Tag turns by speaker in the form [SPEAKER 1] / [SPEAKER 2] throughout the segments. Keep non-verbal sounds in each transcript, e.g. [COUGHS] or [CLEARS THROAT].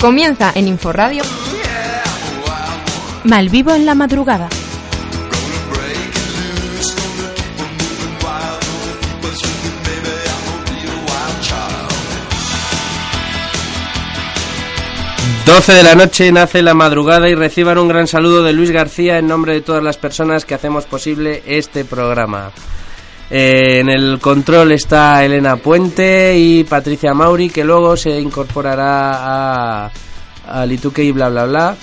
[SPEAKER 1] Comienza en Inforradio. Malvivo en la madrugada.
[SPEAKER 2] Doce de la noche nace la madrugada y reciban un gran saludo de Luis García en nombre de todas las personas que hacemos posible este programa. Eh, en el control está Elena Puente y Patricia Mauri, que luego se incorporará a, a Lituque y bla bla bla,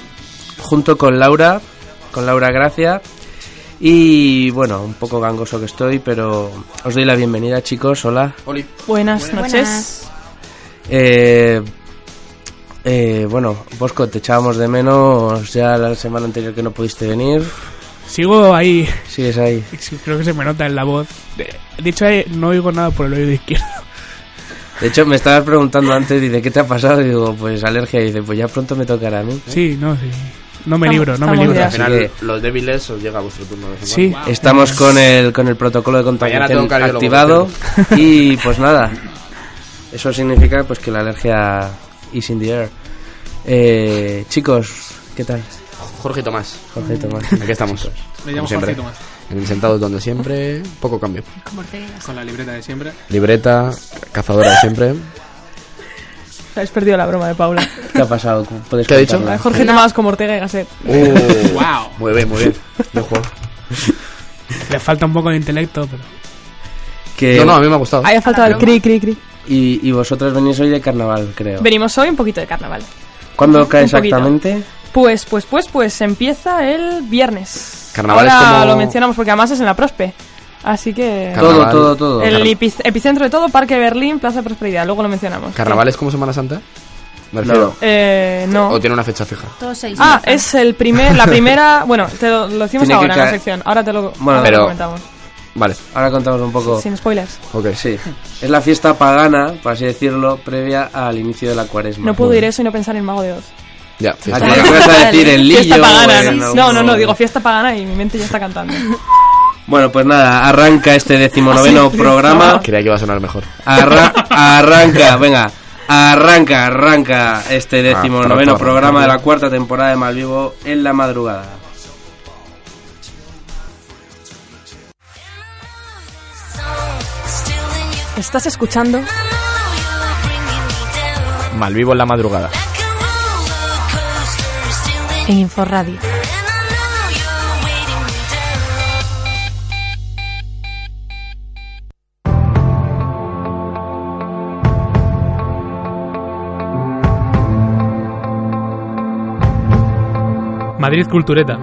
[SPEAKER 2] junto con Laura, con Laura Gracia. Y bueno, un poco gangoso que estoy, pero os doy la bienvenida, chicos. Hola.
[SPEAKER 3] Oli.
[SPEAKER 4] Buenas, noches.
[SPEAKER 5] Buenas.
[SPEAKER 2] Eh, eh, bueno, Bosco, te echábamos de menos ya la semana anterior que no pudiste venir.
[SPEAKER 3] Sigo ahí. [LAUGHS]
[SPEAKER 2] Sigues ahí.
[SPEAKER 3] Creo que se me nota en la voz. De de hecho, eh, no oigo nada por el oído izquierdo.
[SPEAKER 2] De hecho, me estabas preguntando antes, dice, ¿qué te ha pasado? Y digo, pues alergia. Y dice, pues ya pronto me tocará a mí.
[SPEAKER 3] Sí, no, sí. No me
[SPEAKER 4] Estamos-
[SPEAKER 3] libro, no me
[SPEAKER 4] estamos
[SPEAKER 3] libro.
[SPEAKER 4] ya.
[SPEAKER 6] Al final,
[SPEAKER 2] Así
[SPEAKER 6] los débiles os llega a vuestro turno. de vez en
[SPEAKER 3] Sí.
[SPEAKER 6] cuando.
[SPEAKER 2] Estamos con el, con el protocolo de
[SPEAKER 6] Mañana
[SPEAKER 2] contaminación
[SPEAKER 6] tengo un cardiólogo,
[SPEAKER 2] activado. Y pues nada, eso significa pues que la alergia is in the air. Eh, chicos, ¿qué tal?
[SPEAKER 6] Jorge y Tomás.
[SPEAKER 2] Jorge Tomás.
[SPEAKER 6] [LAUGHS] Aquí estamos.
[SPEAKER 7] Me llamo
[SPEAKER 6] Como
[SPEAKER 7] Jorge
[SPEAKER 6] siempre.
[SPEAKER 7] Tomás,
[SPEAKER 6] En sentados donde siempre. Poco cambio.
[SPEAKER 7] con la libreta de siempre.
[SPEAKER 6] Libreta, cazadora de siempre.
[SPEAKER 4] Habéis perdido la broma de Paula.
[SPEAKER 6] [LAUGHS]
[SPEAKER 2] ¿Qué ha pasado? ¿Puedes
[SPEAKER 6] ¿Qué ha dicho? Uh.
[SPEAKER 2] contarnos?
[SPEAKER 4] Jorge Tomás como Ortega y Gasset. [LAUGHS]
[SPEAKER 7] Wow.
[SPEAKER 6] Muy bien, muy bien. Buen juego.
[SPEAKER 3] Le falta un poco de intelecto, pero.
[SPEAKER 2] Que-
[SPEAKER 6] No, no, a mí me ha gustado.
[SPEAKER 4] Ahí ha faltado el cri, cri, cri.
[SPEAKER 2] Y, y vosotros venís hoy de carnaval, creo.
[SPEAKER 4] Venimos hoy un poquito de carnaval.
[SPEAKER 2] ¿Cuándo cae
[SPEAKER 4] un poquito.
[SPEAKER 2] exactamente?
[SPEAKER 4] Pues, pues, pues, pues empieza el viernes.
[SPEAKER 6] Carnaval es
[SPEAKER 4] Ahora
[SPEAKER 6] como-
[SPEAKER 4] lo mencionamos porque además es en la Prospe. Así que...
[SPEAKER 6] Car- Carnaval.
[SPEAKER 2] Todo, todo, todo.
[SPEAKER 4] El epi- epicentro de todo, Parque Berlín, Plaza Prosperidad. Luego lo mencionamos.
[SPEAKER 6] ¿Carnaval es como Semana Santa? Me
[SPEAKER 2] No.
[SPEAKER 6] refiero.
[SPEAKER 4] Eh, no.
[SPEAKER 6] ¿O tiene una fecha fija?
[SPEAKER 5] Todos seis.
[SPEAKER 4] Ah, es el primer,
[SPEAKER 6] [LAUGHS]
[SPEAKER 4] la primera... Bueno, te lo, lo decimos
[SPEAKER 2] Tiene que
[SPEAKER 4] ahora en la
[SPEAKER 2] caer-
[SPEAKER 4] sección. Ahora te lo, ahora
[SPEAKER 2] Bueno,
[SPEAKER 4] te lo
[SPEAKER 6] pero-
[SPEAKER 4] comentamos.
[SPEAKER 6] Vale,
[SPEAKER 2] Ahora contamos un poco.
[SPEAKER 4] Sin spoilers.
[SPEAKER 6] ok.
[SPEAKER 2] Sí. [LAUGHS] Es la fiesta pagana, por así decirlo, previa al inicio de la cuaresma.
[SPEAKER 4] No puedo ir eso y no pensar en Mago de Oz.
[SPEAKER 6] Ya,
[SPEAKER 2] ¿A
[SPEAKER 6] fiesta.
[SPEAKER 2] qué le vas a decir el
[SPEAKER 4] Fiesta
[SPEAKER 2] lillo?
[SPEAKER 4] pagana.
[SPEAKER 2] Bueno,
[SPEAKER 4] no, no, no,
[SPEAKER 2] bueno.
[SPEAKER 4] digo fiesta pagana y mi mente ya está
[SPEAKER 5] [LAUGHS]
[SPEAKER 4] cantando.
[SPEAKER 2] Bueno, pues nada, arranca este
[SPEAKER 4] [LAUGHS]
[SPEAKER 2] decimonoveno programa.
[SPEAKER 6] Creía que iba a sonar mejor.
[SPEAKER 2] Arra- arranca, venga. Arranca, arranca
[SPEAKER 6] Ah,
[SPEAKER 2] este decimonoveno programa de la cuarta temporada de Malvivo en la madrugada.
[SPEAKER 4] Estás escuchando
[SPEAKER 6] Malvivo en la madrugada.
[SPEAKER 1] En Inforradio.
[SPEAKER 3] Madrid Cultureta.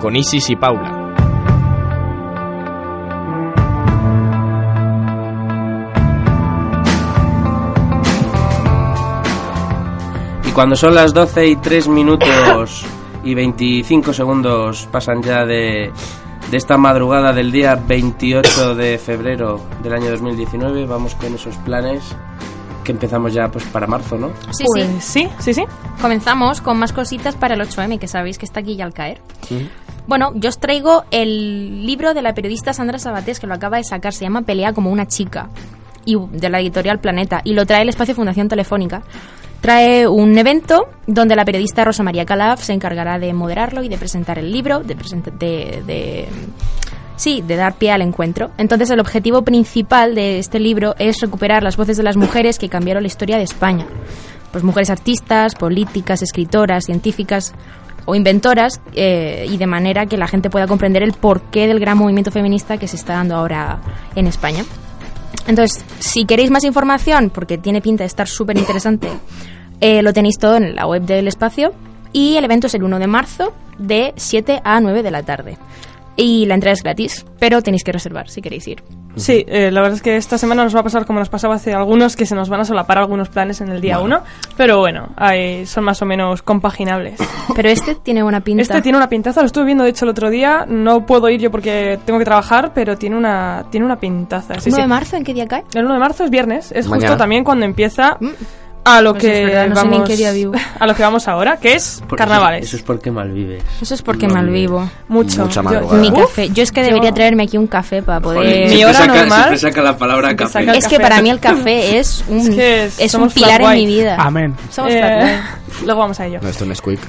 [SPEAKER 6] Con Isis y Paula.
[SPEAKER 2] Y cuando son las 12 y 3 minutos y 25 segundos pasan ya de, de esta madrugada del día 28 de febrero del año 2019, vamos con esos planes que empezamos ya pues para marzo, ¿no?
[SPEAKER 5] Sí,
[SPEAKER 4] pues sí,
[SPEAKER 5] sí.
[SPEAKER 4] sí, sí.
[SPEAKER 5] Comenzamos con más cositas para el 8M, que sabéis que está aquí ya al caer. Bueno, yo os traigo el libro de la periodista Sandra Sabatés, que lo acaba de sacar. Se llama Pelea como una chica, y de la editorial Planeta. Y lo trae el espacio Fundación Telefónica. Trae un evento donde la periodista Rosa María Calaf se encargará de moderarlo y de presentar el libro, de, presenta- de- de- sí, de dar pie al encuentro. Entonces el objetivo principal de este libro es recuperar las voces de las mujeres que cambiaron la historia de España pues mujeres artistas, políticas, escritoras, científicas o inventoras eh, y de manera que la gente pueda comprender el porqué del gran movimiento feminista que se está dando ahora en España. Entonces, si queréis más información, porque tiene pinta de estar súper interesante, eh, lo tenéis todo en la web del espacio Y el evento es el 1 de marzo de 7 a 9 de la tarde. Y la entrada es gratis, pero tenéis que reservar si queréis ir.
[SPEAKER 4] Sí, eh, la verdad es que esta semana nos va a pasar como nos pasaba hace algunos, que se nos van a solapar algunos planes en el día uno, pero bueno, ahí son más o menos compaginables.
[SPEAKER 5] [LAUGHS] Pero este tiene buena pinta.
[SPEAKER 4] Este tiene una pintaza, lo estuve viendo de hecho el otro día, no puedo ir yo porque tengo que trabajar, pero tiene una, tiene una pintaza. sí,
[SPEAKER 5] 1 de
[SPEAKER 4] sí.
[SPEAKER 5] marzo, ¿en qué día cae?
[SPEAKER 4] El 1 de marzo es viernes, es
[SPEAKER 6] Mañana.
[SPEAKER 4] justo también cuando empieza
[SPEAKER 5] Mm.
[SPEAKER 4] a lo
[SPEAKER 5] Pues
[SPEAKER 4] que
[SPEAKER 5] es verdad, no sé
[SPEAKER 4] vamos
[SPEAKER 5] ni en qué día vivo.
[SPEAKER 4] a lo que vamos ahora, que es
[SPEAKER 2] Por-
[SPEAKER 4] carnavales.
[SPEAKER 2] pues, Eso es porque malvives.
[SPEAKER 5] Pues Eso es porque malvivo.
[SPEAKER 4] Mucho.
[SPEAKER 6] Mucha
[SPEAKER 4] Yo-
[SPEAKER 6] madrugada.
[SPEAKER 5] Ni
[SPEAKER 6] Uf,
[SPEAKER 5] café. Yo es que debería
[SPEAKER 4] yo-
[SPEAKER 5] traerme aquí un café para
[SPEAKER 2] Joder,
[SPEAKER 5] poder...
[SPEAKER 4] Eh, Mi
[SPEAKER 2] siempre
[SPEAKER 4] hora
[SPEAKER 2] saca,
[SPEAKER 4] normal-
[SPEAKER 2] siempre saca la palabra
[SPEAKER 4] Siempre
[SPEAKER 2] café.
[SPEAKER 4] saca
[SPEAKER 5] Es que
[SPEAKER 4] café.
[SPEAKER 5] para mí el
[SPEAKER 4] [LAUGHS]
[SPEAKER 5] café es un,
[SPEAKER 4] Es que
[SPEAKER 5] es un
[SPEAKER 4] somos
[SPEAKER 5] pilar en
[SPEAKER 4] flat
[SPEAKER 5] mi
[SPEAKER 4] white.
[SPEAKER 5] vida.
[SPEAKER 3] Amén.
[SPEAKER 5] Somos
[SPEAKER 4] Eh,
[SPEAKER 5] flat
[SPEAKER 4] [LAUGHS]
[SPEAKER 5] white.
[SPEAKER 4] luego vamos a ello.
[SPEAKER 6] No, esto no es quick.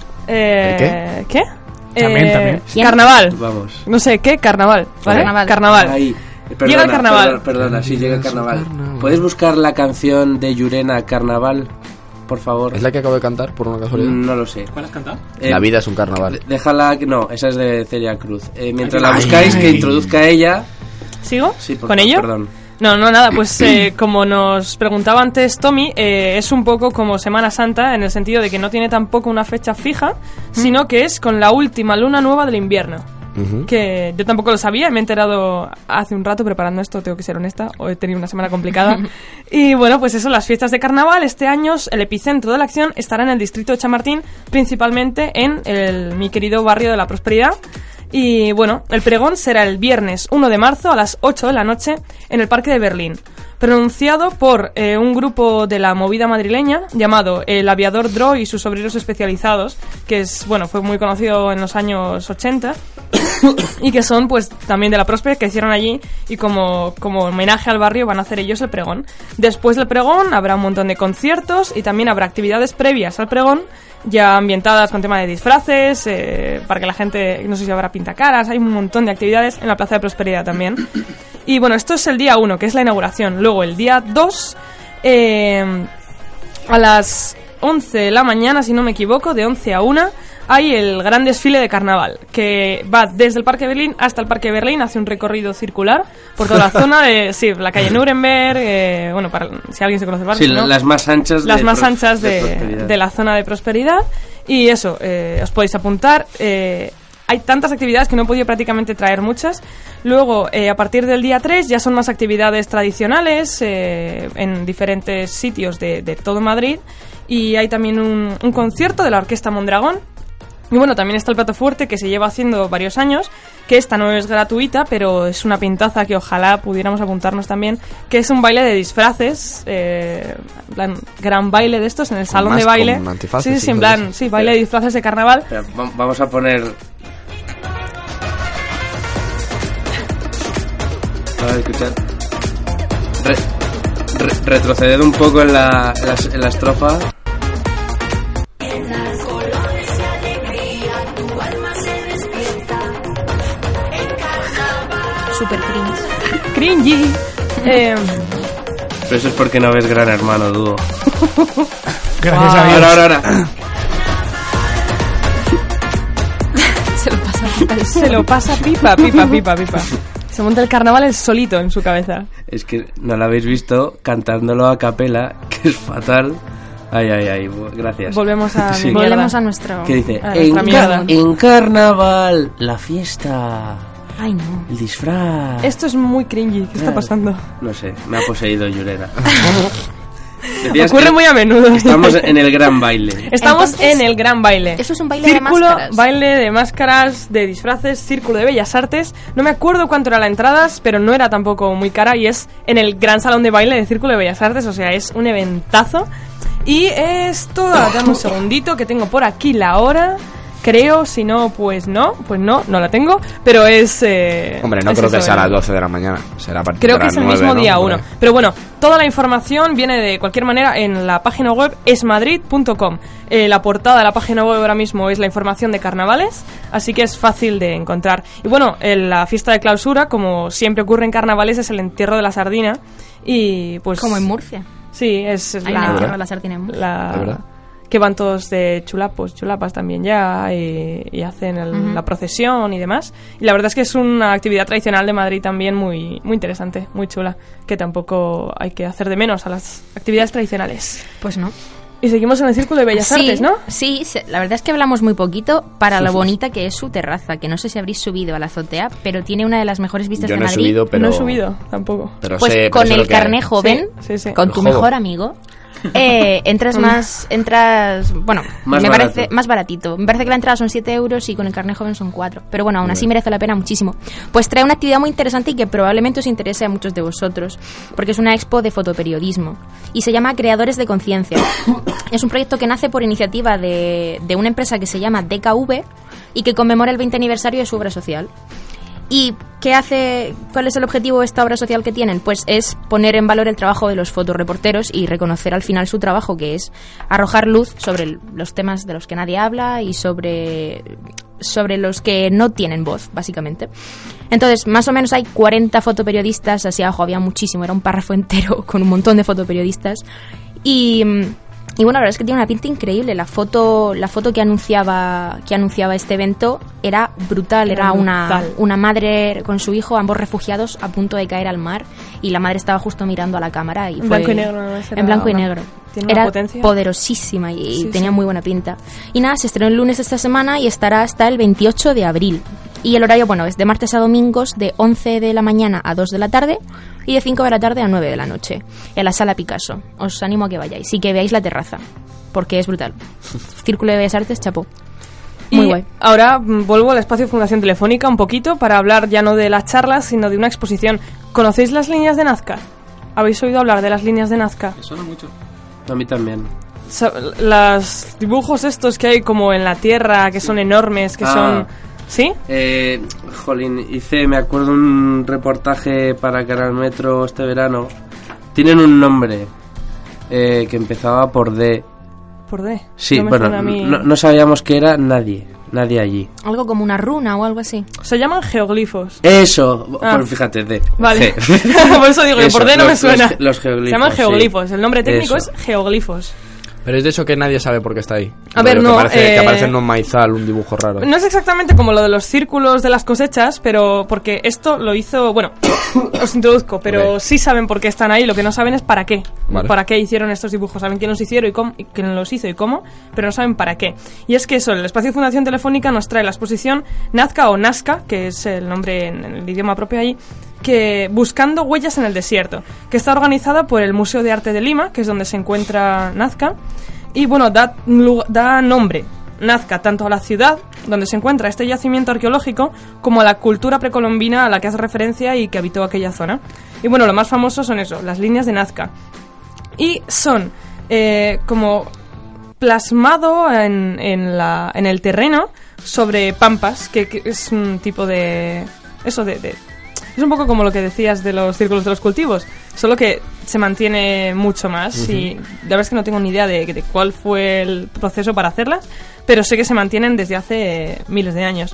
[SPEAKER 4] Eh, ¿Qué?
[SPEAKER 3] También, también.
[SPEAKER 4] ¿Quién? Carnaval.
[SPEAKER 2] Vamos.
[SPEAKER 4] No sé, ¿qué? Carnaval. ¿Vale?
[SPEAKER 5] Carnaval.
[SPEAKER 2] Ahí. Perdona,
[SPEAKER 4] Llega el carnaval.
[SPEAKER 2] Perdona, perdona, sí, llega el carnaval. ¿Puedes buscar la canción de Yurena Carnaval? Por favor.
[SPEAKER 6] ¿Es la que acabo de cantar por una casualidad?
[SPEAKER 2] No lo sé.
[SPEAKER 7] ¿Cuál has cantado?
[SPEAKER 2] Eh,
[SPEAKER 6] la vida es un carnaval.
[SPEAKER 2] Déjala que. No, esa es de Celia Cruz. Eh, mientras la
[SPEAKER 7] Ay.
[SPEAKER 2] buscáis, que introduzca ella.
[SPEAKER 4] ¿Sigo?
[SPEAKER 2] Sí, por
[SPEAKER 4] ¿Con
[SPEAKER 2] favor,
[SPEAKER 4] ello?
[SPEAKER 2] Perdón.
[SPEAKER 4] No, no, nada, pues eh, como nos preguntaba antes Tommy, eh, es un poco como Semana Santa en el sentido de que no tiene tampoco una fecha fija, sino que es con la última luna nueva del invierno. Mm-hmm.
[SPEAKER 6] Ujú.
[SPEAKER 4] Que yo tampoco lo sabía, me he enterado hace un rato preparando esto, tengo que ser honesta, o he tenido una semana complicada. y bueno, pues eso, las fiestas de carnaval, este año el epicentro de la acción estará en el distrito de Chamartín, principalmente en el, mi querido barrio de la Prosperidad. Y bueno, el pregón será el viernes 1 de marzo a las 8 de la noche en el Parque de Berlín, pronunciado por eh, un grupo de la movida madrileña llamado El Aviador Dro y sus obreros especializados, que es, bueno, fue muy conocido en los años 80 [LAUGHS] y que son pues también de la Prosper que hicieron allí y como, como homenaje al barrio van a hacer ellos el pregón. Después del pregón habrá un montón de conciertos y también habrá actividades previas al pregón ya ambientadas con tema de disfraces eh, para que la gente, no sé si habrá pintacaras, hay un montón de actividades en la Plaza de Prosperidad también.
[SPEAKER 2] [CLEARS THROAT]
[SPEAKER 4] Y bueno, esto es el día 1, que es la inauguración. Luego el día 2... Eh, a las 11 de la mañana, si no me equivoco, de 11 a 1, hay el gran desfile de carnaval, que va desde el Parque Berlín hasta el Parque Berlín, hace un recorrido circular por
[SPEAKER 2] [LAUGHS]
[SPEAKER 4] toda la zona de, sí, la calle Nuremberg, eh, bueno, para, si alguien se conoce el barrio,
[SPEAKER 2] Sí,
[SPEAKER 4] ¿no?
[SPEAKER 2] las más anchas. de
[SPEAKER 4] las más
[SPEAKER 2] Pros-
[SPEAKER 4] anchas de,
[SPEAKER 2] Prosperidad.
[SPEAKER 4] de la zona de prosperidad. Y eso, eh, os podéis apuntar. eh, hay tantas actividades que no he podido prácticamente traer muchas. Luego, eh, a partir del día 3 ya son más actividades tradicionales eh, en diferentes sitios de, de todo Madrid. Y hay también un, un concierto de la Orquesta Mondragón. Y bueno, también está el plato fuerte que se lleva haciendo varios años, que esta no es gratuita, pero es una pintaza que ojalá pudiéramos apuntarnos también, que es un baile de disfraces, eh, en plan, gran baile de estos en el salón de
[SPEAKER 6] más-
[SPEAKER 4] baile.
[SPEAKER 6] con antifaces
[SPEAKER 4] sí,
[SPEAKER 6] y
[SPEAKER 4] sí, en
[SPEAKER 6] todo
[SPEAKER 4] plan,
[SPEAKER 6] eso.
[SPEAKER 4] sí, baile de disfraces de carnaval.
[SPEAKER 2] Espera, va- vamos a poner. Vamos a escuchar. Re- re- retroceded un poco en la, en la- en la estrofa.
[SPEAKER 5] Super cringe.
[SPEAKER 4] Cringy. Eh,
[SPEAKER 2] Pero eso es porque no ves Gran Hermano, dudo.
[SPEAKER 3] Gracias a Dios.
[SPEAKER 2] Ahora, ahora, ahora.
[SPEAKER 5] Se lo pasa fatal.
[SPEAKER 4] se lo pasa pipa, pipa, pipa, pipa. Se monta el carnaval el solito en su cabeza.
[SPEAKER 2] [LAUGHS] Es que no lo habéis visto cantándolo a capela, [LAUGHS] que es fatal. Ay, ay, ay, bu- gracias.
[SPEAKER 4] Volvemos a...
[SPEAKER 2] [LAUGHS] Sí.
[SPEAKER 4] mierda.
[SPEAKER 5] Volvemos a nuestro...
[SPEAKER 2] Que dice,
[SPEAKER 4] A
[SPEAKER 2] en,
[SPEAKER 4] nuestra mierda.
[SPEAKER 2] en carnaval, la fiesta,
[SPEAKER 5] Ay, no.
[SPEAKER 2] el
[SPEAKER 6] Ah.
[SPEAKER 2] disfraz.
[SPEAKER 4] Esto es muy cringy, ¿qué
[SPEAKER 6] Eh.
[SPEAKER 4] está pasando?
[SPEAKER 2] No sé, me ha poseído Yurena.
[SPEAKER 4] [LAUGHS] Ocurre muy a menudo.
[SPEAKER 2] Estamos en el
[SPEAKER 4] [LAUGHS]
[SPEAKER 2] gran baile.
[SPEAKER 4] Estamos
[SPEAKER 5] Entonces,
[SPEAKER 4] en el gran baile.
[SPEAKER 5] eso es un baile de
[SPEAKER 4] Círculo,
[SPEAKER 5] máscaras.
[SPEAKER 4] baile de máscaras, de disfraces, círculo de bellas artes. No me acuerdo cuánto era la entrada, pero no era tampoco muy cara y es en el gran salón de baile de círculo de bellas artes, o sea, es un eventazo. Y esto, dame
[SPEAKER 6] [LAUGHS]
[SPEAKER 4] un segundito que tengo por aquí la hora. Creo, si no, pues no, pues no, no la tengo, pero es... eh,
[SPEAKER 6] Hombre, no
[SPEAKER 4] es
[SPEAKER 6] creo que
[SPEAKER 4] eso,
[SPEAKER 6] sea a
[SPEAKER 4] ¿eh?
[SPEAKER 6] las 12 de la mañana. Será a partir
[SPEAKER 4] Creo
[SPEAKER 6] de
[SPEAKER 4] que
[SPEAKER 6] las
[SPEAKER 4] es el
[SPEAKER 6] 9,
[SPEAKER 4] mismo
[SPEAKER 6] ¿no?
[SPEAKER 4] día
[SPEAKER 6] Por
[SPEAKER 4] 1.
[SPEAKER 6] ahí.
[SPEAKER 4] Pero bueno, toda la información viene de cualquier manera en la página web esmadrid.com. Eh, la portada de la página web ahora mismo es la información de carnavales, así que es fácil de encontrar. Y bueno, en la fiesta de clausura, como siempre ocurre en carnavales, es el entierro de la sardina. Y pues.
[SPEAKER 5] Como en Murcia.
[SPEAKER 4] Sí, es, es
[SPEAKER 5] Hay
[SPEAKER 4] la.
[SPEAKER 5] una
[SPEAKER 6] verdad.
[SPEAKER 5] de la sartén en Murcia.
[SPEAKER 4] la-
[SPEAKER 6] ¿De verdad?
[SPEAKER 4] que van todos de chulapos, chulapas también ya, y, y hacen el- la procesión y demás. Y la verdad es que es una actividad tradicional de Madrid también muy, muy interesante, muy chula, que tampoco hay que hacer de menos a las actividades tradicionales.
[SPEAKER 5] Pues no.
[SPEAKER 4] Y seguimos en el Círculo de Bellas
[SPEAKER 5] sí,
[SPEAKER 4] Artes, ¿no?
[SPEAKER 5] Sí, se- la verdad es que hablamos muy poquito para lo bonita que es su terraza, que no sé si habréis subido a la azotea, pero tiene una de las mejores vistas
[SPEAKER 6] Yo
[SPEAKER 5] de
[SPEAKER 6] no he
[SPEAKER 5] Madrid.
[SPEAKER 6] subido, pero.
[SPEAKER 4] No he subido, tampoco.
[SPEAKER 6] Pero
[SPEAKER 5] pues
[SPEAKER 6] sé- pero
[SPEAKER 5] con
[SPEAKER 6] sé lo
[SPEAKER 5] el
[SPEAKER 6] que hay.
[SPEAKER 5] carné joven,
[SPEAKER 4] Sí, sí, sí.
[SPEAKER 5] con tu
[SPEAKER 6] El joven.
[SPEAKER 5] mejor amigo, eh,
[SPEAKER 4] [LAUGHS]
[SPEAKER 5] entras más, entras, bueno,
[SPEAKER 2] Más
[SPEAKER 5] me
[SPEAKER 2] barato.
[SPEAKER 5] parece más baratito. Me parece que la entrada son 7 euros y con el carné joven son 4. Pero bueno, aún así merece la pena muchísimo. Pues trae una actividad muy interesante y que probablemente os interese a muchos de vosotros, porque es una expo de fotoperiodismo y se llama Creadores de Conciencia. es un proyecto que nace por iniciativa de, de una empresa que se llama DKV y que conmemora el 20 aniversario de su obra social. ¿Y qué hace? ¿Cuál es el objetivo de esta obra social que tienen? Pues es poner en valor el trabajo de los fotoreporteros y reconocer al final su trabajo, que es arrojar luz sobre el- los temas de los que nadie habla y sobre, sobre los que no tienen voz, básicamente. Entonces, más o menos hay 40 fotoperiodistas, así abajo había muchísimo, era un párrafo [LAUGHS] entero con un montón de fotoperiodistas. Y, mm, y bueno, la verdad es que tiene una pinta increíble. La foto, la foto que anunciaba, que anunciaba este evento era brutal,
[SPEAKER 4] Era
[SPEAKER 5] era una,
[SPEAKER 4] brutal.
[SPEAKER 5] una madre con su hijo, ambos refugiados, a punto de caer al mar, y la madre estaba justo mirando a la cámara. Y
[SPEAKER 4] En
[SPEAKER 5] fue-
[SPEAKER 4] blanco y negro, ¿no? Esa
[SPEAKER 5] En blanco y
[SPEAKER 4] era una-
[SPEAKER 5] negro.
[SPEAKER 4] tiene una
[SPEAKER 5] Era
[SPEAKER 4] potencia.
[SPEAKER 5] poderosísima y, y
[SPEAKER 4] Sí,
[SPEAKER 5] tenía
[SPEAKER 4] sí.
[SPEAKER 5] muy buena pinta. Y nada, se estrenó el lunes de esta semana y estará hasta el 28 de abril. Y el horario, bueno, es de martes a domingos de 11 de la mañana a 2 de la tarde y de 5 de la tarde a 9 de la noche, en la sala Picasso. Os animo a que vayáis y que veáis la terraza, porque es
[SPEAKER 4] [LAUGHS]
[SPEAKER 5] brutal. Círculo de Bellas Artes, chapó. Muy
[SPEAKER 4] y
[SPEAKER 5] guay.
[SPEAKER 4] Ahora mm, vuelvo al espacio Fundación Telefónica un poquito para hablar ya no de las charlas, sino de una exposición. ¿Conocéis las líneas de Nazca? ¿Habéis oído hablar de las líneas de Nazca?
[SPEAKER 7] Me suena mucho.
[SPEAKER 2] A mí también.
[SPEAKER 4] Sa- Los dibujos estos que hay como en la Tierra, que son enormes, que
[SPEAKER 2] Ah.
[SPEAKER 4] son... ¿Sí?
[SPEAKER 2] Eh, jolín, hice, me acuerdo, un reportaje para Canal Metro este verano. Tienen un nombre eh, que empezaba por D.
[SPEAKER 4] ¿Por D?
[SPEAKER 2] Sí,
[SPEAKER 4] No me
[SPEAKER 2] bueno,
[SPEAKER 4] suena a mí.
[SPEAKER 2] no, no sabíamos que era nadie, nadie allí.
[SPEAKER 5] Algo como una runa o algo así.
[SPEAKER 4] Se llaman geoglifos.
[SPEAKER 2] Eso,
[SPEAKER 4] Ah.
[SPEAKER 2] pues fíjate, D.
[SPEAKER 4] Vale. [LAUGHS]
[SPEAKER 2] G. [LAUGHS]
[SPEAKER 4] por eso digo, que
[SPEAKER 2] Eso,
[SPEAKER 4] por D no
[SPEAKER 2] los-
[SPEAKER 4] me suena.
[SPEAKER 2] los- los geoglifos,
[SPEAKER 4] Se llaman
[SPEAKER 2] sí.
[SPEAKER 4] geoglifos. El nombre técnico
[SPEAKER 2] Eso.
[SPEAKER 4] es geoglifos.
[SPEAKER 6] Pero es de eso que nadie sabe por qué está ahí.
[SPEAKER 4] A ver,
[SPEAKER 6] que
[SPEAKER 4] no, eh,
[SPEAKER 6] Parece, Que aparece en un maizal, un dibujo raro.
[SPEAKER 4] No es exactamente como lo de los círculos de las cosechas, pero porque esto lo hizo, bueno, [COUGHS] os introduzco, pero
[SPEAKER 6] Ok.
[SPEAKER 4] sí saben por qué están ahí, lo que no saben es para qué.
[SPEAKER 6] Vale.
[SPEAKER 4] Para qué hicieron estos dibujos, saben quién los hicieron y cómo, y quién los hizo y cómo, pero no saben para qué. Y es que eso, el espacio Fundación Telefónica nos trae la exposición Nazca o Nazca, que es el nombre en el idioma propio ahí, que buscando huellas en el desierto, que está organizada por el Museo de Arte de Lima, que es donde se encuentra Nazca, y bueno, da, lu- da nombre Nazca tanto a la ciudad donde se encuentra este yacimiento arqueológico como a la cultura precolombina a la que hace referencia y que habitó aquella zona. Y bueno, lo más famoso son eso, las líneas de Nazca. Y son eh, como plasmado en, en la- en el terreno sobre pampas, que, que es un tipo de... Eso de, de- Es un poco como lo que decías de los círculos de los cultivos, solo que se mantiene mucho más y la verdad es que no tengo ni idea de, de cuál fue el proceso para hacerlas, pero sé que se mantienen desde hace miles de años.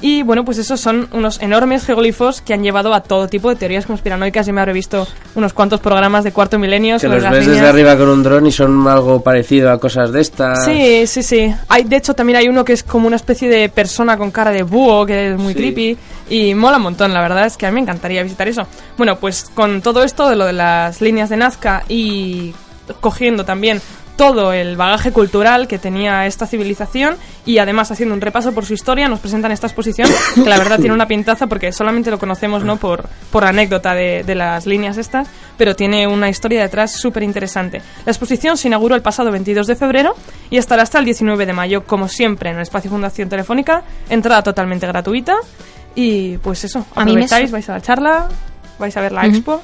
[SPEAKER 4] Y bueno, pues esos son unos enormes geoglifos que han llevado a todo tipo de teorías conspiranoicas. Yo me habré visto unos cuantos programas de Cuarto Milenio
[SPEAKER 2] Que
[SPEAKER 4] sobre
[SPEAKER 2] los
[SPEAKER 4] Pues las
[SPEAKER 2] ves desde
[SPEAKER 4] líneas.
[SPEAKER 2] arriba con un dron y son algo parecido a cosas de estas.
[SPEAKER 4] Sí, sí, sí. Hay, de hecho, también hay uno que es como una especie de persona con cara de búho, que es muy
[SPEAKER 2] Sí.
[SPEAKER 4] creepy. Y mola un montón, la verdad es que a mí me encantaría visitar eso. Bueno, pues con todo esto de lo de las líneas de Nazca y cogiendo también todo el bagaje cultural que tenía esta civilización y además haciendo un repaso por su historia nos presentan esta exposición que la verdad tiene una pintaza porque solamente lo conocemos no por, por anécdota de, de las líneas estas pero tiene una historia detrás súper interesante la exposición se inauguró el pasado 22 de febrero y estará hasta el 19 de mayo como siempre en el espacio Fundación Telefónica entrada totalmente gratuita y pues eso
[SPEAKER 5] A mí me
[SPEAKER 4] aprovecháis
[SPEAKER 5] su-
[SPEAKER 4] vais a la charla vais a ver la
[SPEAKER 5] Ujú.
[SPEAKER 4] expo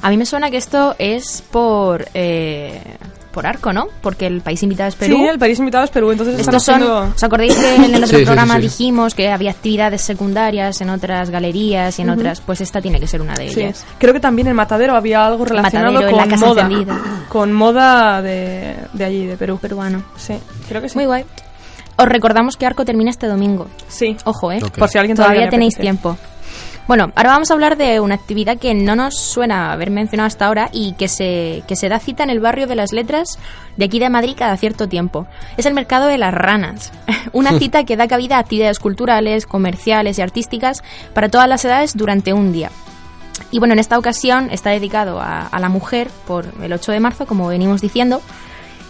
[SPEAKER 5] A mí me suena que esto es por, eh, por arco, ¿no? Porque el país invitado es Perú.
[SPEAKER 4] sí el país invitado es Perú entonces están
[SPEAKER 5] Estos son,
[SPEAKER 4] haciendo-
[SPEAKER 5] ¿os acordáis que en el
[SPEAKER 6] [LAUGHS] Sí,
[SPEAKER 5] otro
[SPEAKER 6] sí,
[SPEAKER 5] programa
[SPEAKER 6] sí, sí.
[SPEAKER 5] dijimos que había actividades secundarias en otras galerías y en otras? Pues esta tiene que ser una de
[SPEAKER 4] Sí.
[SPEAKER 5] ellas.
[SPEAKER 4] Creo que también en Matadero había algo relacionado
[SPEAKER 5] Matadero, en
[SPEAKER 4] con
[SPEAKER 5] la Casa
[SPEAKER 4] moda.
[SPEAKER 5] Encendida.
[SPEAKER 4] Con moda de, de allí, de Perú.
[SPEAKER 5] Peruano.
[SPEAKER 4] Sí, creo que sí.
[SPEAKER 5] Muy guay. Os recordamos que Arco termina este domingo.
[SPEAKER 4] Sí.
[SPEAKER 5] Ojo, ¿eh?
[SPEAKER 6] Ok.
[SPEAKER 4] Por si alguien
[SPEAKER 5] Todavía
[SPEAKER 4] todavía le
[SPEAKER 5] tenéis
[SPEAKER 4] apetece.
[SPEAKER 5] tiempo. Bueno, ahora vamos a hablar de una actividad que no nos suena haber mencionado hasta ahora y que se, que se da cita en el barrio de las letras de aquí de Madrid cada cierto tiempo. Es el mercado de las ranas. [LAUGHS] Una cita que da cabida a actividades culturales, comerciales y artísticas para todas las edades durante un día. Y bueno, en esta ocasión está dedicado a, a la mujer por el 8 de marzo, como venimos diciendo.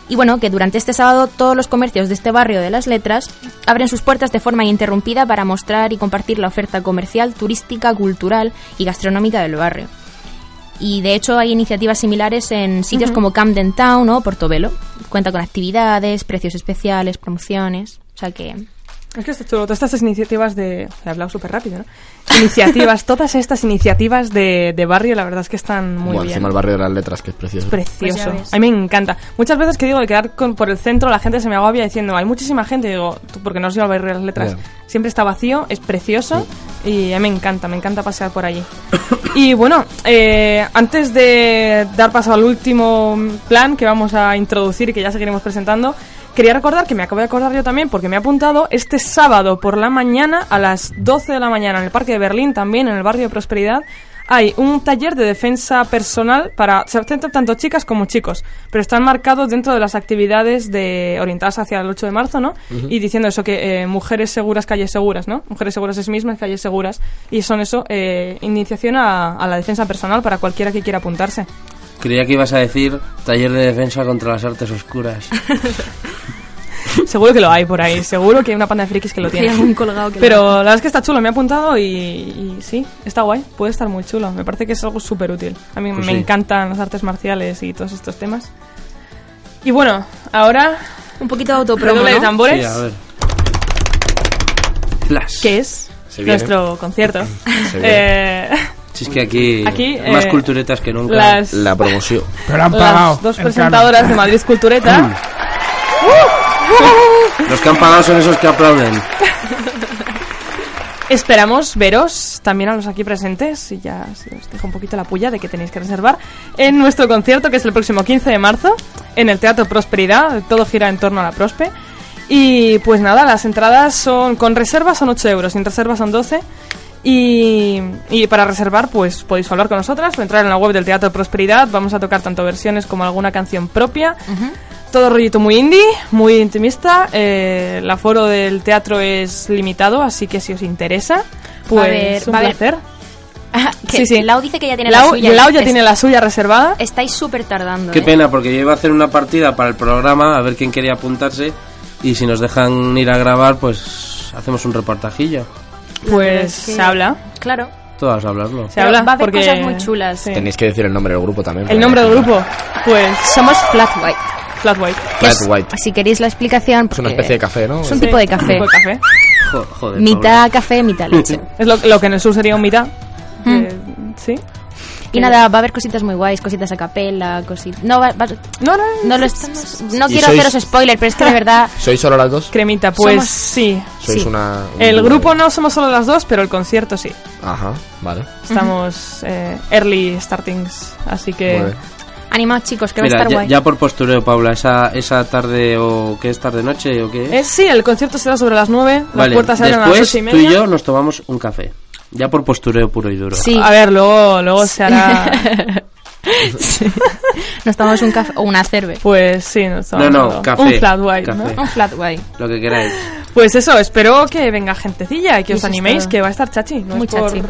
[SPEAKER 5] Y bueno, que durante este sábado todos los comercios de este barrio de las letras abren sus puertas de forma interrumpida para mostrar y compartir la oferta comercial, turística, cultural y gastronómica del barrio. Y de hecho hay iniciativas similares en sitios como Camden Town o Portobelo. Cuenta con actividades, precios especiales, promociones. O sea que
[SPEAKER 4] Es que esto- todas estas iniciativas de... He hablado súper rápido, ¿no? Iniciativas, [LAUGHS] todas estas iniciativas de, de barrio, la verdad es que están muy
[SPEAKER 6] Buah,
[SPEAKER 4] bien.
[SPEAKER 6] encima el barrio de las letras, que es precioso.
[SPEAKER 4] Precioso.
[SPEAKER 5] Pues ya ves.
[SPEAKER 4] a mí me encanta. Muchas veces que digo de quedar con, por el centro, la gente se me agobia diciendo, hay muchísima gente. Y digo, "Tú, porque no os iba a ver las letras.
[SPEAKER 6] Ya.
[SPEAKER 4] Siempre está vacío, es precioso y a mí me encanta, me encanta pasear por allí. y bueno, eh, antes de dar paso al último plan que vamos a introducir y que ya seguiremos presentando, quería recordar que me acabo de acordar yo también porque me he apuntado este sábado por la mañana a las 12 de la mañana en el Parque de Berlín, también en el barrio de Prosperidad. Hay un taller de defensa personal para se centra tanto chicas como chicos, pero están marcados dentro de las actividades de orientadas hacia el 8 de marzo, ¿no? Y diciendo eso que eh, mujeres seguras, calles seguras, ¿no? Mujeres seguras es mismas, calles seguras y son eso eh, iniciación a, a la defensa personal para cualquiera que quiera
[SPEAKER 5] [LAUGHS]
[SPEAKER 4] apuntarse.
[SPEAKER 2] Creía que ibas a decir taller de defensa contra las artes oscuras.
[SPEAKER 4] seguro que lo hay por ahí, seguro que hay una panda de frikis que lo
[SPEAKER 5] hay
[SPEAKER 4] tiene.
[SPEAKER 5] algún colgado que lo-
[SPEAKER 4] Pero la verdad es que está chulo, me he apuntado y, y sí, está guay, puede estar muy chulo. Me parece que es algo súper útil. A mí
[SPEAKER 2] Pues
[SPEAKER 4] me
[SPEAKER 2] sí.
[SPEAKER 4] encantan las artes marciales y todos estos temas. Y bueno, ahora,
[SPEAKER 5] un poquito de autopromo,
[SPEAKER 4] redoble de
[SPEAKER 5] ¿no?
[SPEAKER 2] Sí,
[SPEAKER 4] tambores,
[SPEAKER 2] a ver. Flash.
[SPEAKER 4] que es
[SPEAKER 6] Se viene.
[SPEAKER 4] nuestro
[SPEAKER 2] [LAUGHS]
[SPEAKER 4] concierto.
[SPEAKER 6] Se viene.
[SPEAKER 4] Eh,
[SPEAKER 2] Si es que aquí,
[SPEAKER 4] Aquí,
[SPEAKER 2] más
[SPEAKER 4] eh,
[SPEAKER 2] culturetas que nunca.
[SPEAKER 4] las,
[SPEAKER 6] La promoción.
[SPEAKER 3] Pero la han pagado.
[SPEAKER 4] las dos
[SPEAKER 3] el
[SPEAKER 4] presentadoras de Madrid Cultureta.
[SPEAKER 2] Mm.
[SPEAKER 4] Uh,
[SPEAKER 2] Los que han pagado son esos que aplauden.
[SPEAKER 4] Esperamos veros también a los aquí presentes y ya se os dejo un poquito la puya de que tenéis que reservar en nuestro concierto que es el próximo 15 de marzo en el Teatro Prosperidad. Todo gira en torno a la Prospe. Y pues nada, las entradas son con reserva son 8 euros, sin reserva son 12. Y, y para reservar, pues podéis hablar con nosotras o entrar en la web del Teatro Prosperidad. Vamos a tocar tanto versiones como alguna canción propia. Todo rollito muy indie, muy intimista. eh, el aforo del teatro es limitado, así que si os interesa, pues
[SPEAKER 5] haber-
[SPEAKER 4] un
[SPEAKER 5] va a haber-
[SPEAKER 4] placer.
[SPEAKER 5] Ah, que
[SPEAKER 4] Sí, sí.
[SPEAKER 5] Lau dice que ya tiene
[SPEAKER 4] Lau-
[SPEAKER 5] la suya.
[SPEAKER 4] Lau ya
[SPEAKER 5] Es-
[SPEAKER 4] tiene la suya reservada.
[SPEAKER 5] Estáis súper tardando.
[SPEAKER 2] Qué
[SPEAKER 5] ¿eh?
[SPEAKER 2] pena, porque yo iba a hacer una partida para el programa, a ver quién quería apuntarse. Y si nos dejan ir a grabar, pues hacemos un reportajillo.
[SPEAKER 4] Pues
[SPEAKER 5] es que-
[SPEAKER 4] se habla.
[SPEAKER 5] Claro.
[SPEAKER 2] Todas a hablarlo.
[SPEAKER 4] Se
[SPEAKER 5] Pero
[SPEAKER 4] habla.
[SPEAKER 5] va a haber
[SPEAKER 4] porque-
[SPEAKER 5] cosas muy chulas.
[SPEAKER 4] Sí.
[SPEAKER 6] Tenéis que decir el nombre del grupo también. ¿eh?
[SPEAKER 4] El nombre del grupo, pues
[SPEAKER 5] Somos Flat White.
[SPEAKER 4] Flat White.
[SPEAKER 5] que
[SPEAKER 6] Flat
[SPEAKER 5] es-
[SPEAKER 6] White.
[SPEAKER 5] Si queréis la explicación.
[SPEAKER 6] Es una
[SPEAKER 5] porque
[SPEAKER 6] especie de café, ¿no?
[SPEAKER 5] Es un tipo de café.
[SPEAKER 4] tipo de café.
[SPEAKER 2] Jo- joder.
[SPEAKER 5] Mitad café, mitad leche.
[SPEAKER 4] Es lo, lo que en el sur sería un mitad. [LAUGHS] Eh, sí.
[SPEAKER 5] y nada, va a haber cositas muy guays, cositas a capela, cositas. No, va- va-
[SPEAKER 4] No, no, no.
[SPEAKER 5] no lo estamos. No
[SPEAKER 6] ¿Y
[SPEAKER 5] quiero
[SPEAKER 6] sois-
[SPEAKER 5] haceros spoiler, pero es que de verdad.
[SPEAKER 6] [LAUGHS] ¿Sois solo las dos?
[SPEAKER 4] Cremita, pues
[SPEAKER 5] Somos-
[SPEAKER 4] sí.
[SPEAKER 6] Sois
[SPEAKER 5] Sí.
[SPEAKER 6] una. un
[SPEAKER 4] El
[SPEAKER 6] dúo.
[SPEAKER 4] grupo no somos solo las dos, pero el concierto sí.
[SPEAKER 6] Ajá, vale.
[SPEAKER 4] Estamos eh, early startings, así
[SPEAKER 6] Muy
[SPEAKER 4] que
[SPEAKER 6] bien.
[SPEAKER 5] Animaos, chicos, que va a
[SPEAKER 2] Mira,
[SPEAKER 5] estar
[SPEAKER 2] ya,
[SPEAKER 5] guay.
[SPEAKER 2] ya por postureo, Paula, esa, esa tarde o qué es tarde noche o qué es.
[SPEAKER 4] Eh, sí, el concierto será sobre las 9, las
[SPEAKER 2] vale,
[SPEAKER 4] puertas se abren a las
[SPEAKER 2] después
[SPEAKER 4] 8 y
[SPEAKER 2] tú
[SPEAKER 4] media.
[SPEAKER 2] y yo nos tomamos un café. Ya por postureo puro y duro.
[SPEAKER 5] Sí,
[SPEAKER 4] A ver, luego, luego se
[SPEAKER 5] [LAUGHS]
[SPEAKER 4] hará.
[SPEAKER 5] nos tomamos un café o una cerve.
[SPEAKER 4] Pues sí, nos tomamos
[SPEAKER 2] No, no,
[SPEAKER 4] algo.
[SPEAKER 2] café,
[SPEAKER 4] un flat white, ¿no?
[SPEAKER 2] café.
[SPEAKER 5] Un flat white.
[SPEAKER 2] Lo que queráis.
[SPEAKER 4] Pues eso, espero que venga gentecilla y que
[SPEAKER 5] Y
[SPEAKER 4] os
[SPEAKER 5] eso es
[SPEAKER 4] animéis,
[SPEAKER 5] todo.
[SPEAKER 4] que va a estar chachi. No
[SPEAKER 5] Muy
[SPEAKER 4] es por-
[SPEAKER 5] chachi.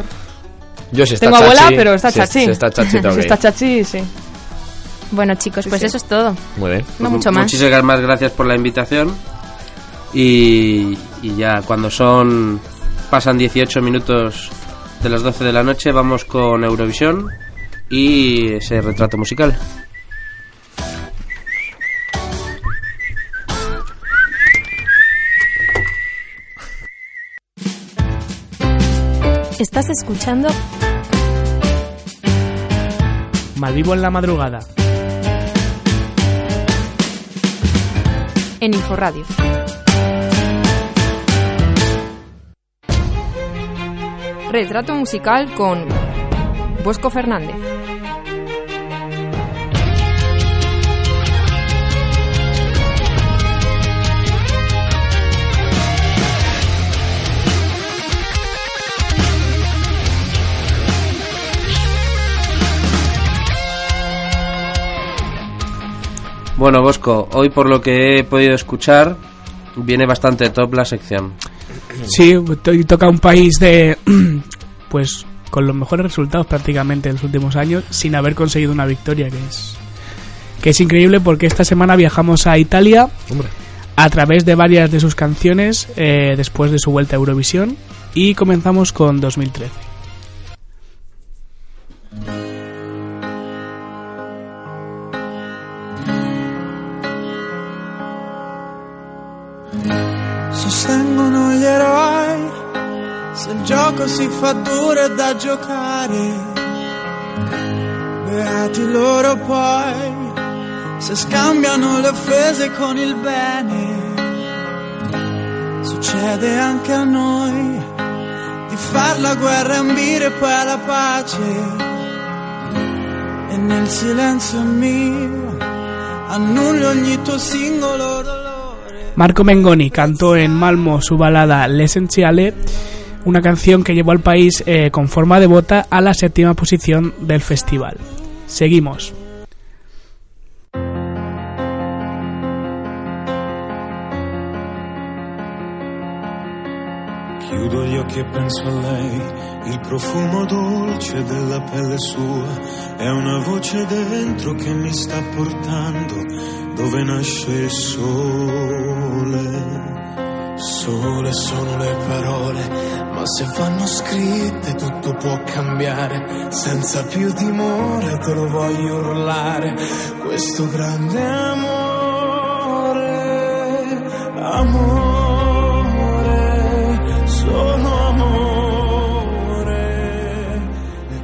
[SPEAKER 6] Yo si está
[SPEAKER 4] Tengo abuela,
[SPEAKER 6] chachi-
[SPEAKER 4] pero está
[SPEAKER 6] si-
[SPEAKER 4] chachi.
[SPEAKER 6] Si está [LAUGHS] chachi,
[SPEAKER 4] [LAUGHS]
[SPEAKER 6] tengo
[SPEAKER 4] Si
[SPEAKER 6] que
[SPEAKER 4] está
[SPEAKER 6] ir.
[SPEAKER 4] chachi, sí.
[SPEAKER 5] Bueno, chicos, pues
[SPEAKER 4] sí.
[SPEAKER 5] eso es todo.
[SPEAKER 6] Muy bien.
[SPEAKER 5] No mucho más.
[SPEAKER 2] Muchísimas más gracias por la invitación. Y, y ya, cuando son. Pasan 18 minutos de las 12 de la noche, vamos con Eurovisión y ese retrato musical.
[SPEAKER 1] Estás escuchando
[SPEAKER 3] Madrid en la madrugada.
[SPEAKER 1] en Inforradio. Retrato musical con Bosco Fernández.
[SPEAKER 2] Bueno, Bosco, hoy por lo que he podido escuchar, viene bastante top la sección.
[SPEAKER 3] Sí, to- y toca un país de. [CLEARS THROAT] Pues con los mejores resultados prácticamente en los últimos años, sin haber conseguido una victoria, que es. que es increíble porque esta semana viajamos a Italia
[SPEAKER 6] Hombre.
[SPEAKER 3] a través de varias de sus canciones eh, después de su vuelta a Eurovisión y comenzamos con 2013.
[SPEAKER 8] Sostengono gli eroi, se il gioco si fa duro è da giocare. Beati loro poi, se scambiano le offese con il bene. Succede anche a noi di far la guerra e ambire poi alla pace. E nel silenzio mio annullo ogni tuo singolo dolore.
[SPEAKER 3] Marco Mengoni cantó en Malmo su balada L'Essenziale, una canción que llevó al país eh, con forma de bota a la séptima posición del festival. Seguimos.
[SPEAKER 8] Chiudo gli occhi e penso a lei, il profumo dolce della pelle sua, è una voce dentro che mi sta portando dove nasce il sole. Sole sono le parole, ma se vanno scritte tutto può cambiare, senza più timore te lo voglio urlare, questo grande amore, amore, solo amore, è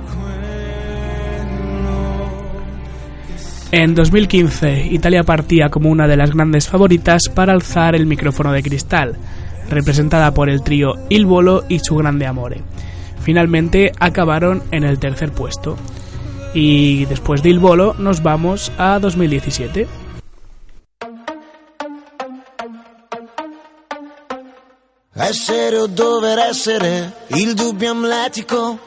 [SPEAKER 8] quello
[SPEAKER 3] En 2015, Italia partía como una de las grandes favoritas para alzar el micrófono de cristal, representada por el trío Il Volo y su grande amore. Finalmente acabaron en el tercer puesto. Y después de Il Volo nos vamos a 2017.
[SPEAKER 8] Essere o dover essere il dubbio amletico,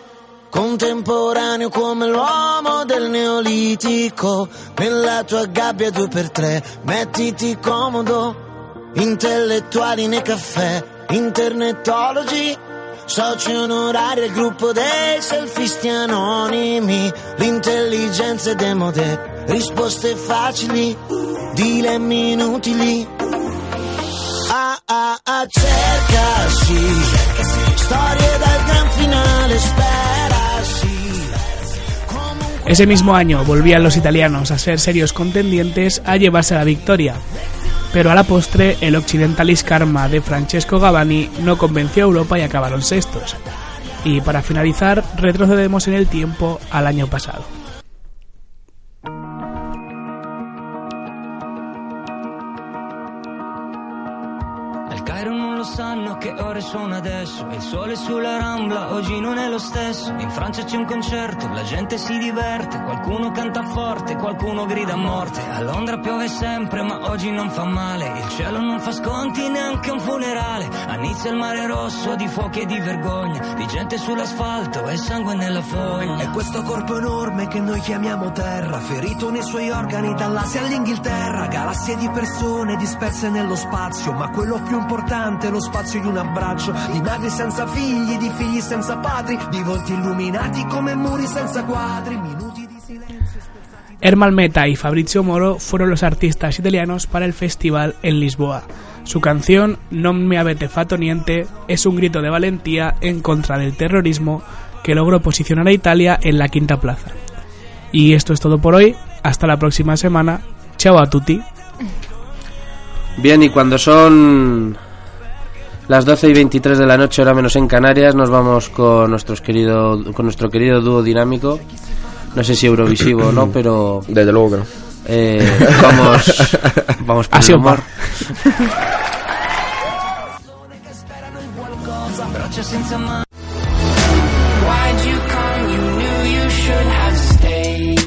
[SPEAKER 8] contemporaneo come l'uomo del neolitico, nella tua gabbia due per tre, mettiti comodo, intellettuali nei caffè, internetologi, soci onorari al gruppo dei selfisti anonimi, l'intelligenza è demode, risposte facili, dilemmi inutili. Ah, ah, ah, cercasi, storie dal gran finale, sperasi. Comunque
[SPEAKER 3] Ese mismo año volvían los italianos a ser serios contendientes a llevarse la victoria. Pero a la postre, el Occidentalis Karma de Francesco Gavani no convenció a Europa y acabaron sextos. Y para finalizar, retrocedemos en el tiempo al año pasado.
[SPEAKER 9] Al Cairo non lo sanno che ore sono adesso Il sole sulla Rambla oggi non è lo stesso In Francia c'è un concerto, la gente si diverte Qualcuno canta forte, qualcuno grida a morte A Londra piove sempre ma oggi non fa male Il cielo non fa sconti neanche un funerale A Nizza il mare è rosso di fuochi e di vergogna Di gente sull'asfalto e sangue nella fogna
[SPEAKER 8] È questo corpo enorme che noi chiamiamo terra, ferito nei suoi organi dall'Asia all'Inghilterra, galassie di persone disperse nello spazio, ma quello più importante è lo spazio in un abbraccio, di madri senza figli, di figli senza padri, di volti illuminati come muri senza quadri, minuti di silenzio.
[SPEAKER 3] Herman Meta y Fabrizio Moro fueron los artistas italianos para el festival en Lisboa. Su canción Non mi avete fatto niente es un grito de valentía en contra del terrorismo que logró posicionar a Italia en la quinta plaza. Y esto es todo por hoy. Hasta la próxima semana. Chao a tutti.
[SPEAKER 2] Bien, y cuando son las 12 y 23 de la noche, hora menos en Canarias, nos vamos con, nuestros querido, con nuestro querido dúo dinámico. No sé si Eurovisivo o no, pero
[SPEAKER 6] Mm. Desde luego que no.
[SPEAKER 2] eh,
[SPEAKER 6] [LAUGHS]
[SPEAKER 2] vamos, vamos por
[SPEAKER 3] Así
[SPEAKER 2] el
[SPEAKER 3] o par.
[SPEAKER 2] humor.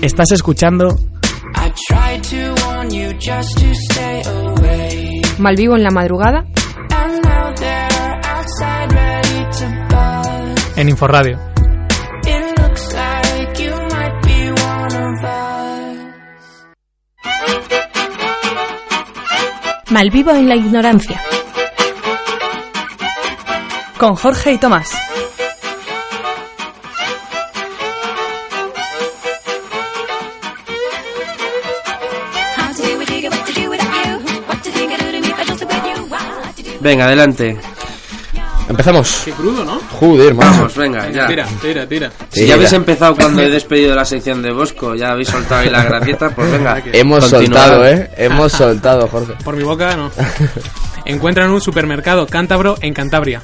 [SPEAKER 3] Estás escuchando
[SPEAKER 1] Malvivo en la madrugada
[SPEAKER 10] En Inforradio.
[SPEAKER 5] Malvivo en la ignorancia.
[SPEAKER 4] Con Jorge y Tomás.
[SPEAKER 2] Venga, adelante.
[SPEAKER 6] Empezamos.
[SPEAKER 7] Qué crudo, ¿no?
[SPEAKER 6] Joder, macho.
[SPEAKER 2] Vamos, venga, ya.
[SPEAKER 7] Tira, tira, tira.
[SPEAKER 2] Si ya habéis empezado cuando he despedido la sección de Bosco, ya habéis soltado ahí la gracieta, pues venga.
[SPEAKER 6] Hemos
[SPEAKER 2] continuad.
[SPEAKER 6] soltado, ¿eh?
[SPEAKER 2] [LAUGHS]
[SPEAKER 6] Hemos soltado, Jorge.
[SPEAKER 7] Por mi boca, no. Encuentran un supermercado cántabro en Cantabria.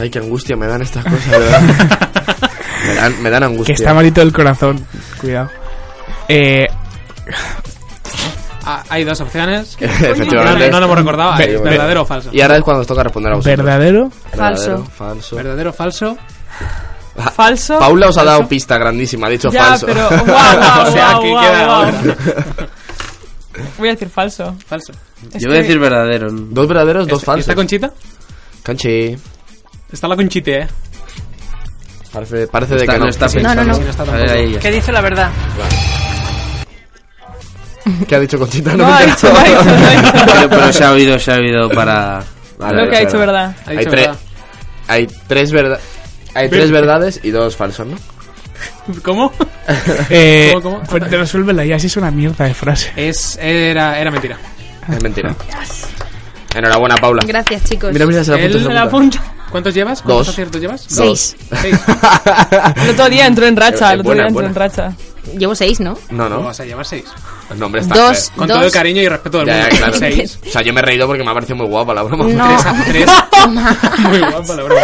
[SPEAKER 6] Ay, qué angustia me dan estas cosas, de verdad. [LAUGHS] me, dan, me dan
[SPEAKER 3] Que
[SPEAKER 6] angustia.
[SPEAKER 3] está malito el corazón. Cuidado. Eh,
[SPEAKER 7] Ah, hay dos opciones. No,
[SPEAKER 6] [LAUGHS] [LAUGHS] Efectivamente.
[SPEAKER 7] no, no lo hemos recordado.
[SPEAKER 6] Ve-
[SPEAKER 7] Es
[SPEAKER 6] ve-
[SPEAKER 7] verdadero o falso.
[SPEAKER 6] Y ahora es cuando os toca responder a vosotros.
[SPEAKER 3] ¿Verdadero?
[SPEAKER 6] Verdadero, falso.
[SPEAKER 7] Verdadero o falso.
[SPEAKER 6] Ah,
[SPEAKER 4] Falso.
[SPEAKER 6] Paula os ha dado pista grandísima, ha dicho
[SPEAKER 4] Ya,
[SPEAKER 6] falso. [LAUGHS]
[SPEAKER 4] pero. guau, guau,
[SPEAKER 7] O sea,
[SPEAKER 4] guau,
[SPEAKER 7] que
[SPEAKER 4] guau,
[SPEAKER 7] queda
[SPEAKER 4] guau.
[SPEAKER 7] otra.
[SPEAKER 4] Voy a decir falso.
[SPEAKER 7] Falso.
[SPEAKER 4] Es
[SPEAKER 2] Yo voy a
[SPEAKER 4] que-
[SPEAKER 2] decir verdadero.
[SPEAKER 6] Dos verdaderos, dos
[SPEAKER 7] ¿Está- ¿Está
[SPEAKER 6] falsos.
[SPEAKER 7] Conchita?
[SPEAKER 6] Canchi.
[SPEAKER 7] Está la Conchite, eh.
[SPEAKER 6] Parece, parece de
[SPEAKER 2] Está-
[SPEAKER 6] que no.
[SPEAKER 2] no está
[SPEAKER 6] Sí.
[SPEAKER 2] pensando.
[SPEAKER 5] no.
[SPEAKER 7] Sí, no está
[SPEAKER 2] A ver,
[SPEAKER 7] tampoco.
[SPEAKER 2] ahí ya.
[SPEAKER 10] ¿Qué dice la verdad?
[SPEAKER 6] ¿Qué ha dicho Conchita?
[SPEAKER 4] No,
[SPEAKER 6] me
[SPEAKER 4] ha
[SPEAKER 6] he
[SPEAKER 4] dicho, no
[SPEAKER 6] enterado.
[SPEAKER 4] ha dicho, no
[SPEAKER 7] [LAUGHS]
[SPEAKER 4] ha dicho.
[SPEAKER 2] Pero, pero se ha oído, se ha oído
[SPEAKER 7] Ah,
[SPEAKER 2] para...
[SPEAKER 6] Vale,
[SPEAKER 4] Lo que ha dicho, verdad.
[SPEAKER 7] Ha
[SPEAKER 6] Hay,
[SPEAKER 7] dicho
[SPEAKER 6] tres-
[SPEAKER 7] verdad.
[SPEAKER 6] hay tres verdad Hay tres verdades y dos falsos, ¿no?
[SPEAKER 7] ¿Cómo?
[SPEAKER 3] Eh,
[SPEAKER 7] ¿Cómo, cómo?
[SPEAKER 3] [LAUGHS] pues resuélvela ya, si es una mierda de frase.
[SPEAKER 7] Es, era, era mentira.
[SPEAKER 6] Es mentira. Enhorabuena, Paula.
[SPEAKER 5] Gracias, chicos.
[SPEAKER 6] Mira, mira, se la apunta,
[SPEAKER 7] Él
[SPEAKER 6] se
[SPEAKER 7] se
[SPEAKER 6] la
[SPEAKER 7] la
[SPEAKER 6] apunta.
[SPEAKER 7] ¿Cuántos llevas? ¿Cuántos
[SPEAKER 6] Dos.
[SPEAKER 7] aciertos llevas?
[SPEAKER 5] Seis.
[SPEAKER 7] Seis.
[SPEAKER 4] El otro día entró en racha. El otro
[SPEAKER 6] Eh, Buena,
[SPEAKER 4] día entró
[SPEAKER 6] buena.
[SPEAKER 4] en racha.
[SPEAKER 5] Llevo seis, ¿no?
[SPEAKER 6] No,
[SPEAKER 7] No
[SPEAKER 6] no.
[SPEAKER 7] vas a llevar seis.
[SPEAKER 6] El nombre está
[SPEAKER 5] Dos,
[SPEAKER 7] Con todo el
[SPEAKER 5] dos.
[SPEAKER 7] cariño y respeto
[SPEAKER 6] feo.
[SPEAKER 7] del
[SPEAKER 6] Ya,
[SPEAKER 7] mundo.
[SPEAKER 6] ya, claro.
[SPEAKER 7] Seis.
[SPEAKER 6] O sea, yo me he reído porque me ha parecido muy guapa la broma.
[SPEAKER 5] No.
[SPEAKER 7] Tres a
[SPEAKER 5] [LAUGHS]
[SPEAKER 7] tres. Muy guapa la broma.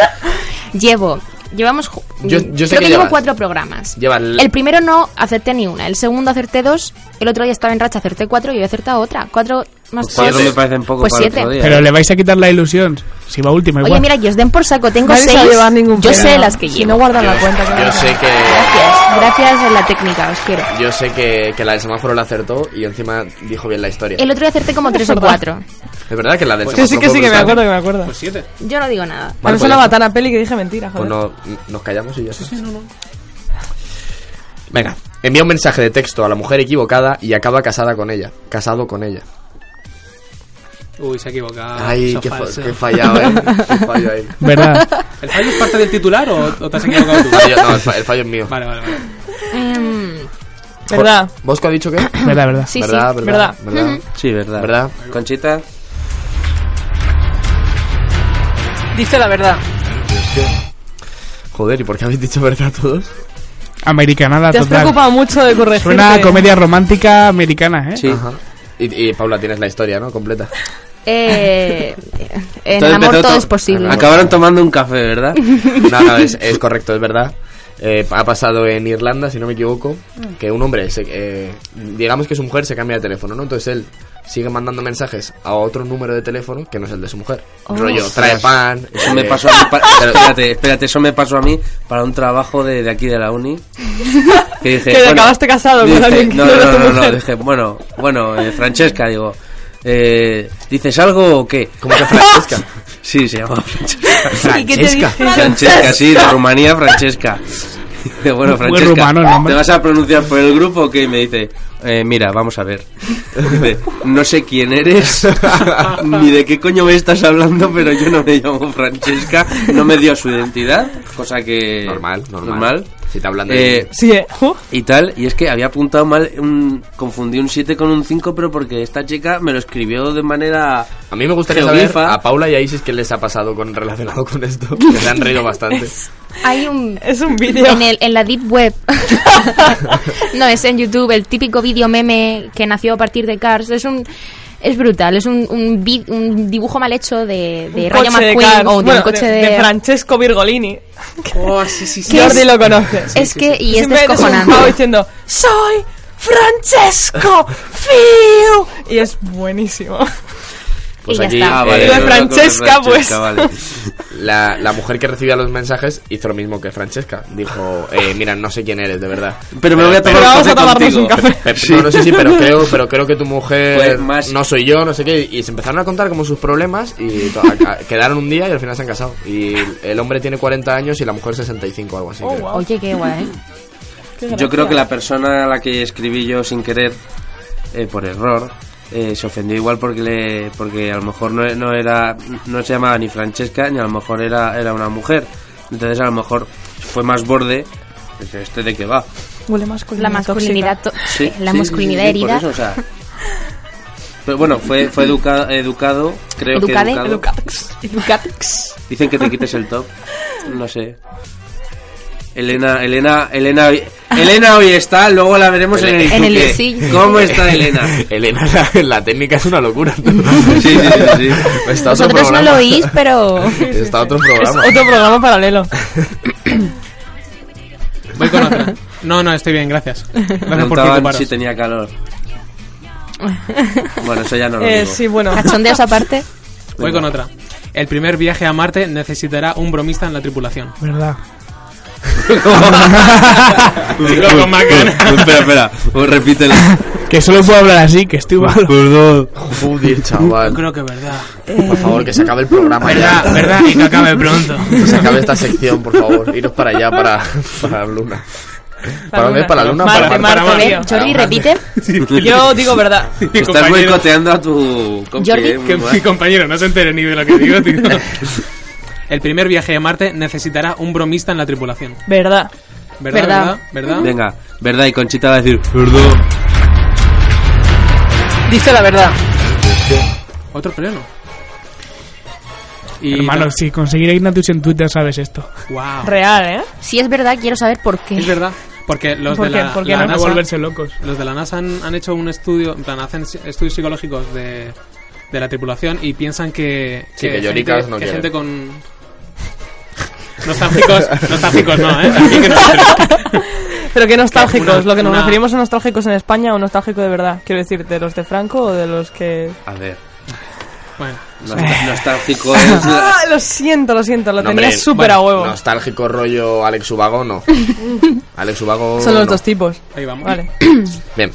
[SPEAKER 5] Llevo. Llevamos. ju-
[SPEAKER 6] Yo- yo sé
[SPEAKER 5] creo
[SPEAKER 6] que
[SPEAKER 5] que, llevo
[SPEAKER 6] llevas.
[SPEAKER 5] cuatro programas.
[SPEAKER 6] Lleva el-
[SPEAKER 5] El primero no acerté ni una. El segundo acerté dos. El otro día estaba en racha, acerté cuatro y hoy he acertado otra. Cuatro más
[SPEAKER 6] Pues
[SPEAKER 2] Cuatro
[SPEAKER 5] dos.
[SPEAKER 6] siete.
[SPEAKER 2] me parecen poco
[SPEAKER 5] Pues
[SPEAKER 2] para
[SPEAKER 5] siete.
[SPEAKER 2] otro día.
[SPEAKER 3] Pero le vais a quitar la ilusión. Si va último,
[SPEAKER 5] Oye,
[SPEAKER 3] igual.
[SPEAKER 5] mira, que os den por saco. Tengo
[SPEAKER 4] Nadie se
[SPEAKER 5] seis.
[SPEAKER 4] va a llevar ningún
[SPEAKER 5] yo
[SPEAKER 4] premio.
[SPEAKER 5] sé las que
[SPEAKER 4] Si
[SPEAKER 5] llevo.
[SPEAKER 4] no guardan la
[SPEAKER 6] Yo-
[SPEAKER 4] cuenta. que
[SPEAKER 6] Yo
[SPEAKER 4] no
[SPEAKER 6] sé
[SPEAKER 4] guardan.
[SPEAKER 6] que.
[SPEAKER 5] Gracias. Gracias a la técnica, os quiero.
[SPEAKER 6] Yo sé que, que la del semáforo la acertó y encima dijo bien la historia.
[SPEAKER 5] El otro día acerté como
[SPEAKER 4] [LAUGHS]
[SPEAKER 5] tres o cuatro.
[SPEAKER 6] Es verdad que la del
[SPEAKER 4] Sí,
[SPEAKER 6] semáforo.
[SPEAKER 4] sí, que sí,
[SPEAKER 6] fue
[SPEAKER 4] que me
[SPEAKER 6] brutal.
[SPEAKER 4] acuerdo, que me acuerdo.
[SPEAKER 7] Pues siete.
[SPEAKER 5] Yo no digo nnada.
[SPEAKER 4] A mí
[SPEAKER 6] Vale, pues
[SPEAKER 4] sonaba
[SPEAKER 6] ya
[SPEAKER 4] tan a peli que dije mentira, joder.
[SPEAKER 6] Pues no, n- nos callamos y ya está. Venga, envía un mensaje de texto a la mujer equivocada y acaba casada con ella. Casado con ella.
[SPEAKER 7] Uy, se ha equivocado.
[SPEAKER 6] Ay,
[SPEAKER 7] Eso
[SPEAKER 6] qué, fa-
[SPEAKER 7] falso.
[SPEAKER 6] qué
[SPEAKER 7] [LAUGHS]
[SPEAKER 6] fallado, eh. Qué fallo ahí.
[SPEAKER 3] ¿Verdad?
[SPEAKER 7] ¿El fallo es parte del titular o, o te has equivocado tú?
[SPEAKER 6] Fallo- no, el, fa- el fallo es mío.
[SPEAKER 7] Vale, vale, vale.
[SPEAKER 2] Mm.
[SPEAKER 5] Em,
[SPEAKER 4] ¿Verdad?
[SPEAKER 6] ¿Vosco ha dicho qué?
[SPEAKER 3] ¿Verdad, verdad?
[SPEAKER 5] sí,
[SPEAKER 6] ¿Verdad,
[SPEAKER 5] sí.
[SPEAKER 6] verdad, verdad?
[SPEAKER 2] Sí, verdad.
[SPEAKER 6] ¿Verdad?
[SPEAKER 2] Conchita,
[SPEAKER 10] Dice la verdad.
[SPEAKER 6] Joder, ¿y por qué habéis dicho verdad todos?
[SPEAKER 3] Americanada
[SPEAKER 4] Te has
[SPEAKER 3] total.
[SPEAKER 4] preocupado mucho de corregir.
[SPEAKER 3] Suena a comedia romántica americana, ¿eh?
[SPEAKER 2] sí.
[SPEAKER 6] Ajá. Y, y, Paula, tienes la historia, ¿no? Completa.
[SPEAKER 5] Eh, en
[SPEAKER 2] Todo
[SPEAKER 5] el amor
[SPEAKER 2] empezó
[SPEAKER 5] todo
[SPEAKER 2] to-
[SPEAKER 5] es posible.
[SPEAKER 2] Acabaron tomando un café, ¿verdad?
[SPEAKER 6] [LAUGHS] No, no, es, es correcto, es verdad. Eh, ha pasado en Irlanda, si no me equivoco, que un hombre, se- eh, digamos que su mujer se cambia de teléfono, ¿no? Entonces él sigue mandando mensajes a otro número de teléfono que no es el de su mujer.
[SPEAKER 5] Oh.
[SPEAKER 6] Oh, Rollo, trae pan.
[SPEAKER 2] Eso me
[SPEAKER 6] eh,
[SPEAKER 2] pasó a mí
[SPEAKER 6] [LAUGHS]
[SPEAKER 2] pa- espérate, espérate, eso me pasó a mí para un trabajo de, de aquí de la uni. Que dije,
[SPEAKER 4] Que acabaste casado con
[SPEAKER 2] dije-
[SPEAKER 4] alguien que
[SPEAKER 2] no,
[SPEAKER 4] no
[SPEAKER 2] no,
[SPEAKER 4] era
[SPEAKER 2] no,
[SPEAKER 4] tu
[SPEAKER 2] no, no,
[SPEAKER 4] mujer.
[SPEAKER 2] dije, bueno, bueno, eh, Francesca, digo, eh, ¿dices algo o qué?
[SPEAKER 6] Como que Francesca.
[SPEAKER 2] [LAUGHS] Sí, se llamaba Francesca.
[SPEAKER 6] [LAUGHS]
[SPEAKER 4] ¿Y qué te
[SPEAKER 6] Francesca.
[SPEAKER 4] dije?
[SPEAKER 2] Francesca, sí, de Rumanía, Francesca. Dice, [LAUGHS]
[SPEAKER 3] Muy
[SPEAKER 2] bueno, Francesca,
[SPEAKER 3] rumano el nombre.
[SPEAKER 2] ¿te vas a pronunciar por el grupo o qué? Y me dice, eh, mira, vamos a ver. [LAUGHS] Dice, no sé quién eres, [LAUGHS] ni de qué coño me estás hablando, pero yo no me llamo Francesca. No me dio su identidad, cosa que...
[SPEAKER 6] Normal, normal.
[SPEAKER 2] normal.
[SPEAKER 6] Si te hablan de...
[SPEAKER 2] Eh,
[SPEAKER 4] Sí, eh. Uh,
[SPEAKER 2] y tal, y es que había apuntado mal, un, confundí un 7 con un 5, pero porque esta chica me lo escribió de manera...
[SPEAKER 6] a mí me gustaría saber
[SPEAKER 2] geoglifa.
[SPEAKER 6] a Paula y a Isis qué les ha pasado con relacionado con esto. Que se han
[SPEAKER 4] [LAUGHS]
[SPEAKER 6] reído bastante.
[SPEAKER 5] Hay un
[SPEAKER 4] Es un vídeo.
[SPEAKER 5] en, el, en la deep web. [LAUGHS] no, es en YouTube, el típico vídeo meme que nació a partir de Cars. Es un es brutal, es un, un, vi- un dibujo mal hecho de, de
[SPEAKER 4] un
[SPEAKER 5] Rayo
[SPEAKER 4] coche de
[SPEAKER 5] McQueen
[SPEAKER 4] Cars.
[SPEAKER 5] o de
[SPEAKER 4] Bueno,
[SPEAKER 5] un coche
[SPEAKER 4] de,
[SPEAKER 5] de...
[SPEAKER 4] Francesco Virgolini.
[SPEAKER 7] Oh, sí, sí, sí.
[SPEAKER 5] ¿Qué
[SPEAKER 4] Jordi
[SPEAKER 5] es?
[SPEAKER 4] lo conoce.
[SPEAKER 5] es que, y es
[SPEAKER 4] Siempre ves un pavo
[SPEAKER 5] descojonante.
[SPEAKER 4] diciendo, soy Francesco Fiu. Y es buenísimo.
[SPEAKER 6] Pues
[SPEAKER 5] Y ya
[SPEAKER 6] aquí
[SPEAKER 5] está.
[SPEAKER 6] eh,
[SPEAKER 4] vale. Lo de
[SPEAKER 2] no, no, con
[SPEAKER 4] Francesca, pues.
[SPEAKER 2] vale.
[SPEAKER 6] la, la mujer que recibía los mensajes hizo lo mismo que Francesca. Dijo, eh, mira, no sé quién eres, de verdad.
[SPEAKER 2] Pero me voy a tomar
[SPEAKER 4] Pero
[SPEAKER 2] un
[SPEAKER 4] vamos
[SPEAKER 2] café
[SPEAKER 4] a tomarnos
[SPEAKER 2] contigo.
[SPEAKER 4] un café.
[SPEAKER 6] Pe- No, no sé si, pero creo, pero creo que tu mujer
[SPEAKER 2] Pues más-
[SPEAKER 6] no soy yo, no sé qué. Y se empezaron a contar como sus problemas y to- a- a- quedaron un día y al final se han casado. Y el hombre tiene 40 años y la mujer 65 o algo así.
[SPEAKER 4] Oh,
[SPEAKER 6] creo.
[SPEAKER 4] wow.
[SPEAKER 5] Oye, qué guay.
[SPEAKER 4] Qué
[SPEAKER 2] Yo
[SPEAKER 4] gracia.
[SPEAKER 2] creo que la persona a la que escribí yo sin querer, eh, por error, eh, se ofendió igual porque le, porque a lo mejor no, no era, no se llamaba ni Francesca ni a lo mejor era, era una mujer. Entonces a lo mejor fue más borde. dice, Este de qué va.
[SPEAKER 4] Huele más
[SPEAKER 5] La masculinidad, to-
[SPEAKER 2] Sí,
[SPEAKER 5] la
[SPEAKER 2] sí,
[SPEAKER 5] masculinidad
[SPEAKER 2] sí, sí, sí, por
[SPEAKER 5] herida.
[SPEAKER 2] eso, o sea, Pero bueno, fue, fue educa- educado, creo
[SPEAKER 5] Educade.
[SPEAKER 2] que educado.
[SPEAKER 5] Educatex. Educatex.
[SPEAKER 2] Dicen que te quites el top. No sé. Elena, Elena, Elena, hoy- Elena hoy está, luego la veremos en el
[SPEAKER 5] En el
[SPEAKER 2] Izuque.
[SPEAKER 5] sí.
[SPEAKER 2] ¿Cómo está Elena?
[SPEAKER 6] Elena, la, la técnica es una locura.
[SPEAKER 2] sí, sí, sí.
[SPEAKER 6] Está
[SPEAKER 5] Vosotros no
[SPEAKER 6] otro programa.
[SPEAKER 5] lo oís, pero...
[SPEAKER 6] Está
[SPEAKER 4] [LAUGHS]
[SPEAKER 6] otro
[SPEAKER 4] Es
[SPEAKER 6] programa.
[SPEAKER 4] otro programa paralelo.
[SPEAKER 7] Voy con otra. No, no, estoy bien, gracias. Gracias por
[SPEAKER 2] Preguntaban
[SPEAKER 7] preocuparos.
[SPEAKER 2] si tenía calor. Bueno, eso ya no lo
[SPEAKER 4] Eh,
[SPEAKER 2] digo.
[SPEAKER 4] sí, bueno.
[SPEAKER 5] Cachondeos aparte.
[SPEAKER 7] Voy con otra. El primer viaje a Marte necesitará un bromista en la tripulación. [LAUGHS]
[SPEAKER 6] [LAUGHS]
[SPEAKER 3] ¿Verdad?
[SPEAKER 7] Sigo con más ganas.
[SPEAKER 2] espera, espera, oh, repítelo.
[SPEAKER 3] Que solo puedo hablar así, que estoy malo. [LAUGHS]
[SPEAKER 2] Perdón.
[SPEAKER 6] Joder, chaval.
[SPEAKER 7] Creo que verdad.
[SPEAKER 6] Por favor, que se acabe el programa
[SPEAKER 7] Verdad,
[SPEAKER 6] ya.
[SPEAKER 7] verdad, y que acabe pronto.
[SPEAKER 6] Que se acabe esta sección, por favor. Iros para allá, para, para Luna. ¿Para dónde? ¿Para Luna?
[SPEAKER 4] Marte,
[SPEAKER 6] ¿Para
[SPEAKER 4] Marte,
[SPEAKER 6] Marte?
[SPEAKER 7] Marte.
[SPEAKER 4] tío.
[SPEAKER 5] Jordi, repite.
[SPEAKER 4] Yo digo verdad.
[SPEAKER 7] Mi
[SPEAKER 2] Estás
[SPEAKER 7] compañero-
[SPEAKER 2] boicoteando a tu compi,
[SPEAKER 5] Jordi.
[SPEAKER 2] eh, muy
[SPEAKER 7] Que
[SPEAKER 2] mal.
[SPEAKER 7] mi compañero no se entere ni de lo que digo, tío.
[SPEAKER 6] [LAUGHS]
[SPEAKER 7] El primer viaje a Marte necesitará un bromista en la tripulación.
[SPEAKER 4] Verdad.
[SPEAKER 7] ¿Verdad?
[SPEAKER 5] Verdad.
[SPEAKER 7] ¿Verdad? ¿Verdad?
[SPEAKER 2] Venga, verdad, y Conchita va a decir, perdón.
[SPEAKER 10] Dice la verdad.
[SPEAKER 7] Otro pleno. Y
[SPEAKER 3] Hermano, si conseguir a Ignatius en Twitter sabes esto.
[SPEAKER 7] Wow.
[SPEAKER 4] Real, ¿eh?
[SPEAKER 5] Si es verdad, quiero saber por
[SPEAKER 7] Es
[SPEAKER 5] qué.
[SPEAKER 7] verdad. Porque los
[SPEAKER 4] ¿Por
[SPEAKER 7] de
[SPEAKER 4] qué?
[SPEAKER 7] la,
[SPEAKER 4] ¿Por qué
[SPEAKER 7] la
[SPEAKER 4] no?
[SPEAKER 3] Van a
[SPEAKER 7] NASA,
[SPEAKER 3] volverse locos.
[SPEAKER 7] los de la NASA han, han hecho un estudio, en plan, hacen si- estudios psicológicos de, de la tripulación y piensan que
[SPEAKER 6] Sí, que
[SPEAKER 7] gente,
[SPEAKER 6] lloricas no
[SPEAKER 7] que
[SPEAKER 6] quieren.
[SPEAKER 7] gente con nostálgicos, nostálgicos no, eh. Aquí
[SPEAKER 4] [LAUGHS]
[SPEAKER 7] que no-
[SPEAKER 4] Pero qué nostálgicos.
[SPEAKER 7] una-
[SPEAKER 4] lo que nos
[SPEAKER 7] una-
[SPEAKER 4] referimos a nostálgicos en España o nostálgico de verdad. Quiero decir, de los de Franco o de los que.
[SPEAKER 2] A ver,
[SPEAKER 7] Bueno, Eh. [LAUGHS]
[SPEAKER 2] nostal- nostálgico
[SPEAKER 4] [LAUGHS]
[SPEAKER 2] es...
[SPEAKER 4] ¡Ah! Lo siento, lo siento. Lo
[SPEAKER 6] Pues No,
[SPEAKER 4] tenía
[SPEAKER 6] hombre,
[SPEAKER 4] súper a huevo.
[SPEAKER 6] Nostálgico rollo Alex Ubago, no. Alex Ubago.
[SPEAKER 4] Son los
[SPEAKER 6] no.
[SPEAKER 4] dos tipos.
[SPEAKER 7] ahí vamos.
[SPEAKER 4] Vale.
[SPEAKER 6] Bien.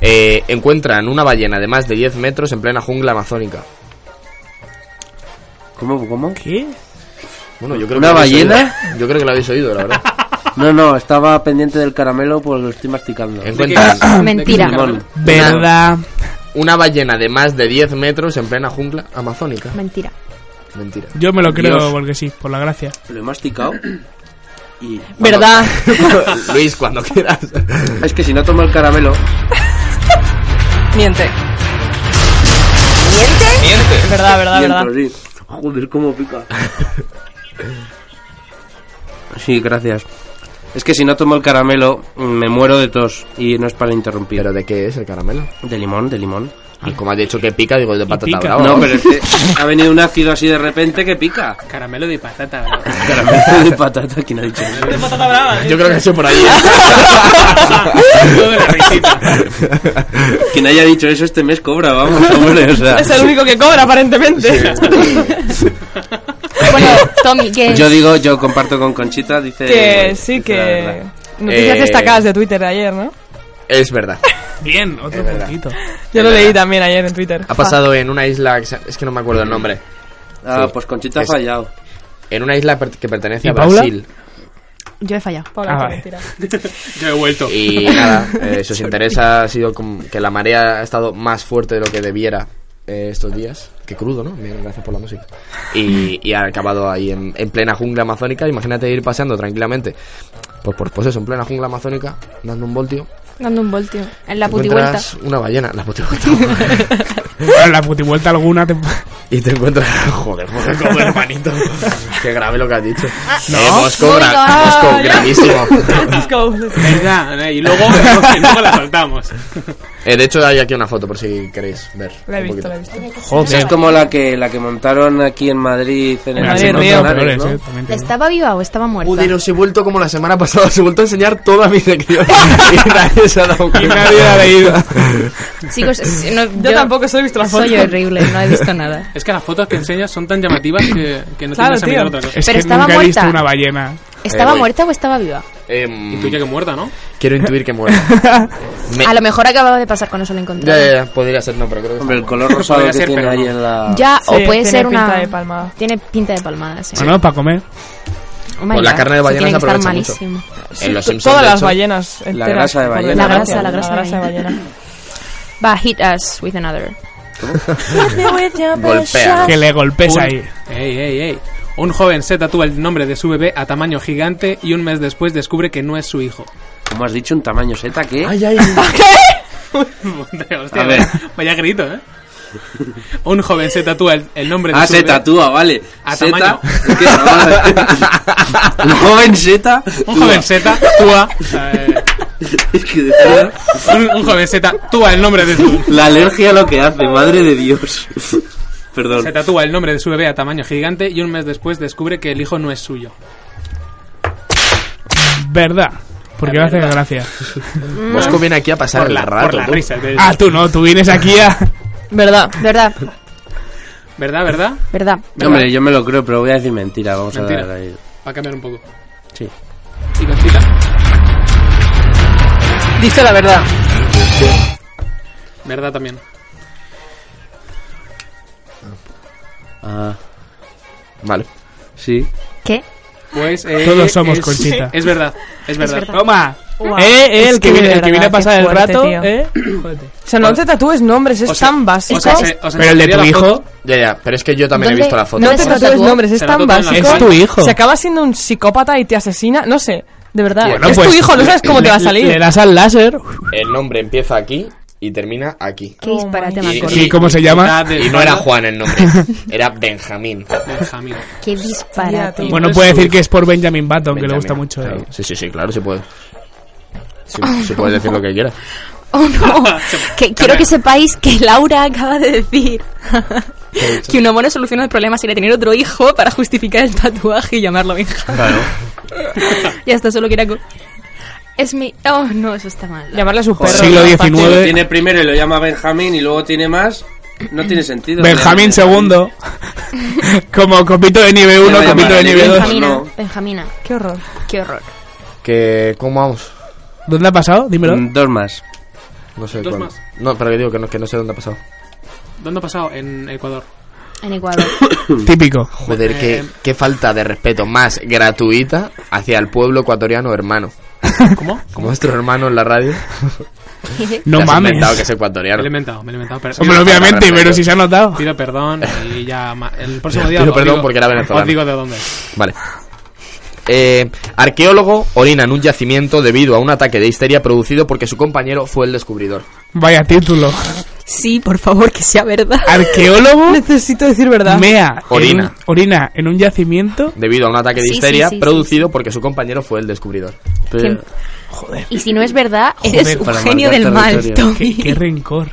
[SPEAKER 6] Eh, encuentran una ballena de más de 10 metros en plena jungla amazónica.
[SPEAKER 2] ¿Cómo, cómo?
[SPEAKER 3] ¿Qué?
[SPEAKER 6] Bueno, yo creo
[SPEAKER 2] ¿Una
[SPEAKER 6] que lo habéis
[SPEAKER 2] ballena?
[SPEAKER 6] oído. Yo creo que lo habéis oído, la verdad.
[SPEAKER 2] [LAUGHS] No, no, estaba pendiente del caramelo porque lo estoy masticando.
[SPEAKER 6] Encuentran
[SPEAKER 5] Mentira.
[SPEAKER 2] Limón.
[SPEAKER 3] ¿Verdad?
[SPEAKER 6] una ballena de más de 10 metros en plena jungla amazónica.
[SPEAKER 5] Mentira.
[SPEAKER 6] Mentira.
[SPEAKER 3] Yo me lo creo
[SPEAKER 2] Dios.
[SPEAKER 3] porque sí, por la gracia.
[SPEAKER 2] Lo he masticado. Y
[SPEAKER 4] Verdad.
[SPEAKER 6] Luis, cuando [LAUGHS] quieras.
[SPEAKER 2] es que si no tomo el caramelo,
[SPEAKER 10] Miente.
[SPEAKER 4] verdad, verdad, verdad.
[SPEAKER 2] mientras sí. Joder, cómo pica. [LAUGHS] Sí, gracias. Es que si no tomo el caramelo, me muero de tos. Y no es para interrumpir.
[SPEAKER 6] ¿Pero de qué es el caramelo?
[SPEAKER 2] De limón, de limón.
[SPEAKER 6] Ah, Como has dicho que pica, digo de patata
[SPEAKER 3] pica.
[SPEAKER 6] brava.
[SPEAKER 2] No, pero es que ha venido un ácido así de repente que pica.
[SPEAKER 7] Caramelo de patata, ¿verdad?
[SPEAKER 2] [LAUGHS] Caramelo de patata, ¿quién ha dicho eso?
[SPEAKER 6] Yo creo que ha sido por ahí.
[SPEAKER 7] [LAUGHS]
[SPEAKER 6] ¿eh?
[SPEAKER 7] Todo de la risita.
[SPEAKER 2] Quien haya dicho eso este mes cobra, vamos, hombre, o sea.
[SPEAKER 4] Es el único que cobra,
[SPEAKER 10] [LAUGHS]
[SPEAKER 4] aparentemente.
[SPEAKER 5] Bueno, Tommy, que
[SPEAKER 2] Yo digo, yo comparto con Conchita, dice...
[SPEAKER 4] que
[SPEAKER 2] bueno,
[SPEAKER 4] sí,
[SPEAKER 2] dice la
[SPEAKER 4] que.
[SPEAKER 2] verdad.
[SPEAKER 4] Noticias
[SPEAKER 6] Eh,
[SPEAKER 4] destacadas de Twitter de ayer, ¿no?
[SPEAKER 6] Es verdad.
[SPEAKER 3] Bien, otro
[SPEAKER 6] Es verdad.
[SPEAKER 3] puntito.
[SPEAKER 4] Yo
[SPEAKER 6] es
[SPEAKER 4] lo leí
[SPEAKER 6] verdad.
[SPEAKER 4] también ayer en Twitter.
[SPEAKER 6] Ha pasado en una isla. que se- Es que no me acuerdo el nombre.
[SPEAKER 2] Ah,
[SPEAKER 6] Sí.
[SPEAKER 2] pues Conchita ha
[SPEAKER 6] Es-
[SPEAKER 2] fallado.
[SPEAKER 6] En una isla per- que pertenece
[SPEAKER 3] ¿Y
[SPEAKER 6] a
[SPEAKER 3] Paula?
[SPEAKER 6] Brasil.
[SPEAKER 5] Yo he fallado.
[SPEAKER 4] Paula,
[SPEAKER 3] Ah,
[SPEAKER 4] qué
[SPEAKER 3] vale.
[SPEAKER 4] mentira.
[SPEAKER 7] Yo he vuelto.
[SPEAKER 6] Y nada, eh, si os interesa, ha sido como que la marea ha estado más fuerte de lo que debiera eh, estos días. Qué crudo, ¿no? Bien, gracias por la música. Y, y ha acabado ahí en, en plena jungla amazónica. Imagínate ir paseando tranquilamente. Pues, por, pues eso, en plena jungla amazónica, dando un voltio.
[SPEAKER 5] Dando un voltio. En la putivuelta.
[SPEAKER 6] encuentras una ballena, la putivuelta.
[SPEAKER 3] Bueno, la putivuelta alguna te...
[SPEAKER 6] y te encuentras. [LAUGHS] Joder, joder, como hermanito. Qué grave lo que has dicho. No, eh, Mosco,
[SPEAKER 5] Venga.
[SPEAKER 6] gra- Mosco, gravísimo.
[SPEAKER 4] [LAUGHS]
[SPEAKER 7] [LAUGHS]
[SPEAKER 4] Let's go.
[SPEAKER 7] Verdad, eh, y luego, [LAUGHS] y luego la soltamos.
[SPEAKER 6] Eh, de hecho, hay aquí una foto por si queréis ver.
[SPEAKER 4] La he
[SPEAKER 6] un
[SPEAKER 4] visto,
[SPEAKER 6] poquito.
[SPEAKER 4] la he visto.
[SPEAKER 2] Esa es como la que, la que montaron aquí en Madrid, en el
[SPEAKER 4] Madrid,
[SPEAKER 2] Paseo
[SPEAKER 4] Río,
[SPEAKER 2] Nacional,
[SPEAKER 3] peores,
[SPEAKER 2] ¿no?
[SPEAKER 3] eh, también te digo.
[SPEAKER 5] ¿Estaba viva o estaba muerta?
[SPEAKER 6] Joder, os he vuelto como la semana pasada, os he vuelto a enseñar toda mi
[SPEAKER 4] [LAUGHS]
[SPEAKER 6] sección. y nadie se ha dado cuenta.
[SPEAKER 7] nadie ha
[SPEAKER 6] leído.
[SPEAKER 5] [LAUGHS] Chicos, es- Pues, no,
[SPEAKER 4] Yo tampoco solo he visto la foto.
[SPEAKER 5] Soy horrible, no he visto
[SPEAKER 7] [LAUGHS]
[SPEAKER 5] nada.
[SPEAKER 7] Es que las fotos que enseñas son tan llamativas que, que no
[SPEAKER 4] Claro,
[SPEAKER 7] tienes a
[SPEAKER 4] tío.
[SPEAKER 7] mirar otra cosa.
[SPEAKER 3] Es
[SPEAKER 5] Pero
[SPEAKER 3] que
[SPEAKER 5] estaba
[SPEAKER 3] nunca he visto
[SPEAKER 5] muerta.
[SPEAKER 3] una ballena.
[SPEAKER 5] ¿Estaba
[SPEAKER 6] voy.
[SPEAKER 5] muerta o estaba viva?
[SPEAKER 7] Intuye que muerta, ¿no?
[SPEAKER 6] quiero intuir que muera.
[SPEAKER 4] [LAUGHS]
[SPEAKER 6] Me-
[SPEAKER 5] A lo mejor acababa de pasar cuando se la encontré.
[SPEAKER 6] Ya, ya, ya, podría ser, no, pero creo que
[SPEAKER 2] Hombre, el
[SPEAKER 6] está
[SPEAKER 2] color rosado
[SPEAKER 7] Podría
[SPEAKER 2] que
[SPEAKER 7] ser,
[SPEAKER 2] tiene
[SPEAKER 7] pero
[SPEAKER 2] ahí
[SPEAKER 7] no.
[SPEAKER 2] en la...
[SPEAKER 5] Ya,
[SPEAKER 4] Sí,
[SPEAKER 5] o puede
[SPEAKER 4] tiene
[SPEAKER 5] ser una.
[SPEAKER 4] pinta de palmada.
[SPEAKER 5] Tiene pinta de palmada, sí.
[SPEAKER 3] Bueno, para Ah, comer.
[SPEAKER 5] Oh my
[SPEAKER 6] Con Pues la
[SPEAKER 5] God,
[SPEAKER 6] carne de
[SPEAKER 5] eso
[SPEAKER 6] ballena
[SPEAKER 5] tiene que
[SPEAKER 6] se
[SPEAKER 5] estar
[SPEAKER 6] aprovecha mucho.
[SPEAKER 5] malísimo.
[SPEAKER 6] mal. En los
[SPEAKER 4] To-
[SPEAKER 6] Simpsons,
[SPEAKER 4] Todas
[SPEAKER 6] de
[SPEAKER 4] las
[SPEAKER 6] hecho,
[SPEAKER 4] ballenas. enteras,
[SPEAKER 2] grasa de
[SPEAKER 4] por
[SPEAKER 2] ballena.
[SPEAKER 4] desgracia.
[SPEAKER 5] La [LAUGHS] grasa, la grasa de
[SPEAKER 4] de
[SPEAKER 5] ballena.
[SPEAKER 4] ballena.
[SPEAKER 5] Va, hit us with another.
[SPEAKER 11] mm,
[SPEAKER 6] Golpea.
[SPEAKER 3] Que
[SPEAKER 6] ¿no?
[SPEAKER 3] le golpes
[SPEAKER 7] Un-
[SPEAKER 3] ahí.
[SPEAKER 7] Ey, ey, ey. Un joven se tatúa el nombre de su bebé a tamaño gigante y un mes después descubre que no es su hijo.
[SPEAKER 2] Como has dicho, un tamaño Z, ¿qué?
[SPEAKER 6] Ay, ay,
[SPEAKER 7] Hostia,
[SPEAKER 2] A ver.
[SPEAKER 7] [LAUGHS] Vaya grito, ¿eh? Un joven se tatúa el, el nombre de
[SPEAKER 2] Ah,
[SPEAKER 7] su
[SPEAKER 2] se
[SPEAKER 7] bebé.
[SPEAKER 2] tatúa, vale.
[SPEAKER 7] A tamaño.
[SPEAKER 2] Zeta.
[SPEAKER 7] [LAUGHS]
[SPEAKER 2] ¿Qué? [LAUGHS] Un joven Z.
[SPEAKER 7] Un joven Z túa. eh,
[SPEAKER 2] [LAUGHS] Es que de verdad,
[SPEAKER 7] un, un joven Z túa el nombre de
[SPEAKER 2] [LAUGHS]
[SPEAKER 7] su.
[SPEAKER 2] La alergia a lo que hace, madre de Dios. [LAUGHS] Perdón.
[SPEAKER 7] Se tatúa el nombre de su bebé a tamaño gigante y un mes después descubre que el hijo no es suyo.
[SPEAKER 3] Verdad. Porque me hace gracia.
[SPEAKER 6] Mosco viene Pues aquí a pasar
[SPEAKER 7] Por
[SPEAKER 6] el
[SPEAKER 7] la,
[SPEAKER 6] rato.
[SPEAKER 7] por la
[SPEAKER 6] tú.
[SPEAKER 7] risa. del-
[SPEAKER 3] Ah, tú no, tú vienes aquí a. pues
[SPEAKER 4] ¿Verdad?
[SPEAKER 5] ¿Verdad?
[SPEAKER 7] ¿Verdad, verdad?
[SPEAKER 5] ¿Verdad?
[SPEAKER 2] Hombre, yo me lo creo, pero voy a decir mentira. Vamos
[SPEAKER 7] Mentira.
[SPEAKER 2] a dar ahí.
[SPEAKER 7] Para cambiar un poco.
[SPEAKER 2] Sí.
[SPEAKER 7] ¿Y Conchita?
[SPEAKER 10] Dice la verdad.
[SPEAKER 7] Verdad también.
[SPEAKER 2] Ah,
[SPEAKER 6] Vale.
[SPEAKER 2] sí.
[SPEAKER 5] ¿Qué?
[SPEAKER 7] Pues. eh,
[SPEAKER 3] Todos somos
[SPEAKER 7] es-
[SPEAKER 3] Conchita.
[SPEAKER 7] Es verdad, es verdad.
[SPEAKER 3] Toma.
[SPEAKER 4] Guau.
[SPEAKER 3] Eh, eh,
[SPEAKER 4] Es
[SPEAKER 3] el que,
[SPEAKER 4] que de
[SPEAKER 3] viene, el que
[SPEAKER 4] verdad,
[SPEAKER 3] viene a pasar
[SPEAKER 4] qué
[SPEAKER 3] el
[SPEAKER 4] fuerte,
[SPEAKER 3] rato,
[SPEAKER 4] tío.
[SPEAKER 3] eh.
[SPEAKER 4] O sea, no te tatúes nombres, es
[SPEAKER 7] O sea,
[SPEAKER 4] tan básico.
[SPEAKER 7] O sea, se- o sea,
[SPEAKER 3] Pero el de
[SPEAKER 7] enseñaría
[SPEAKER 3] tu
[SPEAKER 7] la
[SPEAKER 3] hijo
[SPEAKER 7] foto.
[SPEAKER 6] Ya, ya, pero es que yo también he
[SPEAKER 5] ¿Dónde-
[SPEAKER 6] visto la foto.
[SPEAKER 4] no te
[SPEAKER 5] se la
[SPEAKER 4] tatúes
[SPEAKER 5] tatúa.
[SPEAKER 4] nombres, es
[SPEAKER 7] Se la
[SPEAKER 4] tan
[SPEAKER 7] tatúa en la
[SPEAKER 4] básico.
[SPEAKER 7] cara.
[SPEAKER 3] Es tu hijo.
[SPEAKER 4] Se acaba siendo un psicópata y te asesina, no sé. De verdad,
[SPEAKER 6] Bueno, pues,
[SPEAKER 4] es tu hijo, no sabes cómo te va a salir.
[SPEAKER 3] pues, Le, das al láser.
[SPEAKER 6] El nombre empieza aquí y termina aquí.
[SPEAKER 4] Oh,
[SPEAKER 5] Qué disparate más
[SPEAKER 6] Y-
[SPEAKER 5] gordo.
[SPEAKER 3] Sí, ¿cómo se
[SPEAKER 7] Mitad
[SPEAKER 3] llama?
[SPEAKER 7] de
[SPEAKER 6] Y no era Juan el nombre,
[SPEAKER 4] [LAUGHS]
[SPEAKER 6] era Benjamín.
[SPEAKER 7] Benjamín.
[SPEAKER 5] Qué disparate.
[SPEAKER 7] Hostia,
[SPEAKER 3] Bueno, puede decir que es por Benjamin Button, que le gusta mucho. eh.
[SPEAKER 6] Sí, sí, sí, claro, se puede. Sí, se puede decir lo que quiera.
[SPEAKER 5] [LAUGHS] Oh no, que quiero que sepáis que Laura acaba de decir que un amor no soluciona el problema sería tener otro hijo para justificar el tatuaje y llamarlo hija.
[SPEAKER 6] Claro.
[SPEAKER 5] [LAUGHS] ya está, solo que era co- Es mi... Oh no, eso está mal.
[SPEAKER 4] Llamarle a su perro.
[SPEAKER 3] Siglo
[SPEAKER 4] ¿no?
[SPEAKER 2] Tiene,
[SPEAKER 3] XIX.
[SPEAKER 2] primero y lo llama Benjamín y luego tiene más. No tiene sentido.
[SPEAKER 3] Benjamín
[SPEAKER 2] Benjamín.
[SPEAKER 3] segundo. Como copito de nieve 1,
[SPEAKER 2] Se va a
[SPEAKER 3] copito de
[SPEAKER 2] llamar
[SPEAKER 3] nieve 2.
[SPEAKER 2] Benjamín.
[SPEAKER 5] Benjamina,
[SPEAKER 2] no.
[SPEAKER 5] Benjamina,
[SPEAKER 4] Qué horror.
[SPEAKER 5] qué horror.
[SPEAKER 6] Que, ¿Cómo vamos?
[SPEAKER 3] ¿Dónde ha pasado? Dímelo.
[SPEAKER 2] Mm, Dos más.
[SPEAKER 6] No sé.
[SPEAKER 7] Dos
[SPEAKER 6] cuál-
[SPEAKER 7] más.
[SPEAKER 6] No, pero que digo que no, que no sé dónde ha pasado.
[SPEAKER 7] ¿Dónde ha pasado? En Ecuador.
[SPEAKER 5] En Ecuador.
[SPEAKER 3] Típico.
[SPEAKER 6] Hmm. Joder, qué, qué falta de respeto más gratuita hacia el pueblo ecuatoriano hermano.
[SPEAKER 7] [LAUGHS] ¿Cómo?
[SPEAKER 6] Como nuestro hermano en la
[SPEAKER 3] [COUGHS]
[SPEAKER 6] radio.
[SPEAKER 3] [LAUGHS] No
[SPEAKER 6] Te has inventado que
[SPEAKER 3] mames.
[SPEAKER 6] es ecuatoriano.
[SPEAKER 7] Me lo he inventado, me lo he inventado. Pero
[SPEAKER 3] Hombre,
[SPEAKER 7] pido,
[SPEAKER 3] obviamente, pero si se ha notado.
[SPEAKER 7] pido perdón y ya ma- el próximo día
[SPEAKER 6] Pido
[SPEAKER 7] os
[SPEAKER 6] perdón
[SPEAKER 7] digo-
[SPEAKER 6] porque era venezolano.
[SPEAKER 7] Os digo de dónde. es.
[SPEAKER 6] Vale. Eh, arqueólogo orina en un yacimiento debido a un ataque de histeria producido porque su compañero fue el descubridor.
[SPEAKER 3] Vaya título.
[SPEAKER 5] Sí, por favor, que sea verdad.
[SPEAKER 3] Arqueólogo
[SPEAKER 4] Necesito decir verdad.
[SPEAKER 3] mea. en
[SPEAKER 6] Orina.
[SPEAKER 3] un- orina en un yacimiento.
[SPEAKER 6] Debido a un ataque de
[SPEAKER 5] Sí, sí,
[SPEAKER 6] histeria
[SPEAKER 5] sí, sí,
[SPEAKER 6] producido porque su compañero fue el descubridor.
[SPEAKER 5] Joder. Y si no es verdad, eres
[SPEAKER 3] Joder,
[SPEAKER 5] un
[SPEAKER 2] para
[SPEAKER 5] genio
[SPEAKER 2] marcar
[SPEAKER 5] del mal,
[SPEAKER 2] territorio.
[SPEAKER 5] Tommy.
[SPEAKER 3] Qué, qué rencor.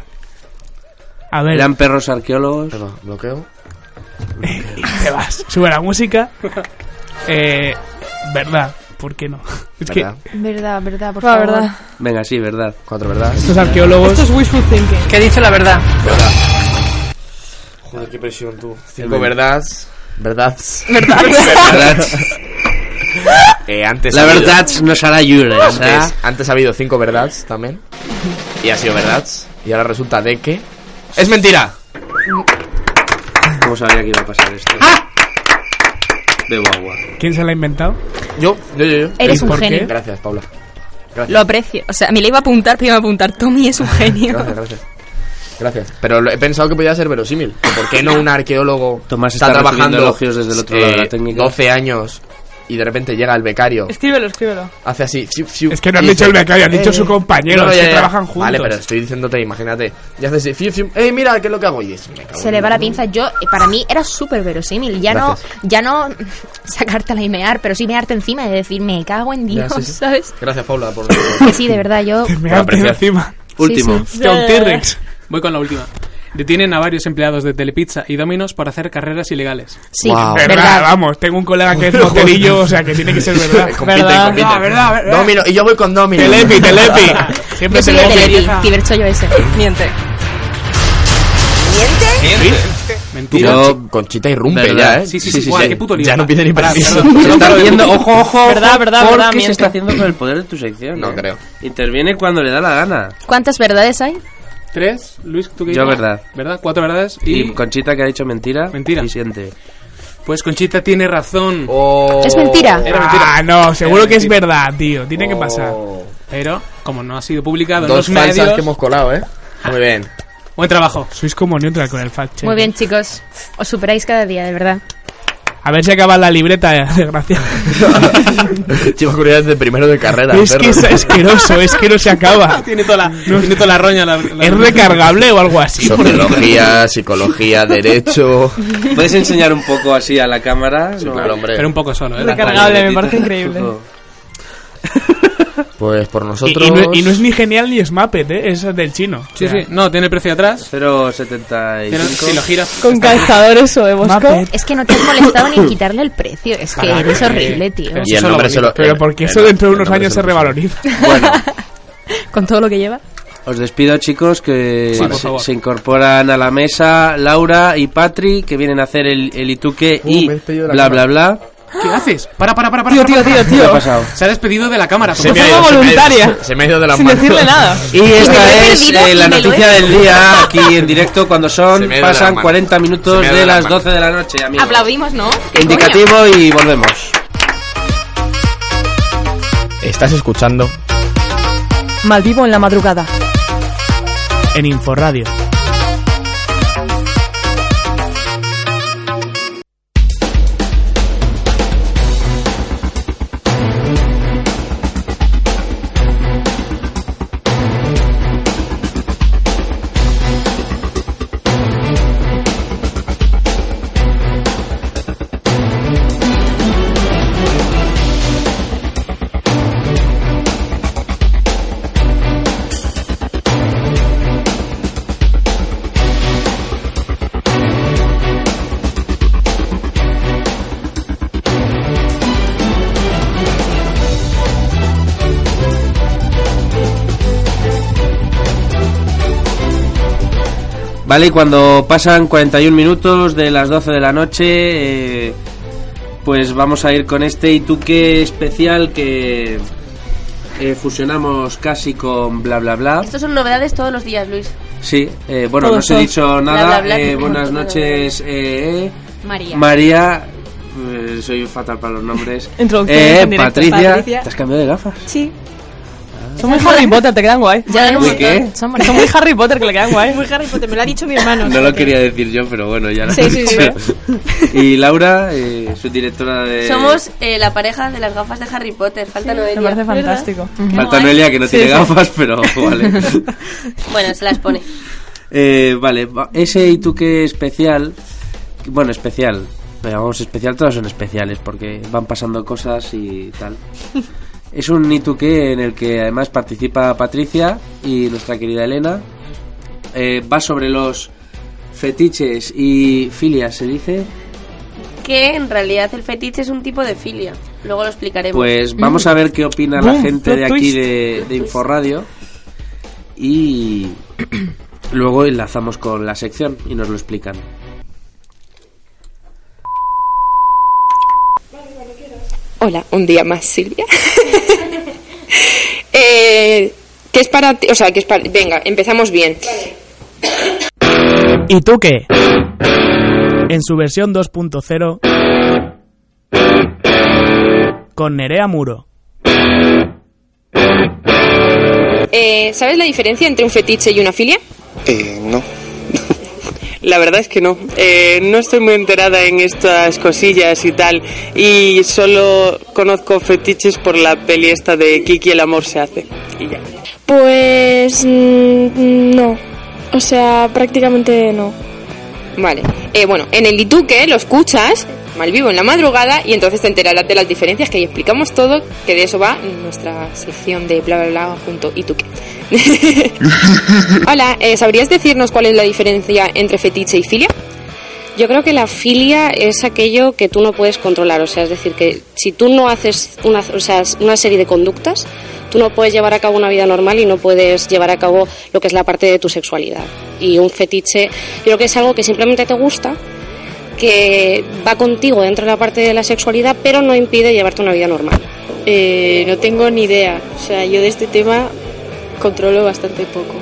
[SPEAKER 3] A ver,
[SPEAKER 2] Eran perros arqueólogos.
[SPEAKER 6] Perdón, bloqueo.
[SPEAKER 3] te vas. Sube la música. Eh, verdad. ¿Por qué no? Es que
[SPEAKER 5] Verdad, Ah,
[SPEAKER 6] ¿Verdad?
[SPEAKER 5] verdad, por
[SPEAKER 4] La
[SPEAKER 5] favor.
[SPEAKER 4] verdad.
[SPEAKER 2] Venga, sí, verdad.
[SPEAKER 6] Cuatro, ¿verdad?
[SPEAKER 3] estos arqueólogos.
[SPEAKER 4] Esto es wishful thinking.
[SPEAKER 10] Que dice la verdad.
[SPEAKER 6] Joder, qué presión tú. Cinco verdades. Verdades. [LAUGHS] Eh, antes
[SPEAKER 2] La
[SPEAKER 6] ha habido-
[SPEAKER 2] verdad nos hará llorar. ¿ah?
[SPEAKER 6] Antes, antes ha habido cinco verdades también. Y ha sido verdades. Y ahora resulta de que. ¡Es mentira!
[SPEAKER 2] ¿Cómo sabía que iba a pasar esto? Bebo agua.
[SPEAKER 3] ¿Quién se la ha inventado?
[SPEAKER 6] Yo, yo, yo, yo.
[SPEAKER 5] Eres
[SPEAKER 3] ¿Y
[SPEAKER 5] un
[SPEAKER 3] por qué?
[SPEAKER 5] genio.
[SPEAKER 6] Gracias, Paula.
[SPEAKER 5] [LAUGHS]
[SPEAKER 6] Gracias.
[SPEAKER 5] Lo aprecio. O sea, me le iba a apuntar, pero iba a apuntar. Tommy es un genio.
[SPEAKER 6] Gracias, gracias. Gracias. Pero lo- he pensado que podía ser verosímil. que ¿Por qué no
[SPEAKER 2] [LAUGHS]
[SPEAKER 6] un arqueólogo
[SPEAKER 2] Tomás
[SPEAKER 6] está,
[SPEAKER 2] está recibiendo
[SPEAKER 6] trabajando
[SPEAKER 2] elogios desde el otro lado de la técnica.
[SPEAKER 6] 12 años y de repente llega el becario,
[SPEAKER 4] Escríbelo, escríbelo.
[SPEAKER 6] hace así. fiu, fiu,
[SPEAKER 3] Es que no
[SPEAKER 6] y
[SPEAKER 3] han dicho
[SPEAKER 6] dice,
[SPEAKER 3] el becario, han
[SPEAKER 6] "Eh,
[SPEAKER 3] dicho
[SPEAKER 6] eh".
[SPEAKER 3] su compañero.
[SPEAKER 6] No, no,
[SPEAKER 3] es
[SPEAKER 6] ya,
[SPEAKER 3] que
[SPEAKER 6] ya.
[SPEAKER 3] trabajan juntos.
[SPEAKER 6] Vale, pero estoy diciéndote, imagínate. Y hace así, fiu, fiu, ¡eh, mira qué es lo que hago! Y es, me cago
[SPEAKER 5] Se
[SPEAKER 6] en
[SPEAKER 5] le va
[SPEAKER 6] Dios.
[SPEAKER 5] la pinza. Yo, eh, para mí, era súper verosímil. Ya no,
[SPEAKER 6] Gracias.
[SPEAKER 5] ya no [LAUGHS] sacártela y mear, pero sí mearte encima y decir, me cago en
[SPEAKER 6] Ya,
[SPEAKER 5] Dios,
[SPEAKER 6] sí, sí.
[SPEAKER 5] ¿sabes?
[SPEAKER 6] Gracias,
[SPEAKER 5] [COUGHS]
[SPEAKER 6] Paula, por.
[SPEAKER 5] Que sí, de verdad, yo.
[SPEAKER 3] [LAUGHS] Me
[SPEAKER 6] Lo
[SPEAKER 3] ha
[SPEAKER 6] aprecio.
[SPEAKER 3] encima.
[SPEAKER 2] Último.
[SPEAKER 3] Es que a un T-Rex.
[SPEAKER 7] Voy con la última. Detienen a varios empleados de Telepizza y Dominos por hacer carreras ilegales.
[SPEAKER 5] Sí,
[SPEAKER 6] Wow.
[SPEAKER 3] Verdad,
[SPEAKER 5] verdad.
[SPEAKER 3] vamos. Tengo un colega que es moterillo, o sea que tiene que ser
[SPEAKER 6] [LAUGHS]
[SPEAKER 3] verdad.
[SPEAKER 6] Compiten, compiten.
[SPEAKER 3] Ah, verdad, verdad.
[SPEAKER 6] Domino, y yo voy con Domino.
[SPEAKER 3] Telepi, Telepi.
[SPEAKER 6] [LAUGHS]
[SPEAKER 3] Siempre
[SPEAKER 5] Yo soy el
[SPEAKER 3] Telepi.
[SPEAKER 5] Telepi, Tiberchollo ese.
[SPEAKER 10] Miente.
[SPEAKER 7] Mentira.
[SPEAKER 2] Yo.
[SPEAKER 6] Conchita irrumpe
[SPEAKER 2] ¿Verdad?
[SPEAKER 6] ya, ¿eh?
[SPEAKER 7] Sí, sí, sí. guau, qué puto lío.
[SPEAKER 6] Ya no pide ni
[SPEAKER 7] Para,
[SPEAKER 6] permiso.
[SPEAKER 7] perdón.
[SPEAKER 2] Se está riendo, ojo, ojo.
[SPEAKER 4] Verdad,
[SPEAKER 2] ojo,
[SPEAKER 4] verdad,
[SPEAKER 2] porque
[SPEAKER 4] verdad,
[SPEAKER 2] se
[SPEAKER 4] miente.
[SPEAKER 2] está haciendo con el poder de tu sección.
[SPEAKER 6] No
[SPEAKER 2] eh.
[SPEAKER 6] creo.
[SPEAKER 2] Interviene cuando le da la gana.
[SPEAKER 5] ¿Cuántas verdades hay?
[SPEAKER 7] Tres. Luis, ¿tú qué
[SPEAKER 2] Yo
[SPEAKER 7] dices?
[SPEAKER 2] verdad.
[SPEAKER 7] ¿Verdad? Cuatro verdades
[SPEAKER 2] Y,
[SPEAKER 7] y...
[SPEAKER 2] Conchita que ha dicho mentira.
[SPEAKER 7] Mentira.
[SPEAKER 2] Y siente.
[SPEAKER 7] Pues Conchita tiene razón.
[SPEAKER 6] Oh.
[SPEAKER 5] Es mentira.
[SPEAKER 7] Era mentira.
[SPEAKER 3] Ah, no, seguro
[SPEAKER 7] Era
[SPEAKER 3] que es
[SPEAKER 7] mentira.
[SPEAKER 3] verdad, tío. Tiene que pasar.
[SPEAKER 6] Oh.
[SPEAKER 7] Pero, como no ha sido publicado
[SPEAKER 6] Dos
[SPEAKER 7] en los
[SPEAKER 6] falsas
[SPEAKER 7] medios...
[SPEAKER 6] que hemos colado, ¿eh? Muy bien.
[SPEAKER 7] Buen trabajo.
[SPEAKER 3] Sois como neutral con el fact check.
[SPEAKER 5] Muy bien, chicos. Os superáis cada día, de verdad.
[SPEAKER 3] A ver si acaba la libreta, eh, [LAUGHS] desgraciado.
[SPEAKER 6] [LAUGHS] Chivas Curiosidades de primero de carrera.
[SPEAKER 3] Es que es asqueroso, es que no se
[SPEAKER 6] [LAUGHS]
[SPEAKER 3] acaba.
[SPEAKER 7] [LAUGHS] tiene, toda la, tiene toda la roña. La, la-
[SPEAKER 3] ¿Es recargable o algo así?
[SPEAKER 2] [LAUGHS]
[SPEAKER 6] Sociología, psicología, derecho.
[SPEAKER 2] ¿Puedes enseñar un poco así a la cámara?
[SPEAKER 6] Sí, claro, hombre.
[SPEAKER 7] Pero un poco solo, ¿eh?
[SPEAKER 4] Recargable, me parece increíble.
[SPEAKER 6] Oh. Pues por
[SPEAKER 3] Y,
[SPEAKER 6] nosotros.
[SPEAKER 3] y no, y no es ni genial ni Smappet, ¿eh? Es del chino.
[SPEAKER 7] Sí,
[SPEAKER 3] O sea,
[SPEAKER 7] sí. No, tiene el precio atrás. Tiene- si lo
[SPEAKER 2] 0,75.
[SPEAKER 7] giras.
[SPEAKER 4] Con calzadores o de bosco.
[SPEAKER 3] Muppet.
[SPEAKER 12] Es que no te has molestado ni en quitarle el precio. Es que
[SPEAKER 7] Ojalá,
[SPEAKER 12] eres
[SPEAKER 7] eh,
[SPEAKER 12] horrible, tío.
[SPEAKER 7] pero-
[SPEAKER 6] Y el nombre se lo.
[SPEAKER 3] Pero
[SPEAKER 6] el-
[SPEAKER 3] porque
[SPEAKER 6] el-
[SPEAKER 3] eso dentro de
[SPEAKER 6] el
[SPEAKER 3] unos
[SPEAKER 6] nombre
[SPEAKER 3] años
[SPEAKER 6] se
[SPEAKER 3] se
[SPEAKER 6] lo-
[SPEAKER 3] revaloriza.
[SPEAKER 6] Bueno,
[SPEAKER 5] Con todo lo que lleva.
[SPEAKER 2] Os despido, chicos, que
[SPEAKER 7] Sí, por
[SPEAKER 2] se-
[SPEAKER 7] favor.
[SPEAKER 2] se incorporan a la mesa Laura y Patri, que vienen a hacer el, el ituque
[SPEAKER 6] Uh,
[SPEAKER 2] y
[SPEAKER 6] me he despedido de la
[SPEAKER 2] bla, bla,
[SPEAKER 6] cámara.
[SPEAKER 2] bla.
[SPEAKER 7] ¿Qué haces? Para, para, para, para.
[SPEAKER 4] ¡Ah! Tío,
[SPEAKER 7] para,
[SPEAKER 4] tío, tío,
[SPEAKER 7] para.
[SPEAKER 2] ¿Qué ha
[SPEAKER 4] tío.
[SPEAKER 2] pasado?
[SPEAKER 7] Se ha despedido de la cámara.
[SPEAKER 6] se me
[SPEAKER 7] como-
[SPEAKER 6] ha ido,
[SPEAKER 4] forma
[SPEAKER 6] se me ha ido-
[SPEAKER 4] voluntaria.
[SPEAKER 6] Se me ha ido de las
[SPEAKER 4] Sin
[SPEAKER 6] manos.
[SPEAKER 4] decirle nada.
[SPEAKER 2] Y esta
[SPEAKER 12] he
[SPEAKER 2] es
[SPEAKER 12] perdido
[SPEAKER 2] eh,
[SPEAKER 12] y
[SPEAKER 2] la
[SPEAKER 12] me lo he
[SPEAKER 2] noticia del día aquí en directo cuando
[SPEAKER 6] Se
[SPEAKER 2] son
[SPEAKER 6] me ha ido de las
[SPEAKER 2] pasan
[SPEAKER 6] manos.
[SPEAKER 2] 40
[SPEAKER 6] Se
[SPEAKER 2] minutos
[SPEAKER 6] me ha ido
[SPEAKER 2] de
[SPEAKER 6] de las
[SPEAKER 2] las
[SPEAKER 6] manos.
[SPEAKER 2] 12 de la noche, amigos.
[SPEAKER 12] Aplaudimos, ¿no? ¿Qué coño?
[SPEAKER 2] Indicativo y volvemos.
[SPEAKER 6] Estás escuchando.
[SPEAKER 10] Malvivo en la madrugada.
[SPEAKER 3] En Inforadio.
[SPEAKER 2] Vale, y cuando pasan 41 minutos de las 12 de la noche, eh, pues vamos a ir con este ituque especial que eh, fusionamos casi con bla bla bla.
[SPEAKER 12] Estos son novedades todos los días, Luis.
[SPEAKER 2] Sí, eh, bueno, no
[SPEAKER 4] Todos
[SPEAKER 2] os he
[SPEAKER 4] son
[SPEAKER 2] dicho nada.
[SPEAKER 12] bla, bla,
[SPEAKER 2] eh,
[SPEAKER 12] que-
[SPEAKER 2] buenas noches, eh,
[SPEAKER 12] María.
[SPEAKER 2] María. eh, soy fatal para los nombres.
[SPEAKER 4] [LAUGHS] Introducción
[SPEAKER 2] Eh,
[SPEAKER 4] en directo,
[SPEAKER 2] Patricia,
[SPEAKER 4] Patricia.
[SPEAKER 2] ¿Te has cambiado de gafas?
[SPEAKER 4] Sí. Son muy Harry Potter, te quedan guay.
[SPEAKER 12] Ya en un
[SPEAKER 2] ¿Uy,
[SPEAKER 12] montón.
[SPEAKER 2] qué?
[SPEAKER 12] Son
[SPEAKER 4] Son muy Harry Potter, que le quedan guay.
[SPEAKER 10] Muy Harry Potter, me lo ha dicho
[SPEAKER 4] [LAUGHS]
[SPEAKER 10] mi
[SPEAKER 2] [LAUGHS]
[SPEAKER 10] hermano.
[SPEAKER 2] No lo quería decir yo, pero bueno, ya lo
[SPEAKER 10] Sí,
[SPEAKER 2] he
[SPEAKER 10] sí, sí,
[SPEAKER 2] dicho. y Laura, eh, subdirectora de...
[SPEAKER 12] Somos eh, la pareja de las gafas de Harry Potter. Falta Noelia.
[SPEAKER 4] Me parece
[SPEAKER 12] ¿verdad?
[SPEAKER 4] fantástico.
[SPEAKER 2] Falta Noelia, que no
[SPEAKER 4] Sí,
[SPEAKER 2] tiene
[SPEAKER 4] sí.
[SPEAKER 2] gafas, pero vale.
[SPEAKER 12] [LAUGHS] Bueno, se las pone.
[SPEAKER 2] Eh, vale, va- ese y tú qué especial. Bueno, especial. Lo llamamos especial, todos son especiales porque van pasando cosas y
[SPEAKER 4] [LAUGHS]
[SPEAKER 2] tal. Es un Ituque en el que además participa Patricia y nuestra querida Elena. Eh, va sobre los fetiches y filias, se dice.
[SPEAKER 12] Que en realidad el fetiche es un tipo de filia. Luego lo explicaremos.
[SPEAKER 2] Pues vamos a ver qué opina la
[SPEAKER 4] Boom,
[SPEAKER 2] gente
[SPEAKER 4] Mm. plot
[SPEAKER 2] de aquí
[SPEAKER 4] twist.
[SPEAKER 2] de, de Inforradio. Y [CLEARS THROAT] luego enlazamos con la sección y nos lo explican.
[SPEAKER 1] Hola, un día más, Silvia. [LAUGHS] eh, ¿Qué es para ti? O sea, que es para... Venga, empezamos bien.
[SPEAKER 3] ¿Y tú qué? En su versión 2.0 con Nerea Muro.
[SPEAKER 1] Eh, ¿Sabes la diferencia entre un fetiche y una filia?
[SPEAKER 13] Eh, no.
[SPEAKER 10] La verdad es que no. Eh, no estoy muy enterada en estas cosillas y tal. Y solo conozco fetiches por la peli esta de Kiki el amor se hace. Y ya.
[SPEAKER 13] Pues mm, no. O sea, prácticamente no.
[SPEAKER 1] Vale. Eh, bueno, en el Ituque lo escuchas, malvivo en la madrugada, y entonces te enterarás de las diferencias que ahí explicamos todo, que de eso va nuestra sección de bla bla bla junto Ituque. Hola, eh, ¿sabrías decirnos cuál es la diferencia entre fetiche y filia?
[SPEAKER 13] Yo creo que la filia es aquello que tú no puedes controlar, o sea, es decir, que si tú no haces una, o sea, una serie de conductas, tú no puedes llevar a cabo una vida normal y no puedes llevar a cabo lo que es la parte de tu sexualidad. Y un fetiche, yo creo que es algo que simplemente te gusta, que va contigo dentro de la parte de la sexualidad, pero no impide llevarte una vida normal. Eh, no tengo ni idea, o sea, yo de este tema controlo bastante poco.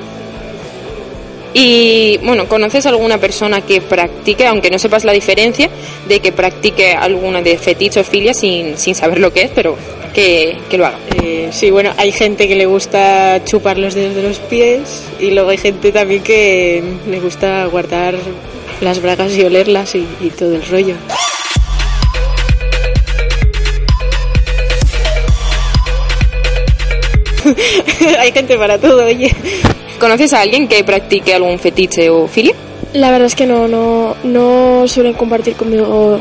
[SPEAKER 1] Y bueno, ¿conoces alguna persona que practique, aunque no sepas la diferencia, de que practique alguna de fetiche o filia sin, sin saber lo que es, pero que, que lo haga?
[SPEAKER 10] Eh, sí, bueno, hay gente que le gusta chupar los dedos de los pies y luego hay gente también que le gusta guardar las bragas y olerlas y, y todo el rollo.
[SPEAKER 13] [LAUGHS] Hay gente para todo, oye.
[SPEAKER 1] ¿Conoces a alguien que practique algún fetiche o filia?
[SPEAKER 14] La verdad es que no, no, no suelen compartir conmigo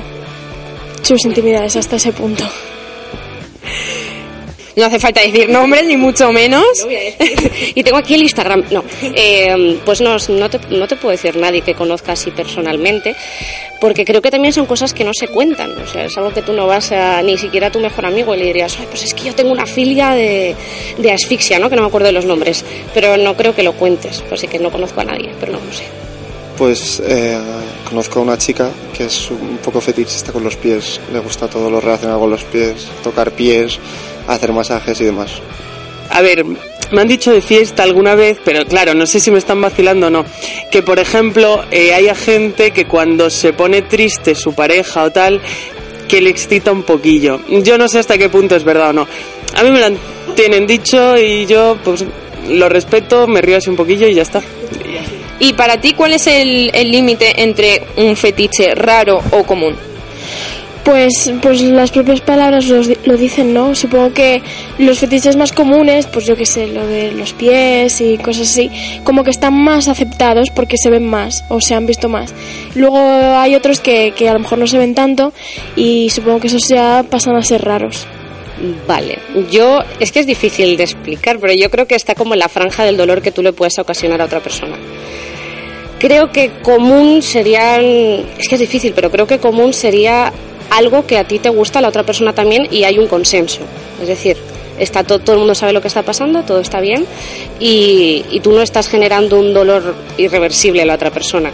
[SPEAKER 14] sus intimidades hasta ese punto.
[SPEAKER 1] No hace falta decir nombres, ni mucho menos.
[SPEAKER 13] [LAUGHS] y tengo aquí el Instagram. No, eh, pues no, no, te, no te puedo decir nadie que conozca así personalmente, porque creo que también son cosas que no se cuentan. O sea, es algo que tú no vas a ni siquiera a tu mejor amigo y le dirías, Ay, pues es que yo tengo una filia de, de asfixia, ¿no? Que no me acuerdo de los nombres, pero no creo que lo cuentes, así que no conozco a nadie, pero no, no sé.
[SPEAKER 15] Pues eh, conozco a una chica que es un poco fetichista con los pies, le gusta todo lo relacionado con los pies, tocar pies, hacer masajes y demás.
[SPEAKER 10] A ver, me han dicho de fiesta alguna vez, pero claro, no sé si me están vacilando o no. Que por ejemplo, eh, haya gente que cuando se pone triste su pareja o tal, que le excita un poquillo. Yo no sé hasta qué punto es verdad o no. A mí me lo han- tienen dicho y yo, pues, lo respeto, me río así un poquillo y ya está.
[SPEAKER 1] ¿Y para ti cuál es el el límite entre un fetiche raro o común?
[SPEAKER 14] Pues, pues las propias palabras los di- lo, dicen, ¿no? Supongo que los fetiches más comunes, pues yo qué sé, lo de los pies y cosas así, como que están más aceptados porque se ven más o se han visto más. Luego hay otros que, que a lo mejor no se ven tanto y supongo que esos ya pasan a ser raros.
[SPEAKER 13] Vale, yo es que es difícil de explicar, pero yo creo que está como en la franja del dolor que tú le puedes ocasionar a otra persona. Creo que común serían, es que es difícil, pero creo que común sería algo que a ti te gusta, a la otra persona también y hay un consenso. Es decir, está todo, todo el mundo sabe lo que está pasando, todo está bien y, y tú no estás generando un dolor irreversible a la otra persona.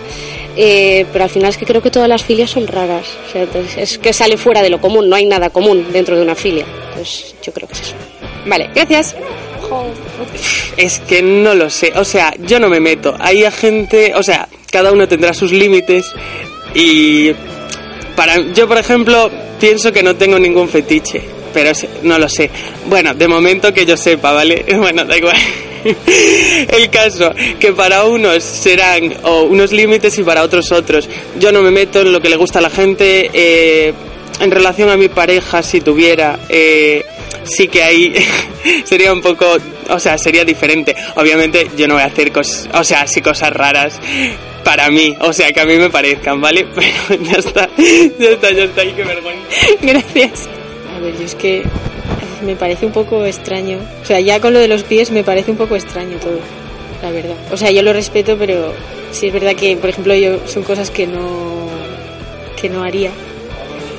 [SPEAKER 13] Eh, pero al final es que creo que todas las filias son raras. O sea, entonces, es que sale fuera de lo común, no hay nada común dentro de una filia. Entonces yo creo que es eso.
[SPEAKER 1] Vale, gracias.
[SPEAKER 10] Es que no lo sé, o sea, yo no me meto. Hay a gente, o sea, cada uno tendrá sus límites y para yo, por ejemplo, pienso que no tengo ningún fetiche, pero es- no lo sé. Bueno, de momento que yo sepa, ¿vale? [LAUGHS] Bueno, da igual. [LAUGHS] El caso, que para unos serán o unos límites y para otros otros. Yo no me meto en lo que le gusta a la gente. eh, en relación a mi pareja, si tuviera, eh, sí que ahí [LAUGHS] sería un poco, o sea, sería diferente. Obviamente yo no voy a hacer cosas, o sea, sí cosas raras para mí, o sea, que a mí me parezcan, ¿vale? [LAUGHS] Pero ya está, ya está, ya está, y qué vergüenza.
[SPEAKER 16] Gracias. A ver, yo es que eh, me parece un poco extraño. O sea, ya con lo de los pies me parece un poco extraño todo, la verdad. O sea, yo lo respeto, pero sí es verdad que, por ejemplo, yo son cosas que no que no haría.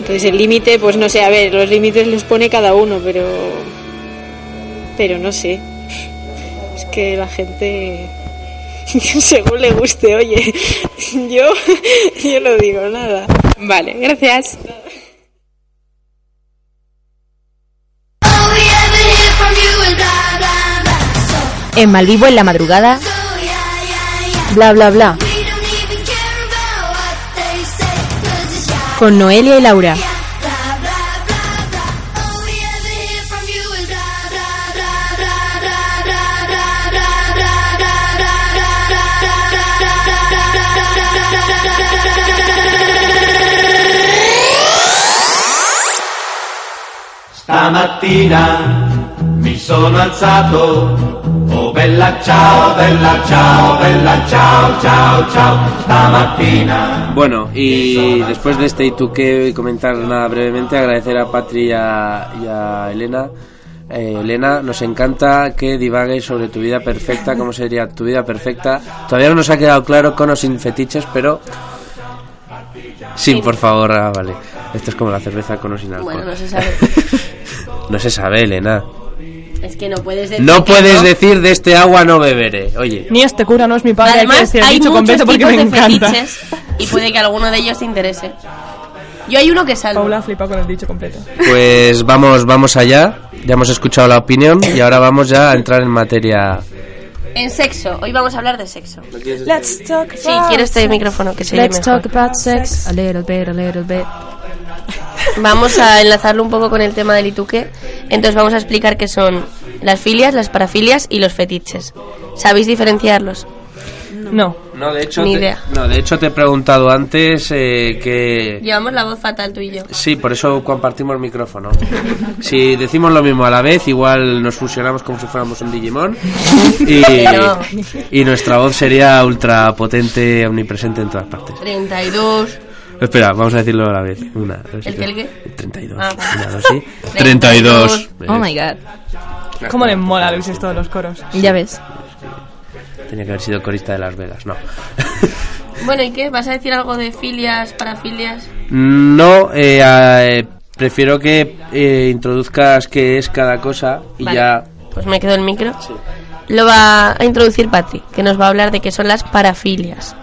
[SPEAKER 16] Entonces el límite, pues no sé, a ver, los límites los pone cada uno, pero pero no sé. Es que la gente [LAUGHS] según le guste, oye. [LAUGHS] Yo yo no digo nada.
[SPEAKER 1] Vale, gracias.
[SPEAKER 17] En Malvivo en la madrugada. Bla bla bla. Con Noelia y Laura.
[SPEAKER 11] Stamattina mi sono alzato, oh bella ciao, bella ciao, bella ciao, ciao, ciao, stamattina.
[SPEAKER 2] Bueno, y después de este y tú qué comentar nada brevemente, agradecer a Patri y a, y a Elena. Eh, Elena, nos encanta que divagues sobre tu vida perfecta, cómo sería tu vida perfecta. Todavía no nos ha quedado claro con o sin fetiches, pero... Sí, por favor, ah, vale. Esto es como la cerveza con o sin alcohol.
[SPEAKER 12] [LAUGHS] Bueno, no se
[SPEAKER 2] [LAUGHS]
[SPEAKER 12] sabe.
[SPEAKER 2] No se sabe, Elena.
[SPEAKER 12] Es que no puedes decir.
[SPEAKER 2] No
[SPEAKER 12] que
[SPEAKER 2] puedes decir de este agua no beberé. Oye.
[SPEAKER 4] Ni este cura no es mi padre, hay que
[SPEAKER 12] Además,
[SPEAKER 4] decir, he
[SPEAKER 12] hay
[SPEAKER 4] dicho con
[SPEAKER 12] muchos
[SPEAKER 4] beso porque
[SPEAKER 12] tipos
[SPEAKER 4] me
[SPEAKER 12] de
[SPEAKER 4] encanta.
[SPEAKER 12] fetiches y puede que alguno de ellos te interese. Yo hay uno que salvo. Paula
[SPEAKER 4] flipa con el dicho completo.
[SPEAKER 2] Pues vamos, vamos allá. Ya hemos escuchado la opinión y ahora vamos ya a entrar en materia.
[SPEAKER 12] En sexo, hoy vamos a hablar de sexo.
[SPEAKER 4] Let's talk
[SPEAKER 12] Sí, quiero este micrófono que se oye
[SPEAKER 17] Let's
[SPEAKER 12] mejor.
[SPEAKER 17] talk about sex a little bit, a little bit.
[SPEAKER 12] Vamos a enlazarlo un poco con el tema del ituque. Entonces vamos a explicar qué son las filias, las parafilias y los fetiches. ¿Sabéis diferenciarlos?
[SPEAKER 4] No.
[SPEAKER 2] No, de hecho,
[SPEAKER 12] Ni
[SPEAKER 2] te-
[SPEAKER 12] idea.
[SPEAKER 2] no, de hecho te he preguntado antes eh, que...
[SPEAKER 12] Llevamos la voz fatal tú y
[SPEAKER 2] [LAUGHS]
[SPEAKER 12] yo.
[SPEAKER 2] Sí, por eso compartimos micrófono. Si decimos lo mismo a la vez, igual nos fusionamos como si fuéramos un Digimon. Y,
[SPEAKER 12] [LAUGHS] Pero-
[SPEAKER 2] y nuestra voz sería ultra potente, omnipresente en todas partes.
[SPEAKER 12] 32.
[SPEAKER 2] Espera, vamos a decirlo a la vez. Una, dos,
[SPEAKER 12] ¿El qué?
[SPEAKER 2] tres.
[SPEAKER 12] ¿El qué?
[SPEAKER 2] 32.
[SPEAKER 12] Ah.
[SPEAKER 2] Una, dos,
[SPEAKER 12] [LAUGHS]
[SPEAKER 2] sí. 32.
[SPEAKER 5] Oh my god.
[SPEAKER 4] ¿Cómo le mola a Luis esto de los coros?
[SPEAKER 5] Ya ves.
[SPEAKER 2] Eh, Tenía que haber sido corista de Las Vegas, no.
[SPEAKER 12] Bueno, ¿y qué? ¿Vas a decir algo de filias, parafilias?
[SPEAKER 2] No, eh, a- eh, prefiero que eh, introduzcas qué es cada cosa y
[SPEAKER 12] Vale.
[SPEAKER 2] ya...
[SPEAKER 12] Pues me quedo el micro. Lo va a introducir Patri, que nos va a hablar de qué son las parafilias.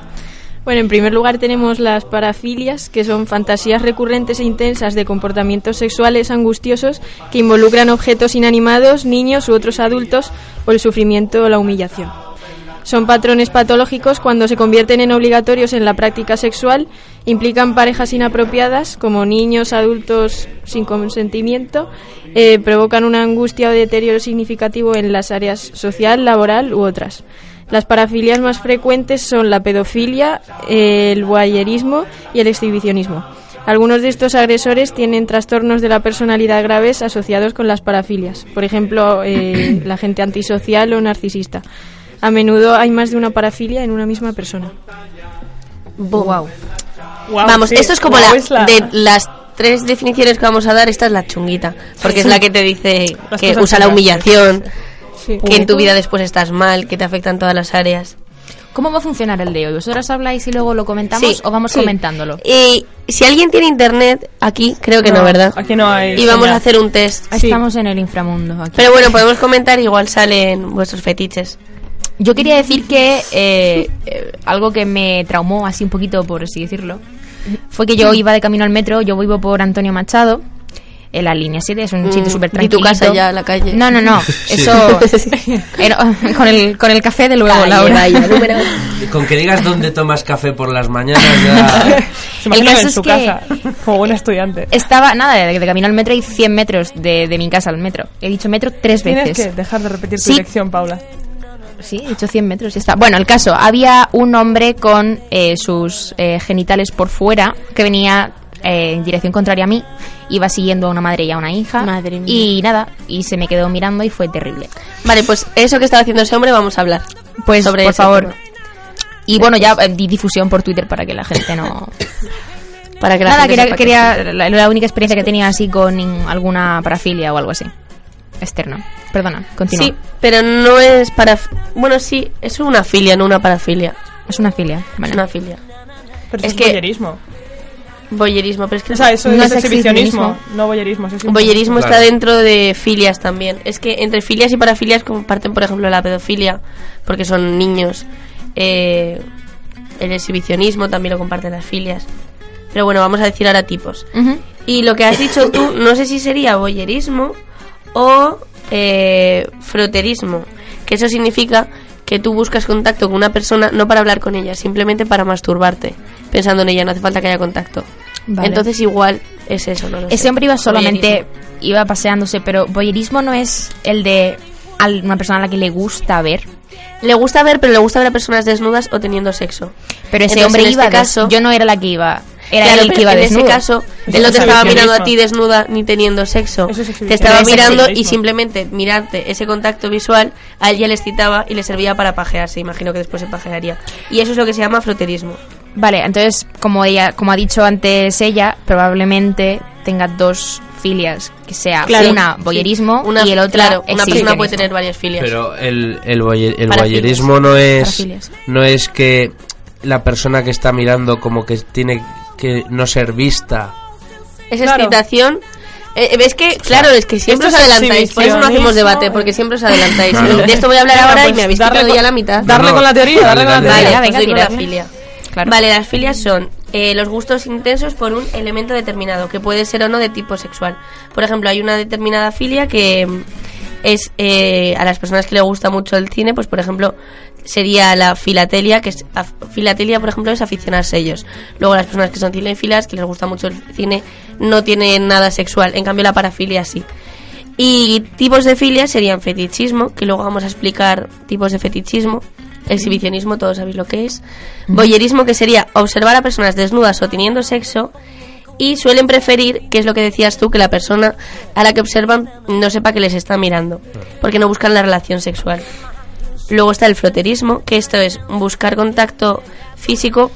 [SPEAKER 18] Bueno, en primer lugar tenemos las parafilias, que son fantasías recurrentes e intensas de comportamientos sexuales angustiosos que involucran objetos inanimados, niños u otros adultos por el sufrimiento o la humillación. Son patrones patológicos cuando se convierten en obligatorios en la práctica sexual, implican parejas inapropiadas como niños, adultos sin consentimiento, eh, provocan una angustia o deterioro significativo en las áreas social, laboral u otras. Las parafilias más frecuentes son la pedofilia, eh, el voyerismo y el exhibicionismo. Algunos de estos agresores tienen trastornos de la personalidad graves asociados con las parafilias, por ejemplo, eh, la gente antisocial o narcisista. A menudo hay más de una parafilia en una misma persona.
[SPEAKER 12] Wow.
[SPEAKER 4] Guau,
[SPEAKER 12] vamos,
[SPEAKER 4] sí.
[SPEAKER 12] esto es como
[SPEAKER 4] Guau,
[SPEAKER 12] la,
[SPEAKER 4] es la-
[SPEAKER 12] de las tres definiciones que vamos a dar, esta es la chunguita, porque es la que te dice
[SPEAKER 18] Las
[SPEAKER 12] que
[SPEAKER 18] cosas
[SPEAKER 12] usa la
[SPEAKER 18] chungas.
[SPEAKER 12] humillación,
[SPEAKER 18] Sí.
[SPEAKER 12] que en tu vida después estás mal, que te afectan todas las áreas.
[SPEAKER 5] ¿Cómo va a funcionar el de hoy? ¿Vosotras habláis y luego lo comentamos
[SPEAKER 12] Sí,
[SPEAKER 5] o vamos
[SPEAKER 12] sí.
[SPEAKER 5] comentándolo?
[SPEAKER 12] Y si alguien tiene internet, aquí creo que no,
[SPEAKER 5] No,
[SPEAKER 12] ¿verdad?
[SPEAKER 4] aquí no hay
[SPEAKER 12] Y vamos
[SPEAKER 5] señal.
[SPEAKER 12] a hacer un test.
[SPEAKER 5] Ah, Estamos en el inframundo aquí.
[SPEAKER 12] Pero bueno, podemos comentar, igual salen vuestros fetiches.
[SPEAKER 5] Yo quería decir que eh, eh, algo que me traumó así un poquito, por así decirlo, fue que yo iba de camino al metro, yo vivo por Antonio Machado, en la línea 7, es un
[SPEAKER 12] Mm,
[SPEAKER 5] sitio súper
[SPEAKER 12] di tu
[SPEAKER 5] tranquilo.
[SPEAKER 12] casa ya a la calle.
[SPEAKER 5] No,
[SPEAKER 12] [LAUGHS]
[SPEAKER 5] no, no, eso... [LAUGHS] era- con, el, con el café de luego, Laura. [LAUGHS]
[SPEAKER 2] Con que digas dónde tomas café por las mañanas
[SPEAKER 12] [LAUGHS]
[SPEAKER 2] ya...
[SPEAKER 4] Se imagina
[SPEAKER 5] caso
[SPEAKER 4] en
[SPEAKER 5] es
[SPEAKER 4] su
[SPEAKER 5] que-
[SPEAKER 4] casa, [LAUGHS] como buen estudiante.
[SPEAKER 5] Estaba, nada, de, de camino al metro y 100 metros de, de mi casa al metro. He dicho metro tres
[SPEAKER 4] Tienes
[SPEAKER 5] veces.
[SPEAKER 4] que dejar de repetir tu
[SPEAKER 5] Sí.
[SPEAKER 4] dirección, Paula.
[SPEAKER 5] Sí, he dicho 100 metros, ya está. Bueno, el caso, había un hombre con eh, sus eh, genitales por fuera que venía eh, en dirección contraria a mí, iba siguiendo a una madre y a una hija. Madre Y nada, y se me quedó mirando y fue terrible.
[SPEAKER 12] Vale, pues eso que estaba haciendo ese hombre vamos a hablar.
[SPEAKER 5] Pues,
[SPEAKER 12] sobre
[SPEAKER 5] por
[SPEAKER 12] ese
[SPEAKER 5] favor.
[SPEAKER 12] tema.
[SPEAKER 5] Y bueno, ya eh, di difusión por Twitter para que la gente no...
[SPEAKER 12] [LAUGHS] Para que la
[SPEAKER 5] nada,
[SPEAKER 12] gente
[SPEAKER 5] quería,
[SPEAKER 12] sepa que
[SPEAKER 5] quería-
[SPEAKER 12] existe.
[SPEAKER 5] la, la única experiencia que tenía así con in- alguna parafilia o algo así. Externo. Perdona, continúa.
[SPEAKER 12] Sí, pero no es para... Bueno, sí, es una filia, no una parafilia.
[SPEAKER 5] Es una filia.
[SPEAKER 12] Es una filia.
[SPEAKER 4] Pero
[SPEAKER 12] Es
[SPEAKER 4] es,
[SPEAKER 12] que-
[SPEAKER 4] boyerismo.
[SPEAKER 12] Boyerismo, pero es que...
[SPEAKER 4] O sea, eso es, exhibicionismo, no boyerismo. Eso es
[SPEAKER 12] Boyerismo está
[SPEAKER 4] Claro.
[SPEAKER 12] dentro de filias también. Es que entre filias y parafilias comparten, por ejemplo, la pedofilia, porque son niños. Eh, el exhibicionismo también lo comparten las filias. Pero bueno, vamos a decir ahora tipos. Y lo que has dicho tú, no sé si sería boyerismo o eh, froterismo, que eso significa que tú buscas contacto con una persona no para hablar con ella, simplemente para masturbarte, pensando en ella, no hace falta que haya contacto.
[SPEAKER 5] Vale.
[SPEAKER 12] Entonces igual es eso, no lo sé.
[SPEAKER 5] Ese hombre iba solamente,
[SPEAKER 12] Voyerismo.
[SPEAKER 5] iba paseándose, pero voyerismo no es el de a una persona a la que le gusta ver.
[SPEAKER 12] Le gusta ver, pero le gusta ver a personas desnudas o teniendo sexo.
[SPEAKER 5] Pero ese
[SPEAKER 12] Entonces,
[SPEAKER 5] hombre
[SPEAKER 12] en
[SPEAKER 5] iba,
[SPEAKER 12] este
[SPEAKER 5] des-
[SPEAKER 12] caso-
[SPEAKER 5] yo no era la que iba, era
[SPEAKER 12] Claro,
[SPEAKER 5] él el
[SPEAKER 12] pero
[SPEAKER 5] que iba
[SPEAKER 12] en
[SPEAKER 5] desnudo.
[SPEAKER 12] ese caso, él no te estaba mirando a ti desnuda ni teniendo sexo.
[SPEAKER 5] Eso es
[SPEAKER 12] te
[SPEAKER 5] exhibicionismo.
[SPEAKER 12] estaba
[SPEAKER 5] Pero es
[SPEAKER 12] mirando y
[SPEAKER 5] exhibicionismo.
[SPEAKER 12] simplemente mirarte ese contacto visual a él ya le excitaba y le servía para pajearse. Imagino que después se pajearía. Y eso es lo que se llama froterismo.
[SPEAKER 5] Vale, entonces, como ella, como ha dicho antes ella, probablemente tenga dos filias, que sea
[SPEAKER 12] Claro,
[SPEAKER 5] Ah, una
[SPEAKER 12] sí.
[SPEAKER 5] boyerismo
[SPEAKER 12] Una-
[SPEAKER 5] y el otro
[SPEAKER 12] claro, una persona puede tener varias filias.
[SPEAKER 2] Pero el, el, voye- el
[SPEAKER 12] Parafilias.
[SPEAKER 2] voyerismo no es,
[SPEAKER 12] Parafilias.
[SPEAKER 2] no es que la persona que está mirando como que tiene que no ser vista.
[SPEAKER 12] Es excitación. Eh, eh, es que, claro, es que siempre os
[SPEAKER 4] esto es
[SPEAKER 12] adelantáis. Por eso no
[SPEAKER 4] exhibicionismo,
[SPEAKER 12] hacemos
[SPEAKER 4] eh.
[SPEAKER 12] debate, porque siempre os adelantáis.
[SPEAKER 2] Claro.
[SPEAKER 12] De esto voy a hablar
[SPEAKER 4] Venga,
[SPEAKER 12] ahora y
[SPEAKER 4] pues,
[SPEAKER 12] me habéis
[SPEAKER 4] darle
[SPEAKER 12] quitado ya
[SPEAKER 4] con-
[SPEAKER 12] la mitad.
[SPEAKER 4] darle No, con la teoría, dale, darle con la dale. teoría.
[SPEAKER 12] Vale,
[SPEAKER 4] Venga,
[SPEAKER 12] pues doy con la
[SPEAKER 4] tirad.
[SPEAKER 12] filia. Vale, las filias son eh, los gustos intensos por un elemento determinado, que puede ser o no de tipo sexual. Por ejemplo, hay una determinada filia que mm, es eh, a las personas que le gusta mucho el cine, pues por ejemplo sería la filatelia, que es af- filatelia por ejemplo es aficionarse ellos. Luego las personas que son cinéfilas, que les gusta mucho el cine, no tienen nada sexual, en cambio la parafilia sí. Y tipos de filias serían fetichismo, que luego vamos a explicar tipos de fetichismo. Exhibicionismo, todos sabéis lo que es. Voyerismo, que sería observar a personas desnudas o teniendo sexo. Y suelen preferir, que es lo que decías tú, que la persona a la que observan no sepa que les está mirando. Porque no buscan la relación sexual. Luego está el froterismo, que esto es buscar contacto físico.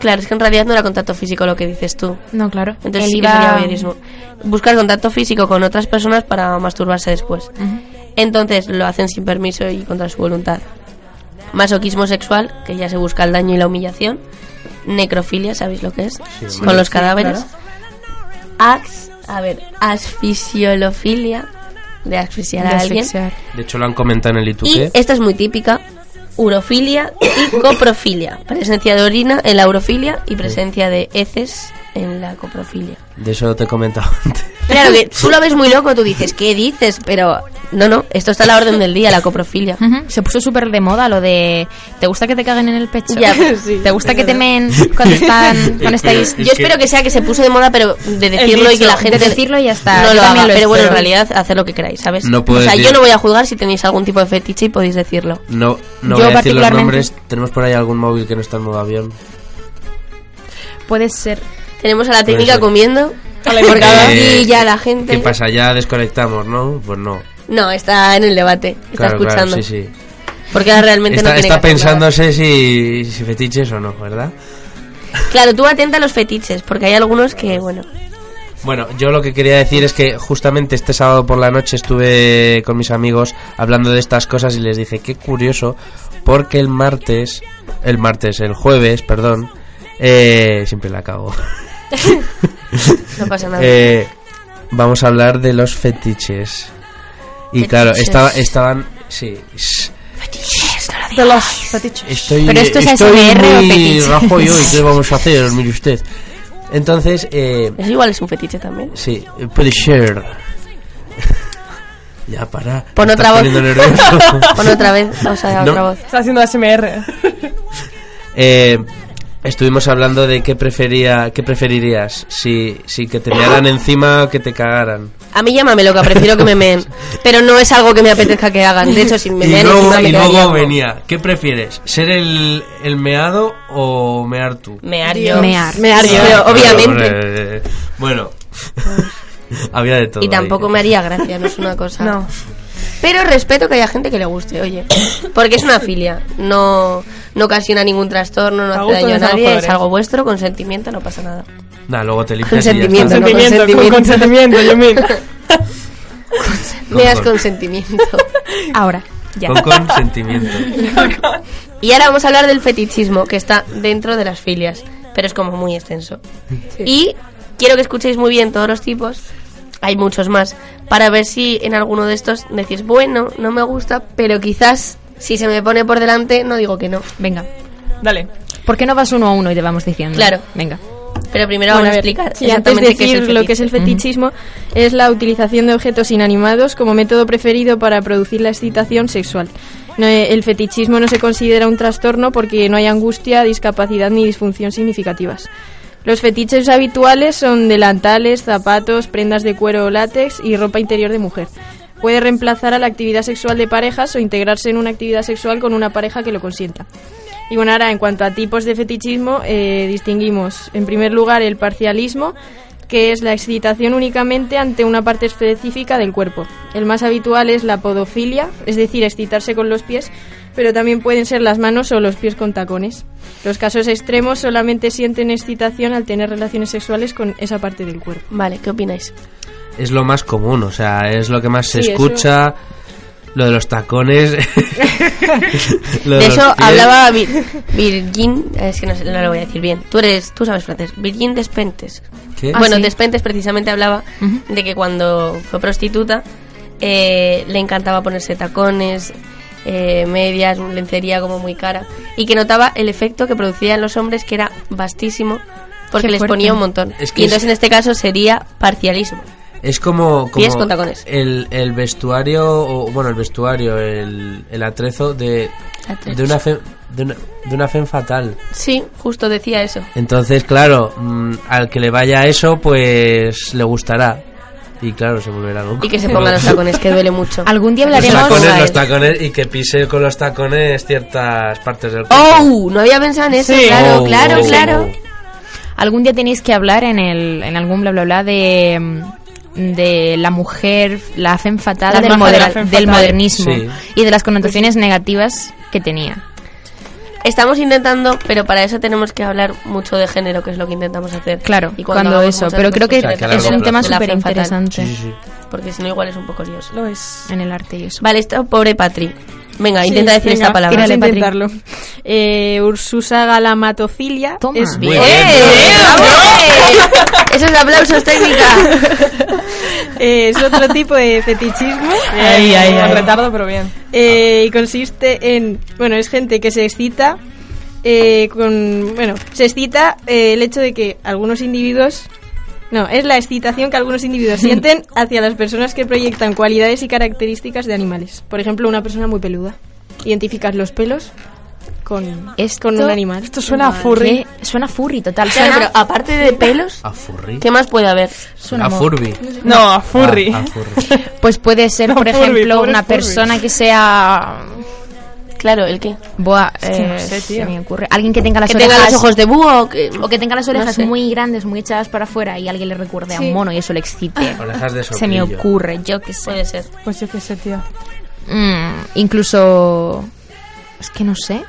[SPEAKER 12] Claro, es que en realidad no era contacto físico lo que dices tú.
[SPEAKER 5] No, claro.
[SPEAKER 12] Entonces
[SPEAKER 5] Él
[SPEAKER 12] sí que
[SPEAKER 5] iba-
[SPEAKER 12] sería voyeurismo. Buscar contacto físico con otras personas para masturbarse después. Entonces lo hacen sin permiso y contra su voluntad. Masoquismo sexual, que ya se busca el daño y la humillación. Necrofilia, ¿sabéis lo que es?
[SPEAKER 5] Sí,
[SPEAKER 12] con los
[SPEAKER 5] sí,
[SPEAKER 12] cadáveres. Ax, a ver, asfisiolofilia, de asfixiar
[SPEAKER 5] De
[SPEAKER 12] a alguien.
[SPEAKER 5] asfixiar.
[SPEAKER 2] De hecho, lo han comentado en el
[SPEAKER 12] Y
[SPEAKER 2] Ituque.
[SPEAKER 12] esta es muy típica. Urofilia y coprofilia. Presencia de orina en la urofilia y presencia de heces en la coprofilia.
[SPEAKER 2] De eso te he comentado [LAUGHS] antes.
[SPEAKER 12] Claro que tú lo ves muy loco, tú dices, ¿qué dices? Pero no, no, esto está a la orden del día, la coprofilia.
[SPEAKER 5] Se puso súper de moda lo de... ¿Te gusta que te caguen en el pecho?
[SPEAKER 12] Ya,
[SPEAKER 5] [LAUGHS] ¿Te gusta que te men
[SPEAKER 4] [LAUGHS]
[SPEAKER 5] cuando, están,
[SPEAKER 2] [LAUGHS]
[SPEAKER 5] cuando estáis...?
[SPEAKER 12] Yo espero que sea que se puso de moda, pero de decirlo y
[SPEAKER 5] dicho,
[SPEAKER 12] que la gente
[SPEAKER 5] de decirlo y ya está.
[SPEAKER 12] No
[SPEAKER 5] Yo
[SPEAKER 12] lo
[SPEAKER 5] también
[SPEAKER 12] haga,
[SPEAKER 5] lo
[SPEAKER 12] pero bueno, en
[SPEAKER 5] espero.
[SPEAKER 12] realidad haced lo que queráis, ¿sabes?
[SPEAKER 2] No
[SPEAKER 12] o
[SPEAKER 2] puedes
[SPEAKER 12] sea, yo
[SPEAKER 2] decir-
[SPEAKER 12] no voy a juzgar si tenéis algún tipo de fetiche y podéis decirlo.
[SPEAKER 2] No, no
[SPEAKER 12] Yo
[SPEAKER 2] voy a decir los
[SPEAKER 12] particularmente-
[SPEAKER 2] nombres. Tenemos por ahí algún móvil que no está en modo avión.
[SPEAKER 12] Puede ser. Tenemos a la técnica
[SPEAKER 2] ser.
[SPEAKER 12] comiendo. porque
[SPEAKER 2] Eh,
[SPEAKER 12] aquí ya la gente.
[SPEAKER 2] ¿Qué pasa? Ya desconectamos, ¿no? Pues no.
[SPEAKER 12] No, está en el debate, está
[SPEAKER 2] Claro,
[SPEAKER 12] escuchando.
[SPEAKER 2] claro, sí, sí.
[SPEAKER 12] Porque ahora realmente
[SPEAKER 2] está
[SPEAKER 12] no tiene
[SPEAKER 2] está
[SPEAKER 12] que hacer nada.
[SPEAKER 2] pensándose si, si fetiches o no, ¿verdad?
[SPEAKER 12] Claro, tú atenta a los fetiches, porque hay algunos
[SPEAKER 2] Pues
[SPEAKER 12] que, bueno.
[SPEAKER 2] Bueno, yo lo que quería decir es que justamente este sábado por la noche estuve con mis amigos hablando de estas cosas y les dije, qué curioso, porque el martes, el martes, el jueves, perdón, eh, siempre la cago.
[SPEAKER 12] No pasa nada.
[SPEAKER 2] Eh, vamos a hablar de los fetiches. Y
[SPEAKER 12] Fetiches.
[SPEAKER 2] claro, estaba, estaban... Sí.
[SPEAKER 5] De los fetiches.
[SPEAKER 2] Estoy,
[SPEAKER 5] Pero esto es
[SPEAKER 2] estoy
[SPEAKER 5] ASMR o
[SPEAKER 2] muy
[SPEAKER 5] fetiche.
[SPEAKER 2] rojo yo, ¿y qué vamos a hacer? Mire usted. Entonces, eh,
[SPEAKER 12] Eso igual es un fetiche también.
[SPEAKER 2] Sí, eh, puede ser. [LAUGHS] ya, para.
[SPEAKER 12] Pon
[SPEAKER 2] me
[SPEAKER 12] otra
[SPEAKER 2] estás
[SPEAKER 12] voz. [LAUGHS]
[SPEAKER 2] poniendo nervioso.
[SPEAKER 12] Pon otra vez, o sea,
[SPEAKER 2] No.
[SPEAKER 12] otra voz.
[SPEAKER 4] Está haciendo ASMR. [LAUGHS]
[SPEAKER 2] Eh, estuvimos hablando de qué prefería, qué preferirías, si, si que te mearan encima o que te cagaran.
[SPEAKER 12] A mí llámame loca, prefiero que me
[SPEAKER 2] [LAUGHS]
[SPEAKER 12] meen. Pero no es algo que me apetezca que hagan. De hecho, si me
[SPEAKER 2] y
[SPEAKER 12] meen
[SPEAKER 2] luego,
[SPEAKER 12] encima me
[SPEAKER 2] y
[SPEAKER 12] quedaría
[SPEAKER 2] luego
[SPEAKER 12] como-
[SPEAKER 2] venía, ¿qué prefieres? ¿Ser el, el meado o mear tú?
[SPEAKER 12] Mear
[SPEAKER 5] Dios.
[SPEAKER 12] yo.
[SPEAKER 5] Mear.
[SPEAKER 12] Mear yo. Pero
[SPEAKER 2] Ah,
[SPEAKER 12] obviamente.
[SPEAKER 2] Bueno, eh,
[SPEAKER 12] [LAUGHS]
[SPEAKER 2] bueno. había de todo.
[SPEAKER 12] Y tampoco
[SPEAKER 2] ahí.
[SPEAKER 12] me haría gracia, no es una cosa. No. Pero respeto que haya gente que le guste, oye. Porque es una filia. No, no ocasiona ningún trastorno, no hace
[SPEAKER 5] gusto
[SPEAKER 12] daño
[SPEAKER 5] de
[SPEAKER 12] a
[SPEAKER 5] los
[SPEAKER 12] nadie. Es
[SPEAKER 5] jugadores.
[SPEAKER 12] algo vuestro, consentimiento, no pasa nada.
[SPEAKER 2] Nah, luego te limpias y ya
[SPEAKER 12] Consentimiento,
[SPEAKER 2] está.
[SPEAKER 12] no
[SPEAKER 2] [LAUGHS]
[SPEAKER 12] consentimiento, yo Me das
[SPEAKER 2] Con-
[SPEAKER 12] consentimiento.
[SPEAKER 2] [LAUGHS]
[SPEAKER 12] Ahora, ya.
[SPEAKER 2] Con consentimiento.
[SPEAKER 12] [LAUGHS] Y ahora vamos a hablar del fetichismo, que está dentro de las filias, pero es como muy extenso. Y quiero que escuchéis muy bien todos los tipos, hay muchos más, para ver si en alguno de estos decís, bueno, no me gusta, pero quizás si se me pone por delante, no digo que no.
[SPEAKER 5] Venga.
[SPEAKER 4] Dale.
[SPEAKER 5] ¿Por qué no vas uno a uno y te vamos diciendo?
[SPEAKER 12] Claro.
[SPEAKER 5] Venga.
[SPEAKER 12] Pero primero
[SPEAKER 5] Bueno,
[SPEAKER 12] vamos a
[SPEAKER 5] a ver,
[SPEAKER 12] explicar
[SPEAKER 5] sí,
[SPEAKER 18] Y antes de
[SPEAKER 12] exactamente
[SPEAKER 18] decir
[SPEAKER 12] qué es el
[SPEAKER 18] lo que es el fetichismo, es la utilización de objetos inanimados como método preferido para producir la excitación sexual. No, eh, el fetichismo no se considera un trastorno porque no hay angustia, discapacidad ni disfunción significativas. Los fetiches habituales son delantales, zapatos, prendas de cuero o látex y ropa interior de mujer. Puede reemplazar a la actividad sexual de parejas o integrarse en una actividad sexual con una pareja que lo consienta. Y bueno, ahora en cuanto a tipos de fetichismo, eh, distinguimos en primer lugar el parcialismo, que es la excitación únicamente ante una parte específica del cuerpo. El más habitual es la podofilia, es decir, excitarse con los pies, pero también pueden ser las manos o los pies con tacones. Los casos extremos solamente sienten excitación al tener relaciones sexuales con esa parte del cuerpo.
[SPEAKER 12] Vale, ¿qué opináis?
[SPEAKER 2] es lo más común, o sea, es lo que más se
[SPEAKER 18] Sí, eso-
[SPEAKER 2] escucha. Lo de los tacones. [LAUGHS] lo
[SPEAKER 12] De
[SPEAKER 2] los
[SPEAKER 12] eso
[SPEAKER 2] pies.
[SPEAKER 12] hablaba Vir- Virgin, es que no, sé, no lo voy a decir bien. Tú eres, tú sabes francés. Virgin Despentes.
[SPEAKER 2] ¿Qué? Ah,
[SPEAKER 12] Bueno,
[SPEAKER 2] sí.
[SPEAKER 12] Despentes precisamente hablaba de que cuando fue prostituta eh, le encantaba ponerse tacones, eh, medias, lencería como muy cara y que notaba el efecto que producía en los hombres que era vastísimo porque
[SPEAKER 5] Qué
[SPEAKER 12] les
[SPEAKER 5] fuerte.
[SPEAKER 12] ponía un montón.
[SPEAKER 2] Es que
[SPEAKER 12] y entonces
[SPEAKER 2] es-
[SPEAKER 12] en este caso sería parcialismo.
[SPEAKER 2] Es como.
[SPEAKER 12] Pies
[SPEAKER 2] como
[SPEAKER 12] con tacones.
[SPEAKER 2] El, el vestuario, o, bueno, el vestuario, el, el atrezo de.
[SPEAKER 12] Atrezos.
[SPEAKER 2] De una, fe- de, una, de una fem fatal.
[SPEAKER 12] Sí, justo decía eso.
[SPEAKER 2] Entonces, claro, mm, al que le vaya eso, pues le gustará. Y claro, se volverá loco.
[SPEAKER 12] Y que se
[SPEAKER 2] [LAUGHS]
[SPEAKER 12] pongan los tacones, que duele mucho.
[SPEAKER 5] Algún día
[SPEAKER 2] Los
[SPEAKER 12] hablaremos.
[SPEAKER 2] tacones, los tacones y que pise con los tacones ciertas partes del cuerpo.
[SPEAKER 12] ¡Oh! No había pensado en eso,
[SPEAKER 5] Sí.
[SPEAKER 12] claro,
[SPEAKER 2] Oh,
[SPEAKER 12] claro,
[SPEAKER 2] oh,
[SPEAKER 12] claro.
[SPEAKER 5] Algún día tenéis que hablar en, el, en algún bla bla bla de, mm, de la mujer, la femme
[SPEAKER 12] La
[SPEAKER 5] fatal del,
[SPEAKER 12] maja de la
[SPEAKER 5] moder-
[SPEAKER 12] femme
[SPEAKER 5] del
[SPEAKER 12] fatale.
[SPEAKER 5] modernismo
[SPEAKER 12] Sí.
[SPEAKER 5] y de las connotaciones negativas que tenía.
[SPEAKER 12] Estamos intentando, pero para eso tenemos que hablar mucho de género, que es lo que intentamos hacer.
[SPEAKER 5] Claro,
[SPEAKER 12] Y
[SPEAKER 5] cuando
[SPEAKER 12] hagamos pues,
[SPEAKER 5] eso,
[SPEAKER 12] muchas
[SPEAKER 5] pero creo
[SPEAKER 12] cosas,
[SPEAKER 5] que
[SPEAKER 12] creo
[SPEAKER 5] es un tema súper interesante.
[SPEAKER 12] Sí, Porque si no, igual es un poco lioso.
[SPEAKER 4] Lo es.
[SPEAKER 5] En el arte y eso.
[SPEAKER 12] Vale, esto, pobre Patri. Venga,
[SPEAKER 18] Sí,
[SPEAKER 12] intenta decir
[SPEAKER 18] venga,
[SPEAKER 12] esta palabra.
[SPEAKER 18] Vamos a intentarlo. Eh, Ursusa galamatofilia es
[SPEAKER 12] Muy bien. ¡Eh!
[SPEAKER 18] [LAUGHS]
[SPEAKER 12] Esos aplausos técnica.
[SPEAKER 18] Eh, es otro tipo de fetichismo.
[SPEAKER 4] Ay, ay, Con ay. retardo,
[SPEAKER 18] pero bien. y consiste en, bueno, es gente que se excita eh, con, bueno, se excita eh, el hecho de que algunos individuos no, es la excitación que algunos
[SPEAKER 4] [LAUGHS]
[SPEAKER 18] individuos sienten hacia las personas que proyectan cualidades y características de animales. Por ejemplo, una persona muy peluda. Identificas los pelos con, con un animal.
[SPEAKER 4] Esto suena a furry.
[SPEAKER 5] ¿Qué? Suena furry, total.
[SPEAKER 12] Claro,
[SPEAKER 5] Suena-
[SPEAKER 12] pero aparte de pelos,
[SPEAKER 2] A furry.
[SPEAKER 12] ¿qué más puede haber?
[SPEAKER 5] Suena A mo- furby.
[SPEAKER 4] No, a furry.
[SPEAKER 2] Ah, a [LAUGHS] furry.
[SPEAKER 5] Pues puede ser, por
[SPEAKER 12] furby,
[SPEAKER 5] ejemplo,
[SPEAKER 12] pobre
[SPEAKER 5] una
[SPEAKER 12] furby.
[SPEAKER 5] persona que sea...
[SPEAKER 12] Claro, ¿el qué?
[SPEAKER 5] Boa,
[SPEAKER 12] Es que no sé,
[SPEAKER 5] eh, se
[SPEAKER 12] tío.
[SPEAKER 5] me ocurre. Alguien que tenga las
[SPEAKER 12] Que tenga
[SPEAKER 5] orejas...
[SPEAKER 12] los ojos de búho o que,
[SPEAKER 5] o que tenga las
[SPEAKER 12] no
[SPEAKER 5] orejas
[SPEAKER 12] sé.
[SPEAKER 5] muy grandes, muy echadas para afuera y alguien le recuerde a
[SPEAKER 12] Sí.
[SPEAKER 5] un mono y eso le excite.
[SPEAKER 2] Orejas de
[SPEAKER 5] Se me
[SPEAKER 2] soplillo.
[SPEAKER 5] ocurre, yo qué sé.
[SPEAKER 12] Puede ser.
[SPEAKER 4] Pues yo qué sé, tío.
[SPEAKER 5] Mm, incluso... Es que no sé.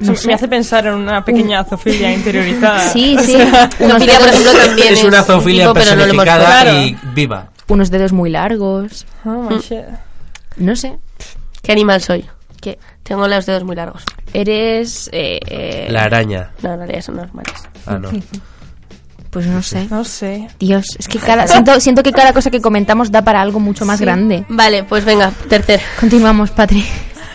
[SPEAKER 5] No
[SPEAKER 4] me
[SPEAKER 5] sé.
[SPEAKER 4] hace pensar en una pequeña zoofilia interiorizada.
[SPEAKER 12] [LAUGHS]
[SPEAKER 5] Sí,
[SPEAKER 4] O
[SPEAKER 5] sí.
[SPEAKER 4] [LAUGHS] sea,
[SPEAKER 5] Unos dedos-
[SPEAKER 2] es una zoofilia personificada y viva.
[SPEAKER 5] Unos dedos muy largos.
[SPEAKER 12] Ah,
[SPEAKER 5] Mm.
[SPEAKER 4] Oh, my shit.
[SPEAKER 5] No sé.
[SPEAKER 12] ¿Qué animal soy?
[SPEAKER 5] ¿Qué?
[SPEAKER 12] Tengo los dedos muy largos.
[SPEAKER 5] Eres... eh, eh,
[SPEAKER 2] La araña.
[SPEAKER 12] No, no, ya son normales.
[SPEAKER 2] Ah,
[SPEAKER 12] [LAUGHS]
[SPEAKER 2] no.
[SPEAKER 5] Pues no sé.
[SPEAKER 4] No sé.
[SPEAKER 5] Dios, es que cada... Siento, siento que cada cosa que comentamos da para algo mucho más
[SPEAKER 18] Sí.
[SPEAKER 5] grande.
[SPEAKER 12] Vale, pues venga, tercer.
[SPEAKER 5] Continuamos, Patri.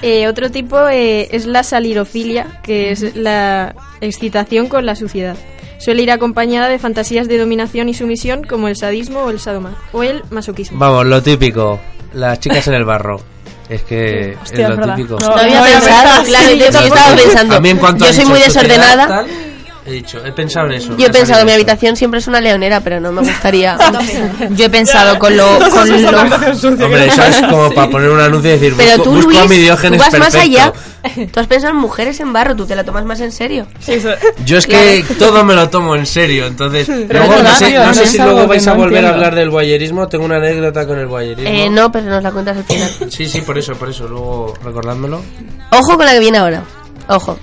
[SPEAKER 18] Eh, otro tipo eh, es la salirofilia, que es la excitación con la suciedad. Suele ir acompañada de fantasías de dominación y sumisión como el sadismo o el sadoma o el masoquismo.
[SPEAKER 2] Vamos, lo típico. Las chicas en el barro. Es que
[SPEAKER 18] Hostia, es
[SPEAKER 2] es lo
[SPEAKER 18] verdad.
[SPEAKER 2] típico.
[SPEAKER 12] Oh, No, No había había pensado, pensado, claro, sí, yo yo también estaba tampoco. pensando.
[SPEAKER 2] A mí en cuanto
[SPEAKER 12] Yo
[SPEAKER 2] ha
[SPEAKER 12] soy
[SPEAKER 2] dicho
[SPEAKER 12] muy
[SPEAKER 2] sociedad,
[SPEAKER 12] desordenada.
[SPEAKER 2] tal, Pues he dicho, he pensado en eso.
[SPEAKER 12] Yo he pensado, mi
[SPEAKER 2] en
[SPEAKER 12] habitación siempre es una leonera, pero no me [LAUGHS] gustaría.
[SPEAKER 5] Yo he pensado con
[SPEAKER 12] [LAUGHS]
[SPEAKER 5] lo... Con lo...
[SPEAKER 2] Hombre, eso es como para poner un anuncio y decir,
[SPEAKER 12] Pero
[SPEAKER 2] busco,
[SPEAKER 12] tú,
[SPEAKER 2] busco
[SPEAKER 12] Luis,
[SPEAKER 2] a mi Diógenes
[SPEAKER 12] tú vas
[SPEAKER 2] perfecto.
[SPEAKER 12] más allá. Tú has pensado en mujeres en barro, tú te la tomas más en serio.
[SPEAKER 2] Yo es que todo me lo tomo en serio, entonces...
[SPEAKER 12] Pero
[SPEAKER 2] luego,
[SPEAKER 12] es
[SPEAKER 2] no
[SPEAKER 12] verdad,
[SPEAKER 2] sé,
[SPEAKER 12] tío,
[SPEAKER 2] no
[SPEAKER 12] no
[SPEAKER 2] sé
[SPEAKER 12] es
[SPEAKER 2] si
[SPEAKER 12] algo
[SPEAKER 2] luego
[SPEAKER 12] que
[SPEAKER 2] vais a
[SPEAKER 12] no
[SPEAKER 2] volver a
[SPEAKER 12] entiendo.
[SPEAKER 2] hablar del guayerismo, tengo una anécdota con el guayerismo.
[SPEAKER 12] Eh, no, pero nos la cuentas al final.
[SPEAKER 2] Sí, sí, por eso, por eso, luego recordádmelo.
[SPEAKER 12] Ojo con la que viene ahora. Ojo.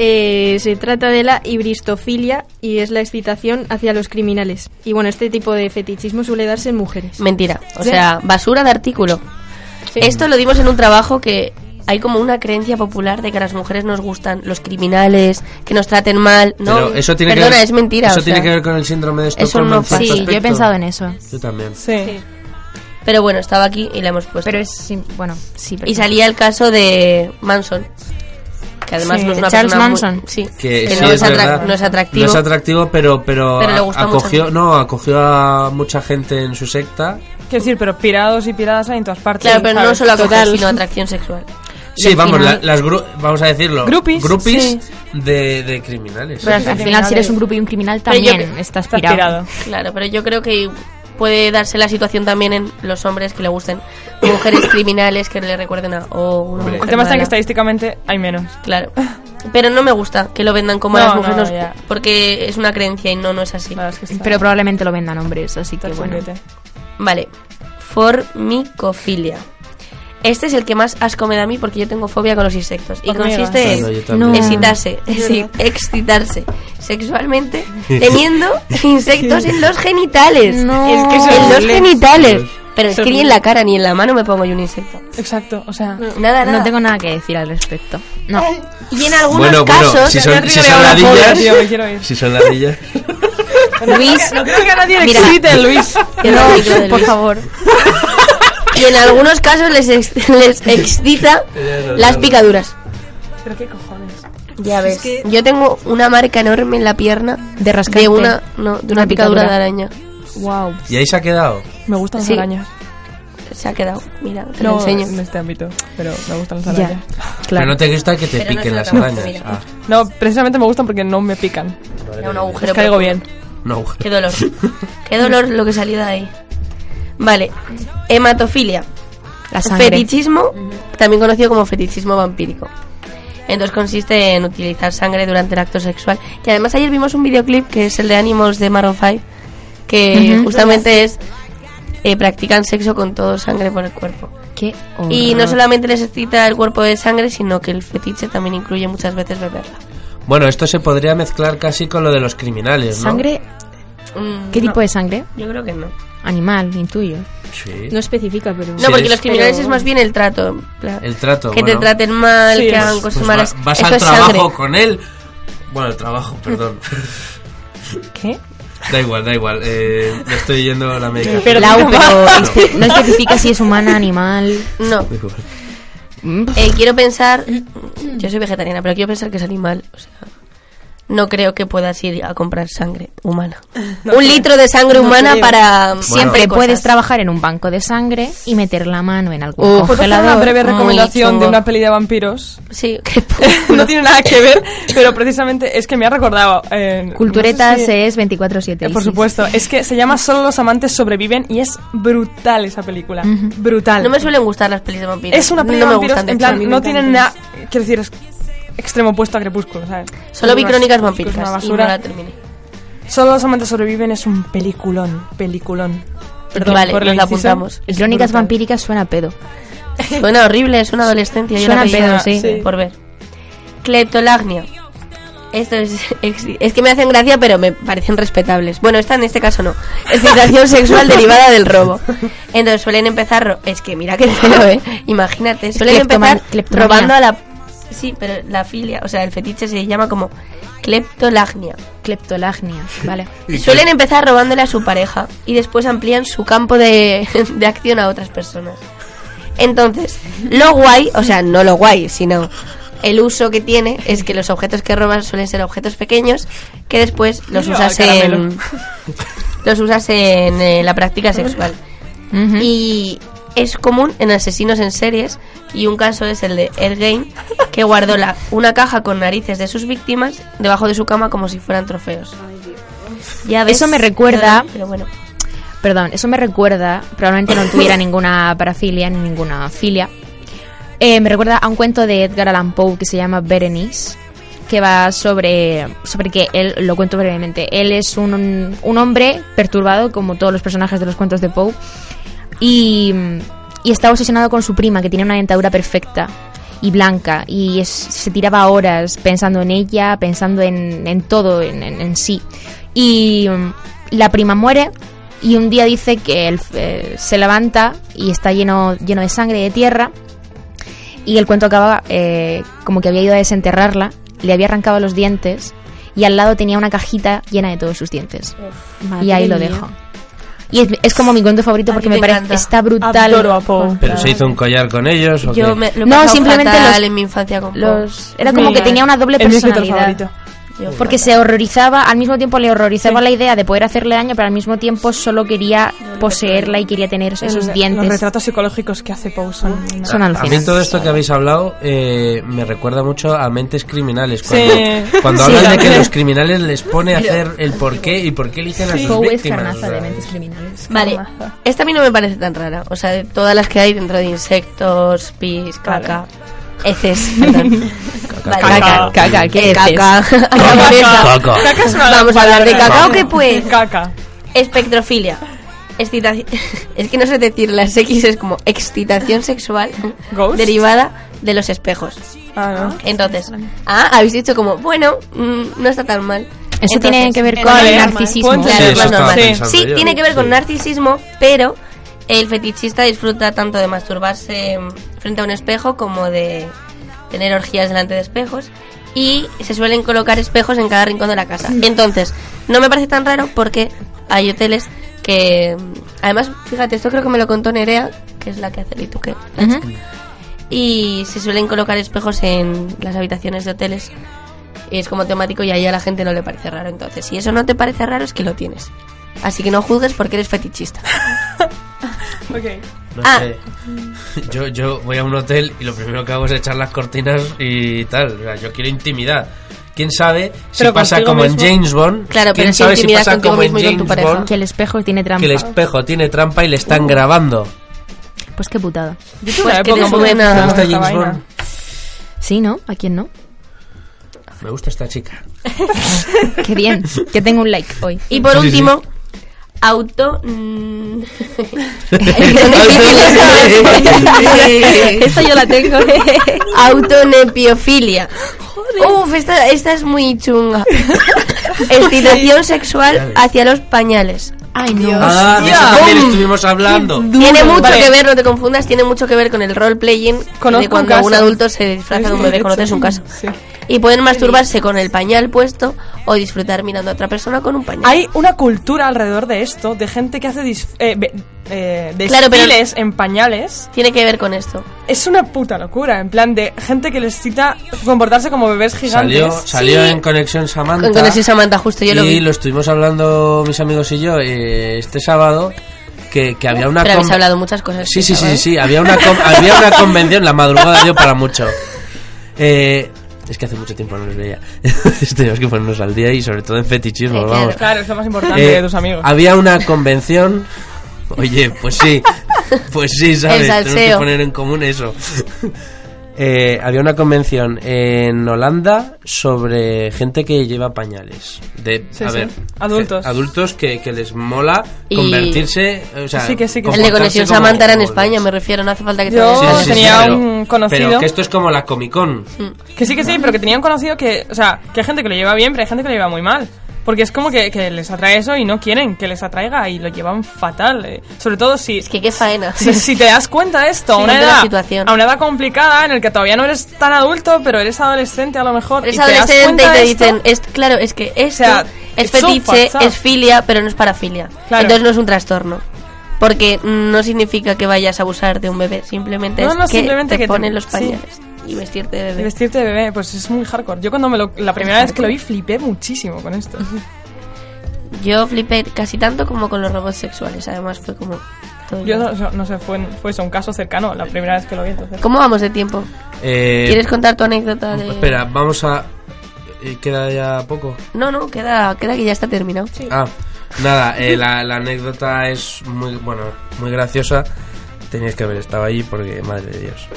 [SPEAKER 18] Eh, se trata de la ibristofilia y es la excitación hacia los criminales. Y bueno, este tipo de fetichismo suele darse en mujeres.
[SPEAKER 12] Mentira. O
[SPEAKER 18] Sí.
[SPEAKER 12] sea, basura de artículo.
[SPEAKER 18] Sí.
[SPEAKER 12] Esto lo dimos en un trabajo que hay como una creencia popular de que a las mujeres nos gustan los criminales, que nos traten mal. No,
[SPEAKER 2] Pero eso tiene
[SPEAKER 12] perdona,
[SPEAKER 2] que ver,
[SPEAKER 12] es mentira.
[SPEAKER 2] Eso
[SPEAKER 12] o
[SPEAKER 2] tiene
[SPEAKER 12] sea.
[SPEAKER 2] que ver con el síndrome de Estocolmo.
[SPEAKER 12] no
[SPEAKER 2] en
[SPEAKER 12] pasa.
[SPEAKER 2] cierto
[SPEAKER 12] Sí, yo he
[SPEAKER 2] aspecto.
[SPEAKER 12] pensado en eso.
[SPEAKER 2] Yo también.
[SPEAKER 4] Sí.
[SPEAKER 12] Pero bueno, estaba aquí y la hemos puesto. Pero
[SPEAKER 5] es, bueno, sí.
[SPEAKER 12] Y salía el caso de Manson. Que además
[SPEAKER 5] Sí,
[SPEAKER 12] no es una
[SPEAKER 5] Charles
[SPEAKER 12] persona muy-
[SPEAKER 5] Manson.
[SPEAKER 12] sí.
[SPEAKER 2] Que,
[SPEAKER 12] que
[SPEAKER 2] sí,
[SPEAKER 12] no,
[SPEAKER 2] es
[SPEAKER 12] es atrac-
[SPEAKER 2] verdad.
[SPEAKER 12] no es atractivo.
[SPEAKER 2] No es atractivo, pero, pero,
[SPEAKER 12] Pero le
[SPEAKER 2] a-
[SPEAKER 12] gusta
[SPEAKER 2] acogió,
[SPEAKER 12] mucho.
[SPEAKER 2] no, acogió a mucha gente en su secta.
[SPEAKER 4] Quiero decir, pero pirados y piradas hay en todas partes.
[SPEAKER 12] Claro, pero no
[SPEAKER 4] ¿sabes?
[SPEAKER 12] solo acoger,
[SPEAKER 4] Total.
[SPEAKER 12] sino atracción sexual.
[SPEAKER 2] Sí, vamos, la- las gru- vamos a decirlo.
[SPEAKER 4] Groupies, sí.
[SPEAKER 2] de, de criminales.
[SPEAKER 5] Pero al final, si eres un grupo y un criminal,
[SPEAKER 12] Pero yo
[SPEAKER 5] también
[SPEAKER 12] que-
[SPEAKER 5] estás pirado.
[SPEAKER 12] Claro, pero yo creo que puede darse la situación también en los hombres que le gusten mujeres criminales que le recuerden a o una mujer
[SPEAKER 4] El tema está en que
[SPEAKER 12] mala.
[SPEAKER 4] estadísticamente hay menos.
[SPEAKER 12] Claro. Pero no me gusta que lo vendan como a
[SPEAKER 4] No,
[SPEAKER 12] las mujeres
[SPEAKER 4] no,
[SPEAKER 12] nos-
[SPEAKER 4] ya.
[SPEAKER 12] porque es una creencia y no no es así.
[SPEAKER 5] Pero probablemente lo vendan hombres, así que bueno.
[SPEAKER 12] Vale. Formicofilia. Este es el que más asco me da a mí porque yo tengo fobia con los insectos. Y
[SPEAKER 5] Hormigas.
[SPEAKER 12] consiste
[SPEAKER 5] Claro, yo
[SPEAKER 12] en
[SPEAKER 5] también. No.
[SPEAKER 12] excitarse,
[SPEAKER 5] Es
[SPEAKER 12] [LAUGHS] sí,
[SPEAKER 5] verdad.
[SPEAKER 12] excitarse
[SPEAKER 4] [LAUGHS]
[SPEAKER 12] sexualmente teniendo insectos en los genitales.
[SPEAKER 5] No. Es que eso es
[SPEAKER 12] en los
[SPEAKER 5] horrible.
[SPEAKER 12] genitales. Pero es
[SPEAKER 5] Eso
[SPEAKER 12] que
[SPEAKER 5] es
[SPEAKER 12] ni en
[SPEAKER 5] horrible.
[SPEAKER 12] la cara ni en la mano me pongo yo un insecto.
[SPEAKER 4] Exacto, o sea,
[SPEAKER 12] Nada, nada.
[SPEAKER 5] No tengo nada que decir al respecto. No.
[SPEAKER 12] Y en algunos
[SPEAKER 2] bueno,
[SPEAKER 12] casos,
[SPEAKER 2] bueno, si son, si son ladillas. si son ladillas.
[SPEAKER 12] Luis,
[SPEAKER 4] No creo que a nadie le
[SPEAKER 12] Mira.
[SPEAKER 4] excite, Luis.
[SPEAKER 12] Qué ridículo de
[SPEAKER 4] por
[SPEAKER 12] Luis.
[SPEAKER 4] favor.
[SPEAKER 12] [LAUGHS] y en algunos casos les,
[SPEAKER 4] [LAUGHS]
[SPEAKER 12] ex- les excita las picaduras.
[SPEAKER 4] Pero qué cojones.
[SPEAKER 12] Ya ves.
[SPEAKER 4] Es que-
[SPEAKER 12] Yo tengo una marca enorme en la pierna de
[SPEAKER 5] rascante.
[SPEAKER 12] una, no, de una, picadura.
[SPEAKER 5] Una picadura.
[SPEAKER 12] de araña.
[SPEAKER 4] Wow.
[SPEAKER 2] Y ahí se ha quedado.
[SPEAKER 4] Me gustan las
[SPEAKER 12] Sí.
[SPEAKER 4] arañas.
[SPEAKER 12] Se ha quedado. Mira, te
[SPEAKER 4] no,
[SPEAKER 12] lo enseño.
[SPEAKER 4] en este ámbito, pero me gustan las
[SPEAKER 12] Ya,
[SPEAKER 4] arañas.
[SPEAKER 2] Pero no te gusta que te
[SPEAKER 12] Pero no
[SPEAKER 2] piquen
[SPEAKER 12] se
[SPEAKER 2] las
[SPEAKER 12] acabó,
[SPEAKER 2] arañas.
[SPEAKER 12] mira.
[SPEAKER 2] Ah,
[SPEAKER 4] No, precisamente me gustan porque no me pican.
[SPEAKER 12] Era un agujero.
[SPEAKER 4] Les caigo
[SPEAKER 12] por-
[SPEAKER 4] bien.
[SPEAKER 2] no.
[SPEAKER 4] [LAUGHS]
[SPEAKER 12] Qué dolor. Qué dolor lo que salió de ahí. Vale, hematofilia.
[SPEAKER 18] La sangre.
[SPEAKER 12] Fetichismo, también conocido como fetichismo vampírico. Entonces consiste en utilizar sangre durante el acto sexual. Que además ayer vimos un videoclip que es el de Animals de Maroon 5, que
[SPEAKER 18] Ujú.
[SPEAKER 12] justamente es... eh, practican sexo con todo sangre por el cuerpo.
[SPEAKER 18] Qué
[SPEAKER 12] Y no
[SPEAKER 18] horror.
[SPEAKER 12] solamente les excita el cuerpo de sangre, sino que el fetiche también incluye muchas veces beberla.
[SPEAKER 2] Bueno, esto se podría mezclar casi con lo de los criminales, ¿no?
[SPEAKER 5] ¿Sangre? ¿Qué tipo de sangre?
[SPEAKER 12] Mm, Yo creo que no.
[SPEAKER 5] Animal, intuyo.
[SPEAKER 2] Sí.
[SPEAKER 19] No especifica, pero...
[SPEAKER 12] No, porque los criminales es más bien el trato. en plan,
[SPEAKER 2] El trato,
[SPEAKER 12] Que
[SPEAKER 2] bueno.
[SPEAKER 12] te traten mal, que hagan
[SPEAKER 2] Pues
[SPEAKER 12] cosas
[SPEAKER 2] va-
[SPEAKER 12] malas.
[SPEAKER 2] Vas
[SPEAKER 12] Esto
[SPEAKER 2] al
[SPEAKER 12] es
[SPEAKER 2] trabajo
[SPEAKER 12] sangre.
[SPEAKER 2] con él. Bueno, el trabajo, perdón.
[SPEAKER 4] ¿Qué?
[SPEAKER 2] Da igual, da igual. Eh, me estoy yendo la médica.
[SPEAKER 5] Lau, pero
[SPEAKER 2] No.
[SPEAKER 5] espe-
[SPEAKER 12] [LAUGHS]
[SPEAKER 5] no especifica si es humana, animal. Mm.
[SPEAKER 12] No. Eh, quiero pensar. Yo soy vegetariana, pero quiero pensar que es animal. O sea, no creo que puedas ir a comprar sangre humana.
[SPEAKER 4] [LAUGHS]
[SPEAKER 12] Un litro de sangre humana para.
[SPEAKER 5] Siempre
[SPEAKER 12] cosas.
[SPEAKER 5] puedes trabajar en un banco de sangre y meter la mano en algún
[SPEAKER 4] ¿Puedo hacer
[SPEAKER 5] congelador.
[SPEAKER 4] una breve
[SPEAKER 5] Muy
[SPEAKER 4] recomendación de
[SPEAKER 5] chungo.
[SPEAKER 4] una peli de vampiros? [LAUGHS]
[SPEAKER 12] mm, Sí,
[SPEAKER 4] no tiene nada que ver, pero precisamente es que me ha recordado. eh,
[SPEAKER 5] Culturetas
[SPEAKER 4] no sé si-
[SPEAKER 5] es 24-7.
[SPEAKER 4] eh, por
[SPEAKER 5] Isis.
[SPEAKER 4] supuesto, es que se llama Solo los amantes sobreviven y es brutal esa película. Brutal.
[SPEAKER 12] No me suelen gustar las pelis de vampiros.
[SPEAKER 4] Es una peli
[SPEAKER 12] no
[SPEAKER 4] de
[SPEAKER 12] me
[SPEAKER 4] vampiros,
[SPEAKER 12] gustan, de
[SPEAKER 4] en
[SPEAKER 12] hecho, a
[SPEAKER 4] plan,
[SPEAKER 12] mí me
[SPEAKER 4] no
[SPEAKER 12] encantan.
[SPEAKER 4] tienen nada. Quiero decir, es extremo opuesto a Crepúsculo, ¿sabes?
[SPEAKER 12] Solo
[SPEAKER 4] Crepúsculo
[SPEAKER 12] vi
[SPEAKER 4] es-
[SPEAKER 12] crónicas
[SPEAKER 4] Crepúsculo es Pues
[SPEAKER 12] vampíricas
[SPEAKER 4] una
[SPEAKER 12] y no
[SPEAKER 4] basura.
[SPEAKER 12] la terminé.
[SPEAKER 4] Solo los amantes sobreviven es un peliculón, peliculón. Perdón
[SPEAKER 12] Vale,
[SPEAKER 4] por el
[SPEAKER 12] nos la
[SPEAKER 4] inciso.
[SPEAKER 12] apuntamos.
[SPEAKER 5] Y
[SPEAKER 4] Es
[SPEAKER 5] Crónicas
[SPEAKER 4] brutal.
[SPEAKER 5] vampíricas suena a pedo.
[SPEAKER 12] Suena horrible, es una adolescencia. yo
[SPEAKER 5] Suena
[SPEAKER 12] la
[SPEAKER 5] a
[SPEAKER 12] pedí
[SPEAKER 5] pedo,
[SPEAKER 12] nada,
[SPEAKER 5] sí. Sí.
[SPEAKER 12] Por ver. Cleptolagnia. Esto es, [LAUGHS] es que me hacen gracia, pero me parecen respetables. Bueno, esta en este caso no. Excitación sexual derivada del robo. Entonces suelen empezar. ro- Es que mira que feo,
[SPEAKER 5] [LAUGHS]
[SPEAKER 12] ¿eh? Imagínate. Suelen
[SPEAKER 5] cleptoman-
[SPEAKER 12] empezar
[SPEAKER 5] cleptomanía.
[SPEAKER 12] robando a la. Sí, pero la filia, o sea, el fetiche se llama como cleptolagnia.
[SPEAKER 5] Cleptolagnia, vale.
[SPEAKER 12] Y Suelen empezar robándole a su pareja y después amplían su campo de, [LAUGHS] de acción a otras personas. Entonces, lo guay, o sea, no lo guay, sino el uso que tiene es que los objetos que robas suelen ser objetos pequeños que después los
[SPEAKER 18] Ah,
[SPEAKER 12] usas
[SPEAKER 18] caramelo.
[SPEAKER 12] en los usas en eh, la práctica sexual. Y es común en asesinos en series y un caso es el de Ed Gein que guardó la- una caja con narices de sus víctimas debajo de su cama como si fueran trofeos. Ya ves,
[SPEAKER 5] Eso me recuerda-
[SPEAKER 12] Pero bueno.
[SPEAKER 5] Perdón, eso me recuerda, probablemente no tuviera ninguna parafilia ni ninguna filia. Eh, me recuerda a un cuento de Edgar Allan Poe que se llama Berenice, que va sobre, sobre que él, lo cuento brevemente, él es un, un, hombre perturbado como todos los personajes de los cuentos de Poe y, y está obsesionado con su prima que tiene una dentadura perfecta y blanca y es- se tiraba horas pensando en ella, pensando en, en todo, en, en- en sí. Y mm, la prima muere y un día dice que él eh, se levanta y está lleno, lleno de sangre y de tierra y el cuento acababa eh, como que había ido a desenterrarla, le había arrancado los dientes y al lado tenía una cajita llena de todos sus dientes. y ahí lo
[SPEAKER 18] mía.
[SPEAKER 5] dejo. Y es, es como mi cuento favorito porque me parece está brutal.
[SPEAKER 2] Pero se hizo un collar con ellos. ¿o qué?
[SPEAKER 12] Yo me, lo he
[SPEAKER 5] No,
[SPEAKER 12] pasado
[SPEAKER 5] simplemente
[SPEAKER 12] fatal
[SPEAKER 5] los-
[SPEAKER 12] en mi infancia con
[SPEAKER 5] los-
[SPEAKER 12] Pau.
[SPEAKER 5] era como que tenía una doble
[SPEAKER 12] Es mi escritor
[SPEAKER 5] personalidad.
[SPEAKER 12] favorito. Yo-
[SPEAKER 5] Porque se horrorizaba, al mismo tiempo le horrorizaba la idea de poder hacerle daño, pero al mismo tiempo solo quería poseerla y quería tener esos
[SPEAKER 4] El- Los
[SPEAKER 5] dientes.
[SPEAKER 4] retratos psicológicos que hace Poe son,
[SPEAKER 5] Son
[SPEAKER 2] A mí todo esto que habéis hablado eh, me recuerda mucho a mentes criminales. Cuando,
[SPEAKER 4] Sí. Sí,
[SPEAKER 2] cuando hablan de que
[SPEAKER 4] también.
[SPEAKER 2] los criminales les pone a
[SPEAKER 12] Pero-
[SPEAKER 2] hacer el por qué y por qué eligen a sus
[SPEAKER 5] Poe es
[SPEAKER 2] víctimas.
[SPEAKER 5] carnaza
[SPEAKER 2] o sea,
[SPEAKER 5] de mentes criminales.
[SPEAKER 12] Vale, esta a mí no me parece tan rara. O sea, de todas las que hay dentro de insectos, pis, caca, heces, perdón. Vale,
[SPEAKER 5] Caca, caca, ¿qué
[SPEAKER 12] Eh,
[SPEAKER 5] heces?
[SPEAKER 12] Caca, [LAUGHS]
[SPEAKER 5] Caca.
[SPEAKER 12] Con esa.
[SPEAKER 5] Caca. Caca es una
[SPEAKER 12] Vamos a
[SPEAKER 5] palabra
[SPEAKER 12] hablar de caca o
[SPEAKER 5] rara.
[SPEAKER 12] qué pues.
[SPEAKER 4] Caca.
[SPEAKER 12] Espectrofilia. [LAUGHS] Excitación. Es que no sé decir las X, es como excitación sexual
[SPEAKER 4] Ghost.
[SPEAKER 12] derivada de los espejos.
[SPEAKER 4] Ah, no.
[SPEAKER 12] Entonces, ah, habéis dicho como, bueno, mm, no está tan mal.
[SPEAKER 5] Eso
[SPEAKER 12] Entonces,
[SPEAKER 5] tiene que
[SPEAKER 20] Eh,
[SPEAKER 5] ver con
[SPEAKER 12] vale,
[SPEAKER 5] el narcisismo.
[SPEAKER 12] puedo
[SPEAKER 5] Sí,
[SPEAKER 12] entender
[SPEAKER 5] eso
[SPEAKER 12] más
[SPEAKER 5] estaba
[SPEAKER 12] normal.
[SPEAKER 5] pensando
[SPEAKER 12] Sí,
[SPEAKER 5] yo,
[SPEAKER 12] tiene que ver
[SPEAKER 5] sí.
[SPEAKER 12] con narcisismo, pero el fetichista disfruta tanto de masturbarse mm, frente a un espejo como de tener orgías delante de espejos. Y se suelen colocar espejos en cada rincón de la casa. Entonces, no me parece tan raro porque hay hoteles que... mm, Además, fíjate, esto creo que me lo contó Nerea, que es la que hace el Ituque, la
[SPEAKER 18] Ujú.
[SPEAKER 12] chica. Y se suelen colocar espejos en las habitaciones de hoteles. Y es como temático y ahí a la gente no le parece raro. Entonces, si eso no te parece raro, es que lo tienes. Así que no juzgues porque eres fetichista.
[SPEAKER 2] no
[SPEAKER 12] Ah.
[SPEAKER 2] sé. [LAUGHS] Yo, yo voy a un hotel y lo primero que hago es echar las cortinas y tal. O sea, yo quiero intimidad. quién sabe si
[SPEAKER 17] Pero
[SPEAKER 2] pasa
[SPEAKER 17] contigo
[SPEAKER 2] como en
[SPEAKER 17] mismo.
[SPEAKER 2] James Bond.
[SPEAKER 17] Claro, pero
[SPEAKER 2] quién
[SPEAKER 17] es
[SPEAKER 2] sabe si
[SPEAKER 17] intimidad
[SPEAKER 2] pasa
[SPEAKER 17] contigo
[SPEAKER 2] como en
[SPEAKER 17] mismo y con tu
[SPEAKER 2] James
[SPEAKER 17] pareja.
[SPEAKER 2] Bond
[SPEAKER 17] Que el espejo tiene trampa.
[SPEAKER 2] que el espejo tiene trampa y le están grabando.
[SPEAKER 17] Pues qué putada.
[SPEAKER 4] Yo
[SPEAKER 17] Pues
[SPEAKER 4] una
[SPEAKER 17] que
[SPEAKER 4] época
[SPEAKER 17] te
[SPEAKER 4] un poco
[SPEAKER 17] sube-
[SPEAKER 4] obsesionada
[SPEAKER 2] Me gusta
[SPEAKER 4] con esta
[SPEAKER 2] James
[SPEAKER 4] vaina.
[SPEAKER 2] Bond.
[SPEAKER 17] Sí, ¿no? ¿A quién no?
[SPEAKER 2] Me gusta esta chica.
[SPEAKER 17] Qué bien, que tengo un like hoy.
[SPEAKER 12] Y por
[SPEAKER 2] Sí, sí.
[SPEAKER 12] último, auto. mm, esta yo la tengo. Autonepiofilia. Uf, esta, esta es muy chunga. Excitación sexual hacia los pañales.
[SPEAKER 17] Ay, no.
[SPEAKER 2] Ah, de eso también estuvimos hablando.
[SPEAKER 12] Tiene mucho
[SPEAKER 2] Vale.
[SPEAKER 12] que ver, no te confundas, tiene mucho que ver con el role-playing de
[SPEAKER 2] Conozco
[SPEAKER 12] cuando
[SPEAKER 2] un caso.
[SPEAKER 12] un adulto se disfraza
[SPEAKER 4] [LAUGHS]
[SPEAKER 12] de un bebé, conoces un caso. Y pueden masturbarse con el pañal puesto o disfrutar mirando a otra persona con un pañal.
[SPEAKER 4] Hay una cultura alrededor de esto, de gente que hace dis- eh, be- eh,
[SPEAKER 12] Claro, pero-
[SPEAKER 4] desfiles en pañales.
[SPEAKER 12] Tiene que ver con esto.
[SPEAKER 4] Es una puta locura, en plan de gente que les cita comportarse como bebés gigantes.
[SPEAKER 2] Salió, salió en Conexión Samantha.
[SPEAKER 12] Con Conexión Samantha, justo yo lo
[SPEAKER 2] Y
[SPEAKER 12] vi.
[SPEAKER 2] lo estuvimos hablando mis amigos y yo eh, este sábado. Que, que había una.
[SPEAKER 12] Pero habéis
[SPEAKER 2] com-
[SPEAKER 12] hablado muchas cosas.
[SPEAKER 2] Sí,
[SPEAKER 12] este
[SPEAKER 2] sí, sí,
[SPEAKER 12] sábado,
[SPEAKER 2] sí, sí,
[SPEAKER 12] ¿eh?
[SPEAKER 2] Había una, com-
[SPEAKER 12] [LAUGHS]
[SPEAKER 2] había una convención, la madrugada dio para mucho. Eh, es que hace mucho tiempo no les veía. [LAUGHS] Entonces Tenemos que ponernos al día y sobre todo en fetichismo,
[SPEAKER 4] claro.
[SPEAKER 2] vamos.
[SPEAKER 4] Eh,
[SPEAKER 2] Eh,
[SPEAKER 4] Claro, es lo más importante de tus amigos.
[SPEAKER 2] Había una convención. Oye, pues sí. Pues sí, ¿sabes?
[SPEAKER 4] El
[SPEAKER 2] Tenemos que
[SPEAKER 4] salseo.
[SPEAKER 2] poner en común eso. [LAUGHS] Eh, había una convención en Holanda sobre gente que lleva pañales. De,
[SPEAKER 4] Sí,
[SPEAKER 2] a
[SPEAKER 4] sí.
[SPEAKER 2] ver,
[SPEAKER 4] Adultos.
[SPEAKER 2] ge- adultos que, que les mola
[SPEAKER 12] Y-
[SPEAKER 2] convertirse. O sea,
[SPEAKER 12] El de
[SPEAKER 2] comportarse
[SPEAKER 12] Conexión
[SPEAKER 2] como-
[SPEAKER 12] Samantha era en
[SPEAKER 2] como-
[SPEAKER 12] España, me refiero, no hace falta que te
[SPEAKER 4] Yo
[SPEAKER 12] vayas.
[SPEAKER 2] Sí, sí, sí,
[SPEAKER 4] tenía
[SPEAKER 2] pero-
[SPEAKER 4] un conocido-
[SPEAKER 2] Pero que esto es como la Comic Con.
[SPEAKER 4] Que sí, que sí, pero que tenía un conocido que, o sea, que hay gente que lo lleva bien, pero hay gente que lo lleva muy mal. Porque es como que, que les atrae eso y no quieren que les atraiga y lo llevan fatal. eh. Sobre todo si... Es
[SPEAKER 12] que qué faena.
[SPEAKER 4] Si, si te das cuenta de esto, a
[SPEAKER 12] Sí,
[SPEAKER 4] una,
[SPEAKER 12] de la
[SPEAKER 4] edad,
[SPEAKER 12] situación.
[SPEAKER 4] a una edad complicada en el que todavía no eres tan adulto, pero eres adolescente a lo mejor.
[SPEAKER 12] Eres
[SPEAKER 4] y te das
[SPEAKER 12] adolescente y
[SPEAKER 4] cuenta
[SPEAKER 12] te
[SPEAKER 4] de esto,
[SPEAKER 12] dicen, es, claro, es que esto
[SPEAKER 4] sea,
[SPEAKER 12] es
[SPEAKER 4] it's so
[SPEAKER 12] fetiche,
[SPEAKER 4] fucked up.
[SPEAKER 12] es filia, pero no es parafilia.
[SPEAKER 4] Claro.
[SPEAKER 12] Entonces no es un trastorno. Porque no significa que vayas a abusar de un bebé, simplemente
[SPEAKER 4] No,
[SPEAKER 12] es
[SPEAKER 4] no,
[SPEAKER 12] que
[SPEAKER 4] simplemente
[SPEAKER 12] te
[SPEAKER 4] que te-
[SPEAKER 12] ponen los
[SPEAKER 4] sí.
[SPEAKER 12] pañales y vestirte de
[SPEAKER 4] Y
[SPEAKER 12] bebé.
[SPEAKER 4] vestirte de bebé, pues es muy hardcore. Yo cuando me lo- la primera
[SPEAKER 12] Es
[SPEAKER 4] vez que lo vi
[SPEAKER 12] hardcore.
[SPEAKER 4] flipé muchísimo con esto.
[SPEAKER 12] [LAUGHS] Yo flipé casi tanto como con los robots sexuales, además fue como... todo
[SPEAKER 4] Yo
[SPEAKER 12] yo.
[SPEAKER 4] no, yo no sé, fue, fue eso, un caso cercano la primera vez que lo vi. entonces.
[SPEAKER 12] ¿Cómo vamos de tiempo?
[SPEAKER 2] Eh,
[SPEAKER 12] ¿Quieres contar tu anécdota de...?
[SPEAKER 2] Espera, vamos a. eh, Queda ya poco.
[SPEAKER 12] No, no, queda, queda que ya está terminado.
[SPEAKER 2] Ah, nada, eh, la, la anécdota es muy, bueno, muy graciosa. Teníais que haber estado allí porque, madre de Dios.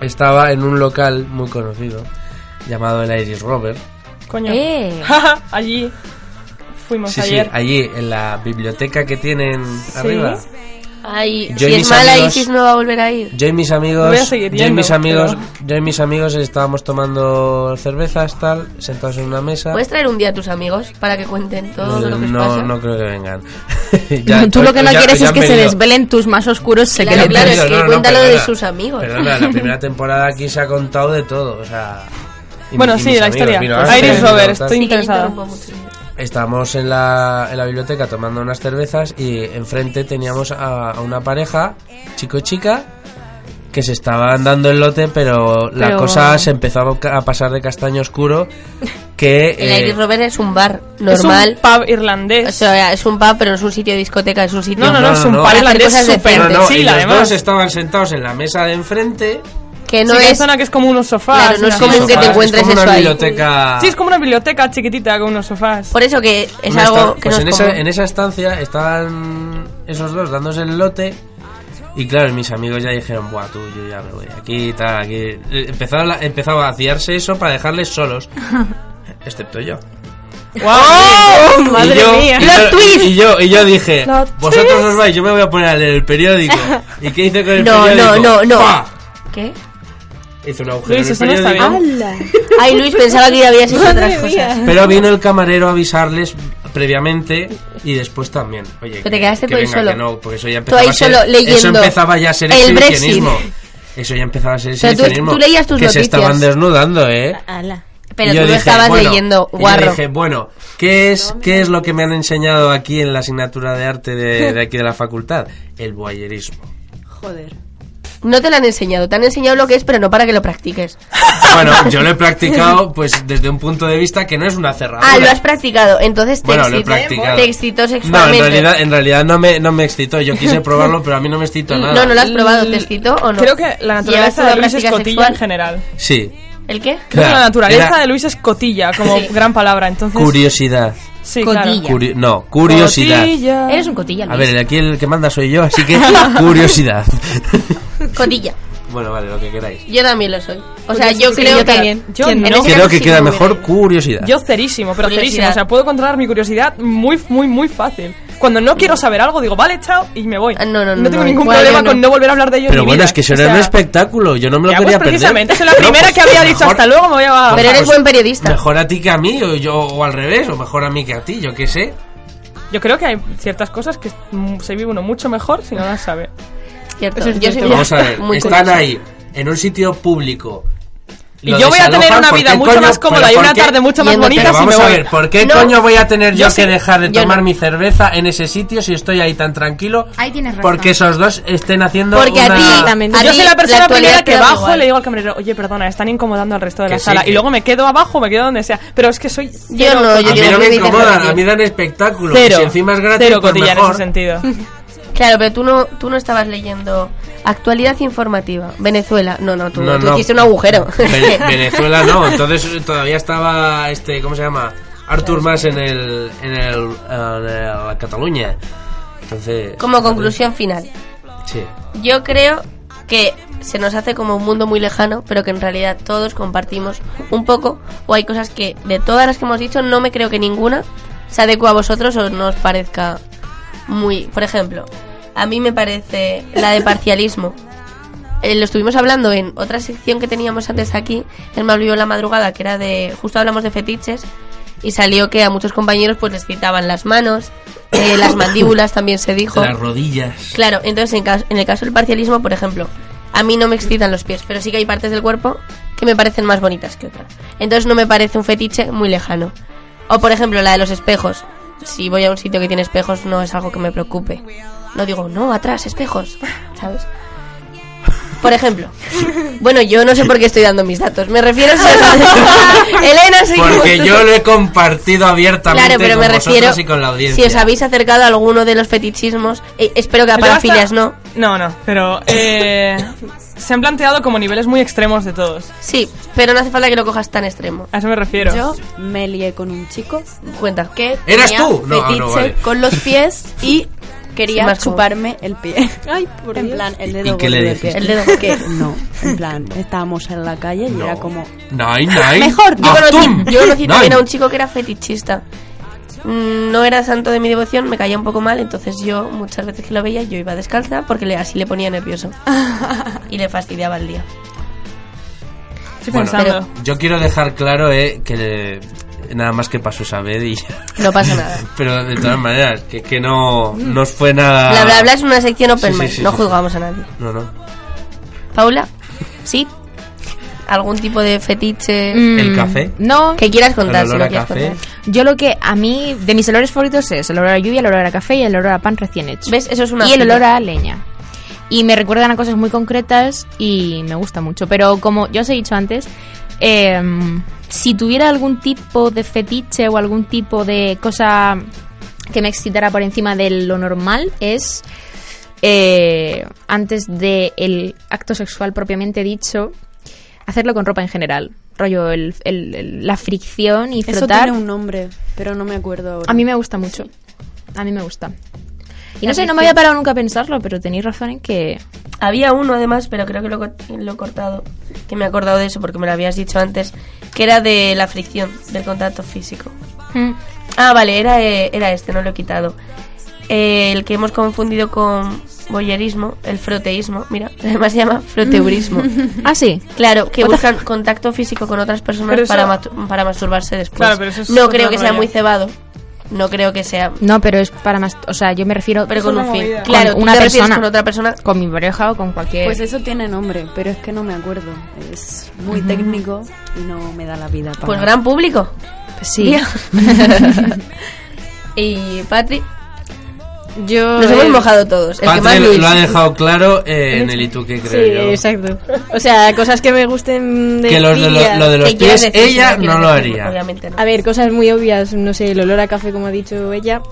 [SPEAKER 2] Estaba en un local muy conocido llamado el Iris Rover.
[SPEAKER 4] Coño. [LAUGHS]
[SPEAKER 17] Eh.
[SPEAKER 4] Allí fuimos
[SPEAKER 2] Sí, sí,
[SPEAKER 4] ayer.
[SPEAKER 2] allí en la biblioteca que tienen arriba.
[SPEAKER 12] Ay,
[SPEAKER 2] Yo y
[SPEAKER 12] si es
[SPEAKER 2] mis
[SPEAKER 12] mala
[SPEAKER 2] amigos-
[SPEAKER 12] Isis no va a volver a ir.
[SPEAKER 2] Yo y mis amigos,
[SPEAKER 12] Voy a seguir
[SPEAKER 2] yo y
[SPEAKER 12] yendo,
[SPEAKER 2] mis amigos, yo y mis amigos estábamos tomando cervezas tal, sentados en una mesa.
[SPEAKER 12] ¿Puedes traer un día a tus amigos para que cuenten todo lo que les
[SPEAKER 2] Eh, no,
[SPEAKER 12] pasa?
[SPEAKER 2] no creo
[SPEAKER 12] [LAUGHS]
[SPEAKER 2] que vengan.
[SPEAKER 17] Tú
[SPEAKER 2] Pues
[SPEAKER 17] lo que no quieres es que se
[SPEAKER 2] desvele
[SPEAKER 17] desvelen tus más oscuros secretos.
[SPEAKER 12] cuéntalo de sus amigos. [LAUGHS]
[SPEAKER 2] Perdona, la primera temporada aquí se ha contado de todo, o sea... y-
[SPEAKER 4] Bueno,
[SPEAKER 2] y
[SPEAKER 4] sí,
[SPEAKER 2] mis
[SPEAKER 4] la
[SPEAKER 2] amigos,
[SPEAKER 4] historia.
[SPEAKER 2] vino Ángel,
[SPEAKER 4] Iris
[SPEAKER 2] vino
[SPEAKER 4] Robert,
[SPEAKER 2] tal.
[SPEAKER 4] estoy interesada.
[SPEAKER 2] Estábamos en la, en la biblioteca tomando unas cervezas y enfrente teníamos a, a una pareja, chico y chica, que se estaban dando el lote, pero, la
[SPEAKER 12] Pero-
[SPEAKER 2] cosa se empezaba a pasar de castaño oscuro que...
[SPEAKER 12] El
[SPEAKER 2] eh,
[SPEAKER 12] Iris Robert es un bar normal.
[SPEAKER 4] Es un pub irlandés.
[SPEAKER 12] O sea, es un pub, pero no es un sitio de discoteca, es un sitio...
[SPEAKER 2] no.
[SPEAKER 12] para hacer cosas de
[SPEAKER 2] No,
[SPEAKER 12] frente.
[SPEAKER 2] no, y los dos estaban sentados en la mesa de enfrente.
[SPEAKER 12] Que no
[SPEAKER 4] Sí,
[SPEAKER 12] es...
[SPEAKER 4] hay zona que es como unos sofás.
[SPEAKER 12] Claro, no es
[SPEAKER 4] una
[SPEAKER 12] común
[SPEAKER 4] cosa
[SPEAKER 12] que te
[SPEAKER 4] así.
[SPEAKER 12] encuentres
[SPEAKER 2] como una
[SPEAKER 12] eso ahí.
[SPEAKER 2] biblioteca.
[SPEAKER 4] Sí, es como una biblioteca chiquitita con unos sofás.
[SPEAKER 12] Por eso que es
[SPEAKER 2] Una
[SPEAKER 12] algo
[SPEAKER 2] estan-
[SPEAKER 12] que
[SPEAKER 2] pues
[SPEAKER 12] no
[SPEAKER 2] en,
[SPEAKER 12] es
[SPEAKER 2] esa,
[SPEAKER 12] común.
[SPEAKER 2] en esa estancia estaban esos dos dándose el lote. Y claro, mis amigos ya dijeron, buah, tú, yo ya me voy de aquí, tal, aquí. Eh, Empezaba, la- empezaba a fiarse eso para
[SPEAKER 12] [LAUGHS]
[SPEAKER 2] dejarles solos. Excepto yo.
[SPEAKER 12] Oh,
[SPEAKER 4] ¡Wow!
[SPEAKER 2] y yo, Y yo, y yo, y yo dije,
[SPEAKER 12] Plot
[SPEAKER 2] vosotros
[SPEAKER 12] twist.
[SPEAKER 2] os vais, yo me voy a poner a leer
[SPEAKER 12] [LAUGHS]
[SPEAKER 2] el periódico. ¿Y qué hice con el
[SPEAKER 12] No,
[SPEAKER 2] periódico?
[SPEAKER 12] no, no, no.
[SPEAKER 2] ¡Pah!
[SPEAKER 12] ¿Qué?
[SPEAKER 2] Hizo un agujero en el
[SPEAKER 12] Ah,
[SPEAKER 2] periódico.
[SPEAKER 12] [LAUGHS] Ay, Luis, pensaba que ya habías hecho
[SPEAKER 4] Madre
[SPEAKER 12] otras cosas.
[SPEAKER 2] Pero vino el camarero a avisarles previamente y después también. Oye,
[SPEAKER 12] Pero
[SPEAKER 2] que-
[SPEAKER 12] te quedaste
[SPEAKER 2] que
[SPEAKER 12] tú ahí
[SPEAKER 2] venga,
[SPEAKER 12] solo.
[SPEAKER 2] que no, porque eso ya
[SPEAKER 12] Tú
[SPEAKER 2] empezaba
[SPEAKER 12] ahí
[SPEAKER 2] a ser,
[SPEAKER 12] solo
[SPEAKER 2] Eso
[SPEAKER 12] leyendo
[SPEAKER 2] empezaba ya a ser
[SPEAKER 12] el Brexit.
[SPEAKER 2] exhibicionismo. Eso ya empezaba a ser
[SPEAKER 12] Pero tú-
[SPEAKER 2] exhibicionismo.
[SPEAKER 12] tú leías tus
[SPEAKER 2] Que se
[SPEAKER 12] noticias.
[SPEAKER 2] estaban desnudando, ¿eh?
[SPEAKER 12] Pero
[SPEAKER 2] Y yo
[SPEAKER 12] tú no
[SPEAKER 2] dije,
[SPEAKER 12] estabas
[SPEAKER 2] bueno,
[SPEAKER 12] leyendo
[SPEAKER 2] y yo
[SPEAKER 12] guarro.
[SPEAKER 2] dije, bueno, ¿qué es, ¿qué es lo que me han enseñado aquí en la asignatura de arte de, de aquí de la facultad? El boyerismo.
[SPEAKER 12] Joder. No te lo han enseñado, te han enseñado lo que es, pero no para que lo practiques.
[SPEAKER 2] Ah, Bueno, yo lo he practicado pues desde un punto de vista que no es una cerradura.
[SPEAKER 12] Ah, lo has practicado, entonces te,
[SPEAKER 2] Bueno, lo he
[SPEAKER 12] excitó,
[SPEAKER 2] practicado.
[SPEAKER 12] te excitó
[SPEAKER 2] No, en
[SPEAKER 12] sexualmente.
[SPEAKER 2] realidad, en realidad no, me, no me excitó. Yo quise probarlo, pero a mí no me excitó nada.
[SPEAKER 12] No, no lo has probado, ¿te excitó o no?
[SPEAKER 4] Creo que la
[SPEAKER 12] Llevas
[SPEAKER 4] naturaleza
[SPEAKER 12] toda
[SPEAKER 4] de Luis
[SPEAKER 12] práctica
[SPEAKER 4] es cotilla
[SPEAKER 12] sexual.
[SPEAKER 4] en general.
[SPEAKER 2] Sí.
[SPEAKER 12] ¿El qué?
[SPEAKER 4] Creo que
[SPEAKER 2] Era-
[SPEAKER 4] la naturaleza
[SPEAKER 2] era-
[SPEAKER 4] de Luis es cotilla, como gran palabra, entonces...
[SPEAKER 2] Curiosidad.
[SPEAKER 4] Sí, claro.
[SPEAKER 2] Curio- no, curiosidad.
[SPEAKER 4] Cotilla.
[SPEAKER 5] Eres un cotilla,
[SPEAKER 2] A
[SPEAKER 5] Luis.
[SPEAKER 2] ver, aquí el que manda soy yo, así
[SPEAKER 12] [LAUGHS]
[SPEAKER 2] que curiosidad.
[SPEAKER 12] Cotilla.
[SPEAKER 2] Bueno, vale, lo que queráis.
[SPEAKER 12] Yo también lo soy. O sea,
[SPEAKER 4] Curiosidad.
[SPEAKER 12] yo
[SPEAKER 4] Sí,
[SPEAKER 12] creo
[SPEAKER 4] Pues yo
[SPEAKER 12] que...
[SPEAKER 4] también. Yo
[SPEAKER 12] en
[SPEAKER 4] no.
[SPEAKER 12] ese caso
[SPEAKER 2] Creo que
[SPEAKER 12] sí
[SPEAKER 2] queda
[SPEAKER 12] me
[SPEAKER 2] mejor curiosidad.
[SPEAKER 4] Yo cerísimo, pero
[SPEAKER 12] Curiosidad.
[SPEAKER 4] cerísimo. O sea, puedo controlar mi curiosidad muy, muy, muy fácil. Cuando no quiero saber algo, digo, vale, chao, y me voy. No, no, tengo
[SPEAKER 12] no,
[SPEAKER 4] ningún
[SPEAKER 12] igual
[SPEAKER 4] problema
[SPEAKER 12] yo no.
[SPEAKER 4] con no volver a hablar de ello
[SPEAKER 2] Pero
[SPEAKER 4] en mi
[SPEAKER 2] bueno,
[SPEAKER 4] vida.
[SPEAKER 2] es pues, que eso
[SPEAKER 4] O
[SPEAKER 2] era
[SPEAKER 4] sea,
[SPEAKER 2] un
[SPEAKER 4] [LAUGHS]
[SPEAKER 2] espectáculo, yo no me lo
[SPEAKER 4] ya, pues,
[SPEAKER 2] quería perder.
[SPEAKER 4] precisamente, es la primera que había dicho, hasta luego, me voy a- Pero eres buen periodista.
[SPEAKER 2] Mejor a ti que a mí, o, yo, o al revés, o mejor a mí que a ti, yo qué sé.
[SPEAKER 4] Yo creo que hay ciertas cosas que mm, se vive uno mucho mejor si no las sabe.
[SPEAKER 12] Cierto.
[SPEAKER 4] Eso es
[SPEAKER 12] Yo
[SPEAKER 4] cierto.
[SPEAKER 12] soy
[SPEAKER 2] Vamos a
[SPEAKER 4] [LAUGHS]
[SPEAKER 2] ver,
[SPEAKER 12] muy
[SPEAKER 2] están
[SPEAKER 12] curiosa.
[SPEAKER 2] ahí, en un sitio público.
[SPEAKER 4] Y
[SPEAKER 2] Lo
[SPEAKER 4] yo voy a tener
[SPEAKER 2] desalojan,
[SPEAKER 4] una
[SPEAKER 2] ¿por
[SPEAKER 4] vida
[SPEAKER 2] qué
[SPEAKER 4] mucho
[SPEAKER 2] coño-
[SPEAKER 4] más cómoda
[SPEAKER 2] pero
[SPEAKER 4] y
[SPEAKER 2] por
[SPEAKER 4] una
[SPEAKER 2] qué-
[SPEAKER 4] tarde mucho más
[SPEAKER 2] Pero
[SPEAKER 4] bonita si
[SPEAKER 2] vamos
[SPEAKER 4] me
[SPEAKER 2] a
[SPEAKER 4] voy.
[SPEAKER 2] ver, ¿por qué
[SPEAKER 4] No.
[SPEAKER 2] coño voy a tener yo,
[SPEAKER 4] Yo
[SPEAKER 2] que
[SPEAKER 4] sí.
[SPEAKER 2] dejar de
[SPEAKER 4] Yo
[SPEAKER 2] tomar
[SPEAKER 4] no.
[SPEAKER 2] mi cerveza en ese sitio si estoy ahí tan tranquilo?
[SPEAKER 17] Ahí tienes razón.
[SPEAKER 2] Porque esos dos estén haciendo
[SPEAKER 17] Porque a
[SPEAKER 2] una-
[SPEAKER 17] ti-
[SPEAKER 4] Exactamente.
[SPEAKER 17] A
[SPEAKER 4] Yo
[SPEAKER 17] mí
[SPEAKER 4] soy la
[SPEAKER 17] la
[SPEAKER 4] persona
[SPEAKER 17] actualidad
[SPEAKER 4] primera que
[SPEAKER 17] te da
[SPEAKER 4] bajo
[SPEAKER 17] igual.
[SPEAKER 4] y le digo al camarero, oye, perdona, están incomodando al resto de la
[SPEAKER 2] Que sí,
[SPEAKER 4] sala.
[SPEAKER 2] que-
[SPEAKER 4] Y luego me quedo abajo, me quedo donde sea. Pero es que soy. cero
[SPEAKER 2] a mí
[SPEAKER 4] cotilla.
[SPEAKER 2] no me incomodan, a mí dan espectáculo.
[SPEAKER 4] Cero.
[SPEAKER 2] si encima es gratis,
[SPEAKER 4] Cero
[SPEAKER 2] pues
[SPEAKER 4] cotilla en
[SPEAKER 2] mejor.
[SPEAKER 4] ese sentido.
[SPEAKER 12] Claro, pero tú no, tú no estabas leyendo actualidad informativa. Venezuela. No, no, tú,
[SPEAKER 2] No,
[SPEAKER 12] tú
[SPEAKER 2] no.
[SPEAKER 12] hiciste un agujero. [LAUGHS]
[SPEAKER 2] Vene- Venezuela no, entonces eh, todavía estaba este, ¿cómo se llama? Artur Mas en el en el en el- Cataluña. Entonces,
[SPEAKER 12] Como conclusión final.
[SPEAKER 2] sí.
[SPEAKER 12] Yo creo que se nos hace como un mundo muy lejano, pero que en realidad todos compartimos un poco. O hay cosas que de todas las que hemos dicho, no me creo que ninguna se adecue a vosotros o no os parezca muy. Por ejemplo, a mí me parece la de parcialismo. Eh, lo estuvimos hablando en otra sección que teníamos antes aquí, en Más Vivo en la Madrugada, que era de. Justo hablamos de fetiches. Y salió que a muchos compañeros pues les quitaban las manos, eh, las mandíbulas también se dijo.
[SPEAKER 2] Las rodillas.
[SPEAKER 12] Claro, entonces en, cas- en el caso del parcialismo, por ejemplo, a mí no me excitan los pies, pero sí que hay partes del cuerpo que me parecen más bonitas que otras. Entonces no me parece un fetiche muy lejano. O por ejemplo, la de los espejos. Si voy a un sitio que tiene espejos, no es algo que me preocupe. No digo, no, atrás, espejos, ¿sabes? Por ejemplo, bueno, yo no sé por qué estoy dando mis datos. Me refiero
[SPEAKER 2] [LAUGHS]
[SPEAKER 12] a Elena, sí.
[SPEAKER 2] Porque yo lo he compartido abiertamente
[SPEAKER 12] Claro, pero
[SPEAKER 2] con
[SPEAKER 12] me refiero.
[SPEAKER 2] vosotros y con la
[SPEAKER 12] si
[SPEAKER 2] audiencia.
[SPEAKER 12] os habéis acercado a alguno de los fetichismos, eh, espero que a
[SPEAKER 4] Pero hasta-
[SPEAKER 12] parafilias no.
[SPEAKER 4] No, no, pero eh,
[SPEAKER 12] [LAUGHS]
[SPEAKER 4] se han planteado como niveles muy extremos de todos.
[SPEAKER 12] Sí, pero no hace falta que lo cojas tan extremo.
[SPEAKER 4] A eso me refiero.
[SPEAKER 21] Yo me lié con un chico.
[SPEAKER 12] Cuenta.
[SPEAKER 21] Que
[SPEAKER 12] ¿Eras
[SPEAKER 21] tenía
[SPEAKER 12] tú? No, ah,
[SPEAKER 21] fetiche
[SPEAKER 12] no, vale.
[SPEAKER 21] con los pies y
[SPEAKER 12] Sí,
[SPEAKER 21] quería
[SPEAKER 12] más como-
[SPEAKER 21] chuparme el [LAUGHS] pie. Ay, por En plan, el dedo
[SPEAKER 2] ¿Y qué
[SPEAKER 21] gordo
[SPEAKER 2] le
[SPEAKER 21] del
[SPEAKER 2] dijiste?
[SPEAKER 21] pie.
[SPEAKER 2] El dedo gordo.
[SPEAKER 21] Que no. En plan, estábamos en la calle y era como.
[SPEAKER 2] Nein, nein.
[SPEAKER 12] Mejor, yo
[SPEAKER 2] Achtung.
[SPEAKER 12] conocí,
[SPEAKER 3] [LAUGHS]
[SPEAKER 12] yo conocí
[SPEAKER 2] Nein.
[SPEAKER 12] también a un chico que era fetichista. Mm, No era santo de mi devoción, me caía un poco mal, entonces yo muchas veces que lo veía yo iba descalza porque le, así le
[SPEAKER 4] [LAUGHS]
[SPEAKER 12] ponía nervioso. y le fastidiaba el día.
[SPEAKER 2] Bueno, yo quiero dejar claro eh, que eh, nada más que pasó Sabed y
[SPEAKER 12] No pasa nada.
[SPEAKER 2] [LAUGHS] pero de todas maneras que, que no no os fue nada
[SPEAKER 12] Bla, bla, bla es una sección open
[SPEAKER 2] Sí, sí,
[SPEAKER 12] mind,
[SPEAKER 2] sí,
[SPEAKER 12] no
[SPEAKER 2] sí.
[SPEAKER 12] juzgamos a nadie.
[SPEAKER 2] No, no.
[SPEAKER 12] Paula, ¿sí? ¿Algún tipo de fetiche?
[SPEAKER 4] Mm.
[SPEAKER 2] El café.
[SPEAKER 17] No.
[SPEAKER 12] Que quieras contar,
[SPEAKER 2] El
[SPEAKER 12] si
[SPEAKER 2] olor
[SPEAKER 12] lo
[SPEAKER 2] a
[SPEAKER 12] quieres
[SPEAKER 2] café.
[SPEAKER 12] contar.
[SPEAKER 17] Yo lo que a mí, de mis olores favoritos es el olor a lluvia, el olor a café y el olor a pan recién hecho.
[SPEAKER 12] ¿Ves? Eso es una
[SPEAKER 17] Y el
[SPEAKER 12] fila.
[SPEAKER 17] olor a leña. Y me recuerdan a cosas muy concretas y me gusta mucho. Pero como yo os he dicho antes, eh, si tuviera algún tipo de fetiche o algún tipo de cosa que me excitara por encima de lo normal es eh, antes del acto sexual propiamente dicho, hacerlo con ropa en general. Rollo, el- el- el- la fricción y
[SPEAKER 21] Eso
[SPEAKER 17] frotar.
[SPEAKER 21] tiene un nombre, pero no me acuerdo ahora.
[SPEAKER 17] A mí me gusta mucho. A mí me gusta. Y
[SPEAKER 12] La
[SPEAKER 17] no sé, no
[SPEAKER 12] fricción.
[SPEAKER 17] me había parado nunca a pensarlo, pero tenéis razón en que...
[SPEAKER 12] Había uno además, pero creo que lo, co- lo he cortado, que me he acordado de eso porque me lo habías dicho antes, que era de la fricción, del contacto físico.
[SPEAKER 17] Mm.
[SPEAKER 12] Ah, vale, era, eh, era este, no lo he quitado. Eh, el que hemos confundido con boyerismo, el froteísmo, mira, [LAUGHS] además se llama
[SPEAKER 17] [LAUGHS]
[SPEAKER 12] froteurismo.
[SPEAKER 17] ah, sí.
[SPEAKER 12] Claro, que
[SPEAKER 17] What the
[SPEAKER 12] buscan contacto físico con otras personas
[SPEAKER 17] Pero eso-
[SPEAKER 12] para, matu- para masturbarse después.
[SPEAKER 17] Claro, pero eso es
[SPEAKER 12] no
[SPEAKER 17] otro
[SPEAKER 12] creo que sea
[SPEAKER 17] rollo.
[SPEAKER 12] muy cebado. No creo que sea
[SPEAKER 17] No, pero es para más... O sea, yo me refiero...
[SPEAKER 12] Pero con Es una un fin. movida.
[SPEAKER 17] Con
[SPEAKER 12] Claro, tú
[SPEAKER 17] una
[SPEAKER 12] te refieres
[SPEAKER 17] persona.
[SPEAKER 12] con otra persona.
[SPEAKER 17] Con mi pareja o con cualquier...
[SPEAKER 21] Pues eso tiene nombre, pero es que no me acuerdo. Es muy
[SPEAKER 17] Ujú.
[SPEAKER 21] técnico y no me da la vida para.
[SPEAKER 12] Pues gran público.
[SPEAKER 17] sí. [LAUGHS]
[SPEAKER 12] y Patri,
[SPEAKER 18] Yo. eh,
[SPEAKER 12] nos
[SPEAKER 21] Eh,
[SPEAKER 12] hemos mojado todos. El que
[SPEAKER 2] Patri
[SPEAKER 12] más
[SPEAKER 2] lo-
[SPEAKER 12] Luis.
[SPEAKER 2] lo ha dejado claro eh, en el y tú qué
[SPEAKER 18] Sí,
[SPEAKER 2] creo yo.
[SPEAKER 18] exacto. O sea, cosas que me gusten de
[SPEAKER 2] Que los de lo-
[SPEAKER 18] filias.
[SPEAKER 2] lo de los Que quieras pies, decir, ella si no quieres no lo decir, haría.
[SPEAKER 12] obviamente
[SPEAKER 18] A ver, cosas muy obvias, no sé, el olor a café como ha dicho ella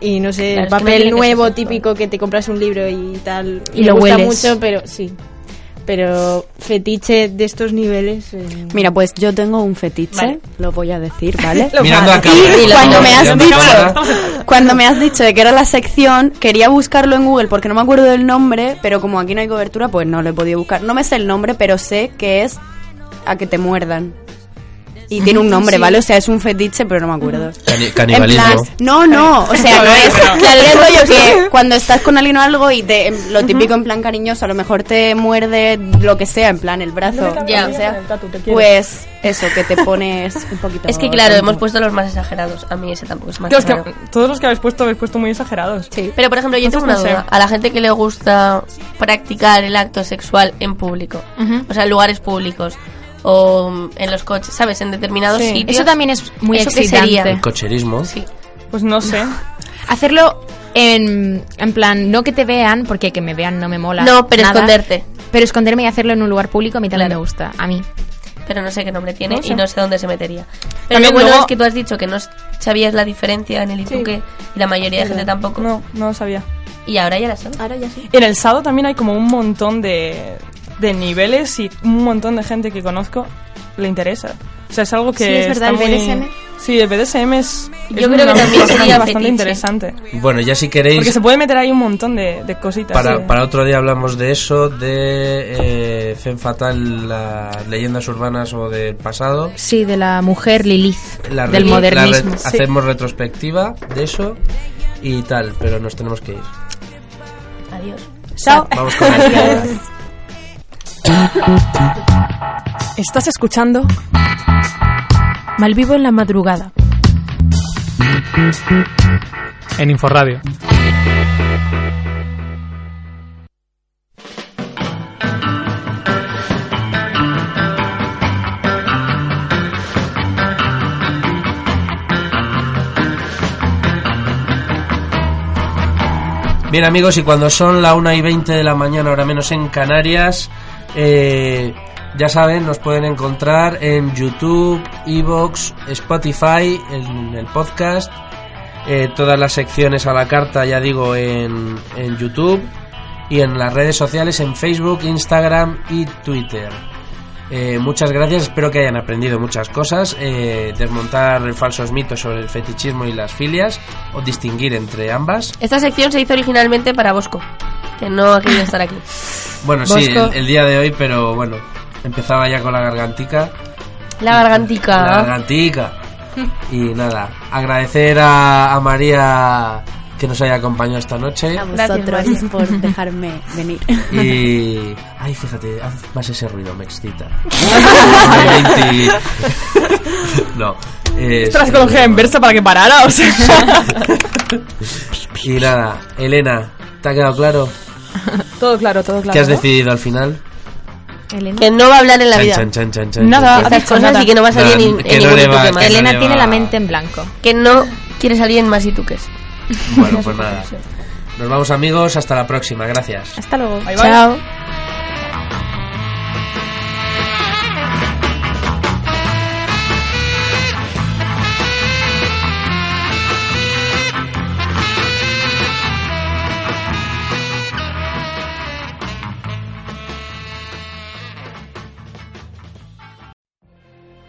[SPEAKER 18] y no sé,
[SPEAKER 12] Claro,
[SPEAKER 18] el
[SPEAKER 12] es que no
[SPEAKER 18] papel
[SPEAKER 12] tiene que ser
[SPEAKER 18] nuevo
[SPEAKER 12] sexual.
[SPEAKER 18] típico que te compras un libro y tal
[SPEAKER 17] Y
[SPEAKER 18] me
[SPEAKER 17] lo
[SPEAKER 18] gusta
[SPEAKER 17] hueles.
[SPEAKER 18] mucho, pero sí. Pero fetiche de estos niveles. eh,
[SPEAKER 21] Mira, pues yo tengo un fetiche,
[SPEAKER 18] Vale.
[SPEAKER 21] lo voy a decir, ¿vale?
[SPEAKER 18] [LAUGHS] Lo Mirando vale. a cámara,
[SPEAKER 21] Y
[SPEAKER 18] por
[SPEAKER 21] cuando
[SPEAKER 18] favor,
[SPEAKER 21] me has
[SPEAKER 18] mirando a cámara,
[SPEAKER 21] dicho,
[SPEAKER 18] estamos
[SPEAKER 21] cuando me has dicho de que era la sección, quería buscarlo en Google porque no me acuerdo del nombre, pero como aquí no hay cobertura, pues no lo he podido buscar. No me sé el nombre, pero sé que es a que te muerdan.
[SPEAKER 18] Ah,
[SPEAKER 21] Y tiene un nombre,
[SPEAKER 2] Sí.
[SPEAKER 21] ¿vale? O sea, es un fetiche, pero no me acuerdo.
[SPEAKER 2] Cani-
[SPEAKER 21] En
[SPEAKER 2] canibalismo.
[SPEAKER 21] plan, no, no, o
[SPEAKER 18] [LAUGHS]
[SPEAKER 21] sea, no es claro, es rollo que cuando estás con alguien o algo y te, em, lo típico en plan cariñoso, a lo mejor te muerde lo que sea, en plan el brazo,
[SPEAKER 12] Ya.
[SPEAKER 21] lo que sea,
[SPEAKER 12] quiero.
[SPEAKER 21] pues eso, que te pones [LAUGHS] un poquito...
[SPEAKER 12] Es que claro,
[SPEAKER 21] tonto.
[SPEAKER 12] hemos puesto los más exagerados. A mí ese tampoco es más
[SPEAKER 4] Yo es que
[SPEAKER 12] raro.
[SPEAKER 4] todos los que habéis puesto habéis puesto muy exagerados.
[SPEAKER 12] Sí. Pero por ejemplo, yo tengo una
[SPEAKER 4] Entonces, no
[SPEAKER 12] duda.
[SPEAKER 4] sé.
[SPEAKER 12] A la gente que le gusta practicar el acto sexual en público,
[SPEAKER 5] Ujú.
[SPEAKER 12] o sea, en lugares públicos o mm, en los coches, ¿sabes? En determinados
[SPEAKER 5] Sí.
[SPEAKER 12] sitios.
[SPEAKER 5] Eso también es muy
[SPEAKER 12] ¿Eso qué
[SPEAKER 5] excitante.
[SPEAKER 12] sería?
[SPEAKER 5] El
[SPEAKER 2] cocherismo.
[SPEAKER 4] Pues no sé.
[SPEAKER 5] [LAUGHS] Hacerlo en, en plan, no que te vean, porque que me vean no me mola.
[SPEAKER 12] No, pero
[SPEAKER 5] nada.
[SPEAKER 12] esconderte.
[SPEAKER 5] Pero esconderme y hacerlo en un lugar público a mí también me gusta. A mí.
[SPEAKER 12] Pero no sé qué nombre tiene
[SPEAKER 5] No sé.
[SPEAKER 12] y no sé dónde se metería. Pero
[SPEAKER 5] También
[SPEAKER 12] lo bueno
[SPEAKER 5] luego-
[SPEAKER 12] es que tú has dicho que no s- sabías la diferencia en el Ituque y la mayoría de
[SPEAKER 4] Pero
[SPEAKER 12] gente tampoco.
[SPEAKER 4] No, no lo sabía.
[SPEAKER 12] Y ahora ya la sabes. Ahora ya sí.
[SPEAKER 4] En el sábado también hay como un montón de, de niveles y un montón de gente que conozco le interesa. O sea, es algo que.
[SPEAKER 12] Sí, es verdad,
[SPEAKER 4] está
[SPEAKER 12] el
[SPEAKER 4] muy-
[SPEAKER 12] BDSM.
[SPEAKER 4] Sí, el BDSM es.
[SPEAKER 12] Yo
[SPEAKER 4] es
[SPEAKER 12] creo que
[SPEAKER 4] una
[SPEAKER 12] también
[SPEAKER 4] cosa
[SPEAKER 12] sería
[SPEAKER 4] bastante
[SPEAKER 12] fetiche.
[SPEAKER 4] interesante.
[SPEAKER 2] Bueno, ya si
[SPEAKER 4] Porque
[SPEAKER 2] queréis,
[SPEAKER 4] se puede meter ahí un montón de, de cositas.
[SPEAKER 2] para,
[SPEAKER 4] sí.
[SPEAKER 2] para otro día hablamos de eso, de eh, Femme Fatal, las leyendas urbanas o del pasado.
[SPEAKER 5] Sí, de la mujer Lilith,
[SPEAKER 2] La
[SPEAKER 5] del
[SPEAKER 2] re-
[SPEAKER 5] modernismo.
[SPEAKER 2] la re- Hacemos retrospectiva de eso y tal, pero nos tenemos que ir.
[SPEAKER 12] Adiós.
[SPEAKER 4] Chao.
[SPEAKER 2] Vamos con la izquierda.
[SPEAKER 22] ¿Estás escuchando? Malvivo en la madrugada.
[SPEAKER 7] En Inforradio.
[SPEAKER 2] Bien amigos, y cuando son la 1 y 20 de la mañana, ahora menos en Canarias, eh, ya saben, nos pueden encontrar en YouTube, Evox, Spotify, en el podcast, eh, todas las secciones a la carta, ya digo, en, en YouTube y en las redes sociales, en Facebook, Instagram y Twitter. Eh, muchas gracias, espero que hayan aprendido muchas cosas, eh, desmontar falsos mitos sobre el fetichismo y las filias, o distinguir entre ambas.
[SPEAKER 12] Esta sección se hizo originalmente para Bosco, que no ha querido estar aquí.
[SPEAKER 2] [LAUGHS] Bueno, sí,
[SPEAKER 12] Bosco.
[SPEAKER 2] el, el día de hoy, pero bueno, empezaba ya con la gargantica.
[SPEAKER 12] La gargantica.
[SPEAKER 4] [LAUGHS]
[SPEAKER 2] La gargantica. Y nada, agradecer a, a María que nos haya acompañado esta noche.
[SPEAKER 21] A vosotros
[SPEAKER 12] Gracias, María.
[SPEAKER 21] por dejarme venir.
[SPEAKER 2] Y. Ay, fíjate, haz más ese ruido, me excita. [LAUGHS] Ay, 20. no. es-
[SPEAKER 4] Esto la psicología inversa para que parara, o sea.
[SPEAKER 2] [LAUGHS] Y nada, Elena, ¿te ha quedado claro
[SPEAKER 4] todo claro, todo claro.
[SPEAKER 2] qué has decidido al final?
[SPEAKER 12] Que no va a hablar en la
[SPEAKER 2] Chan,
[SPEAKER 12] vida.
[SPEAKER 2] chan, chan, chan, chan,
[SPEAKER 12] Nada,
[SPEAKER 2] chan.
[SPEAKER 12] estas cosas y que no va a salir
[SPEAKER 2] Nada,
[SPEAKER 12] en,
[SPEAKER 2] que
[SPEAKER 12] en
[SPEAKER 2] no
[SPEAKER 12] ningún
[SPEAKER 2] le va,
[SPEAKER 12] tuque
[SPEAKER 2] que
[SPEAKER 12] más.
[SPEAKER 2] no Elena le tiene va. la mente
[SPEAKER 5] en blanco.
[SPEAKER 12] Que no quiere salir en más ituques.
[SPEAKER 2] Bueno, pues nada. Nos vamos amigos, hasta la próxima, gracias.
[SPEAKER 12] Hasta luego.
[SPEAKER 4] Bye, bye.
[SPEAKER 12] Chao.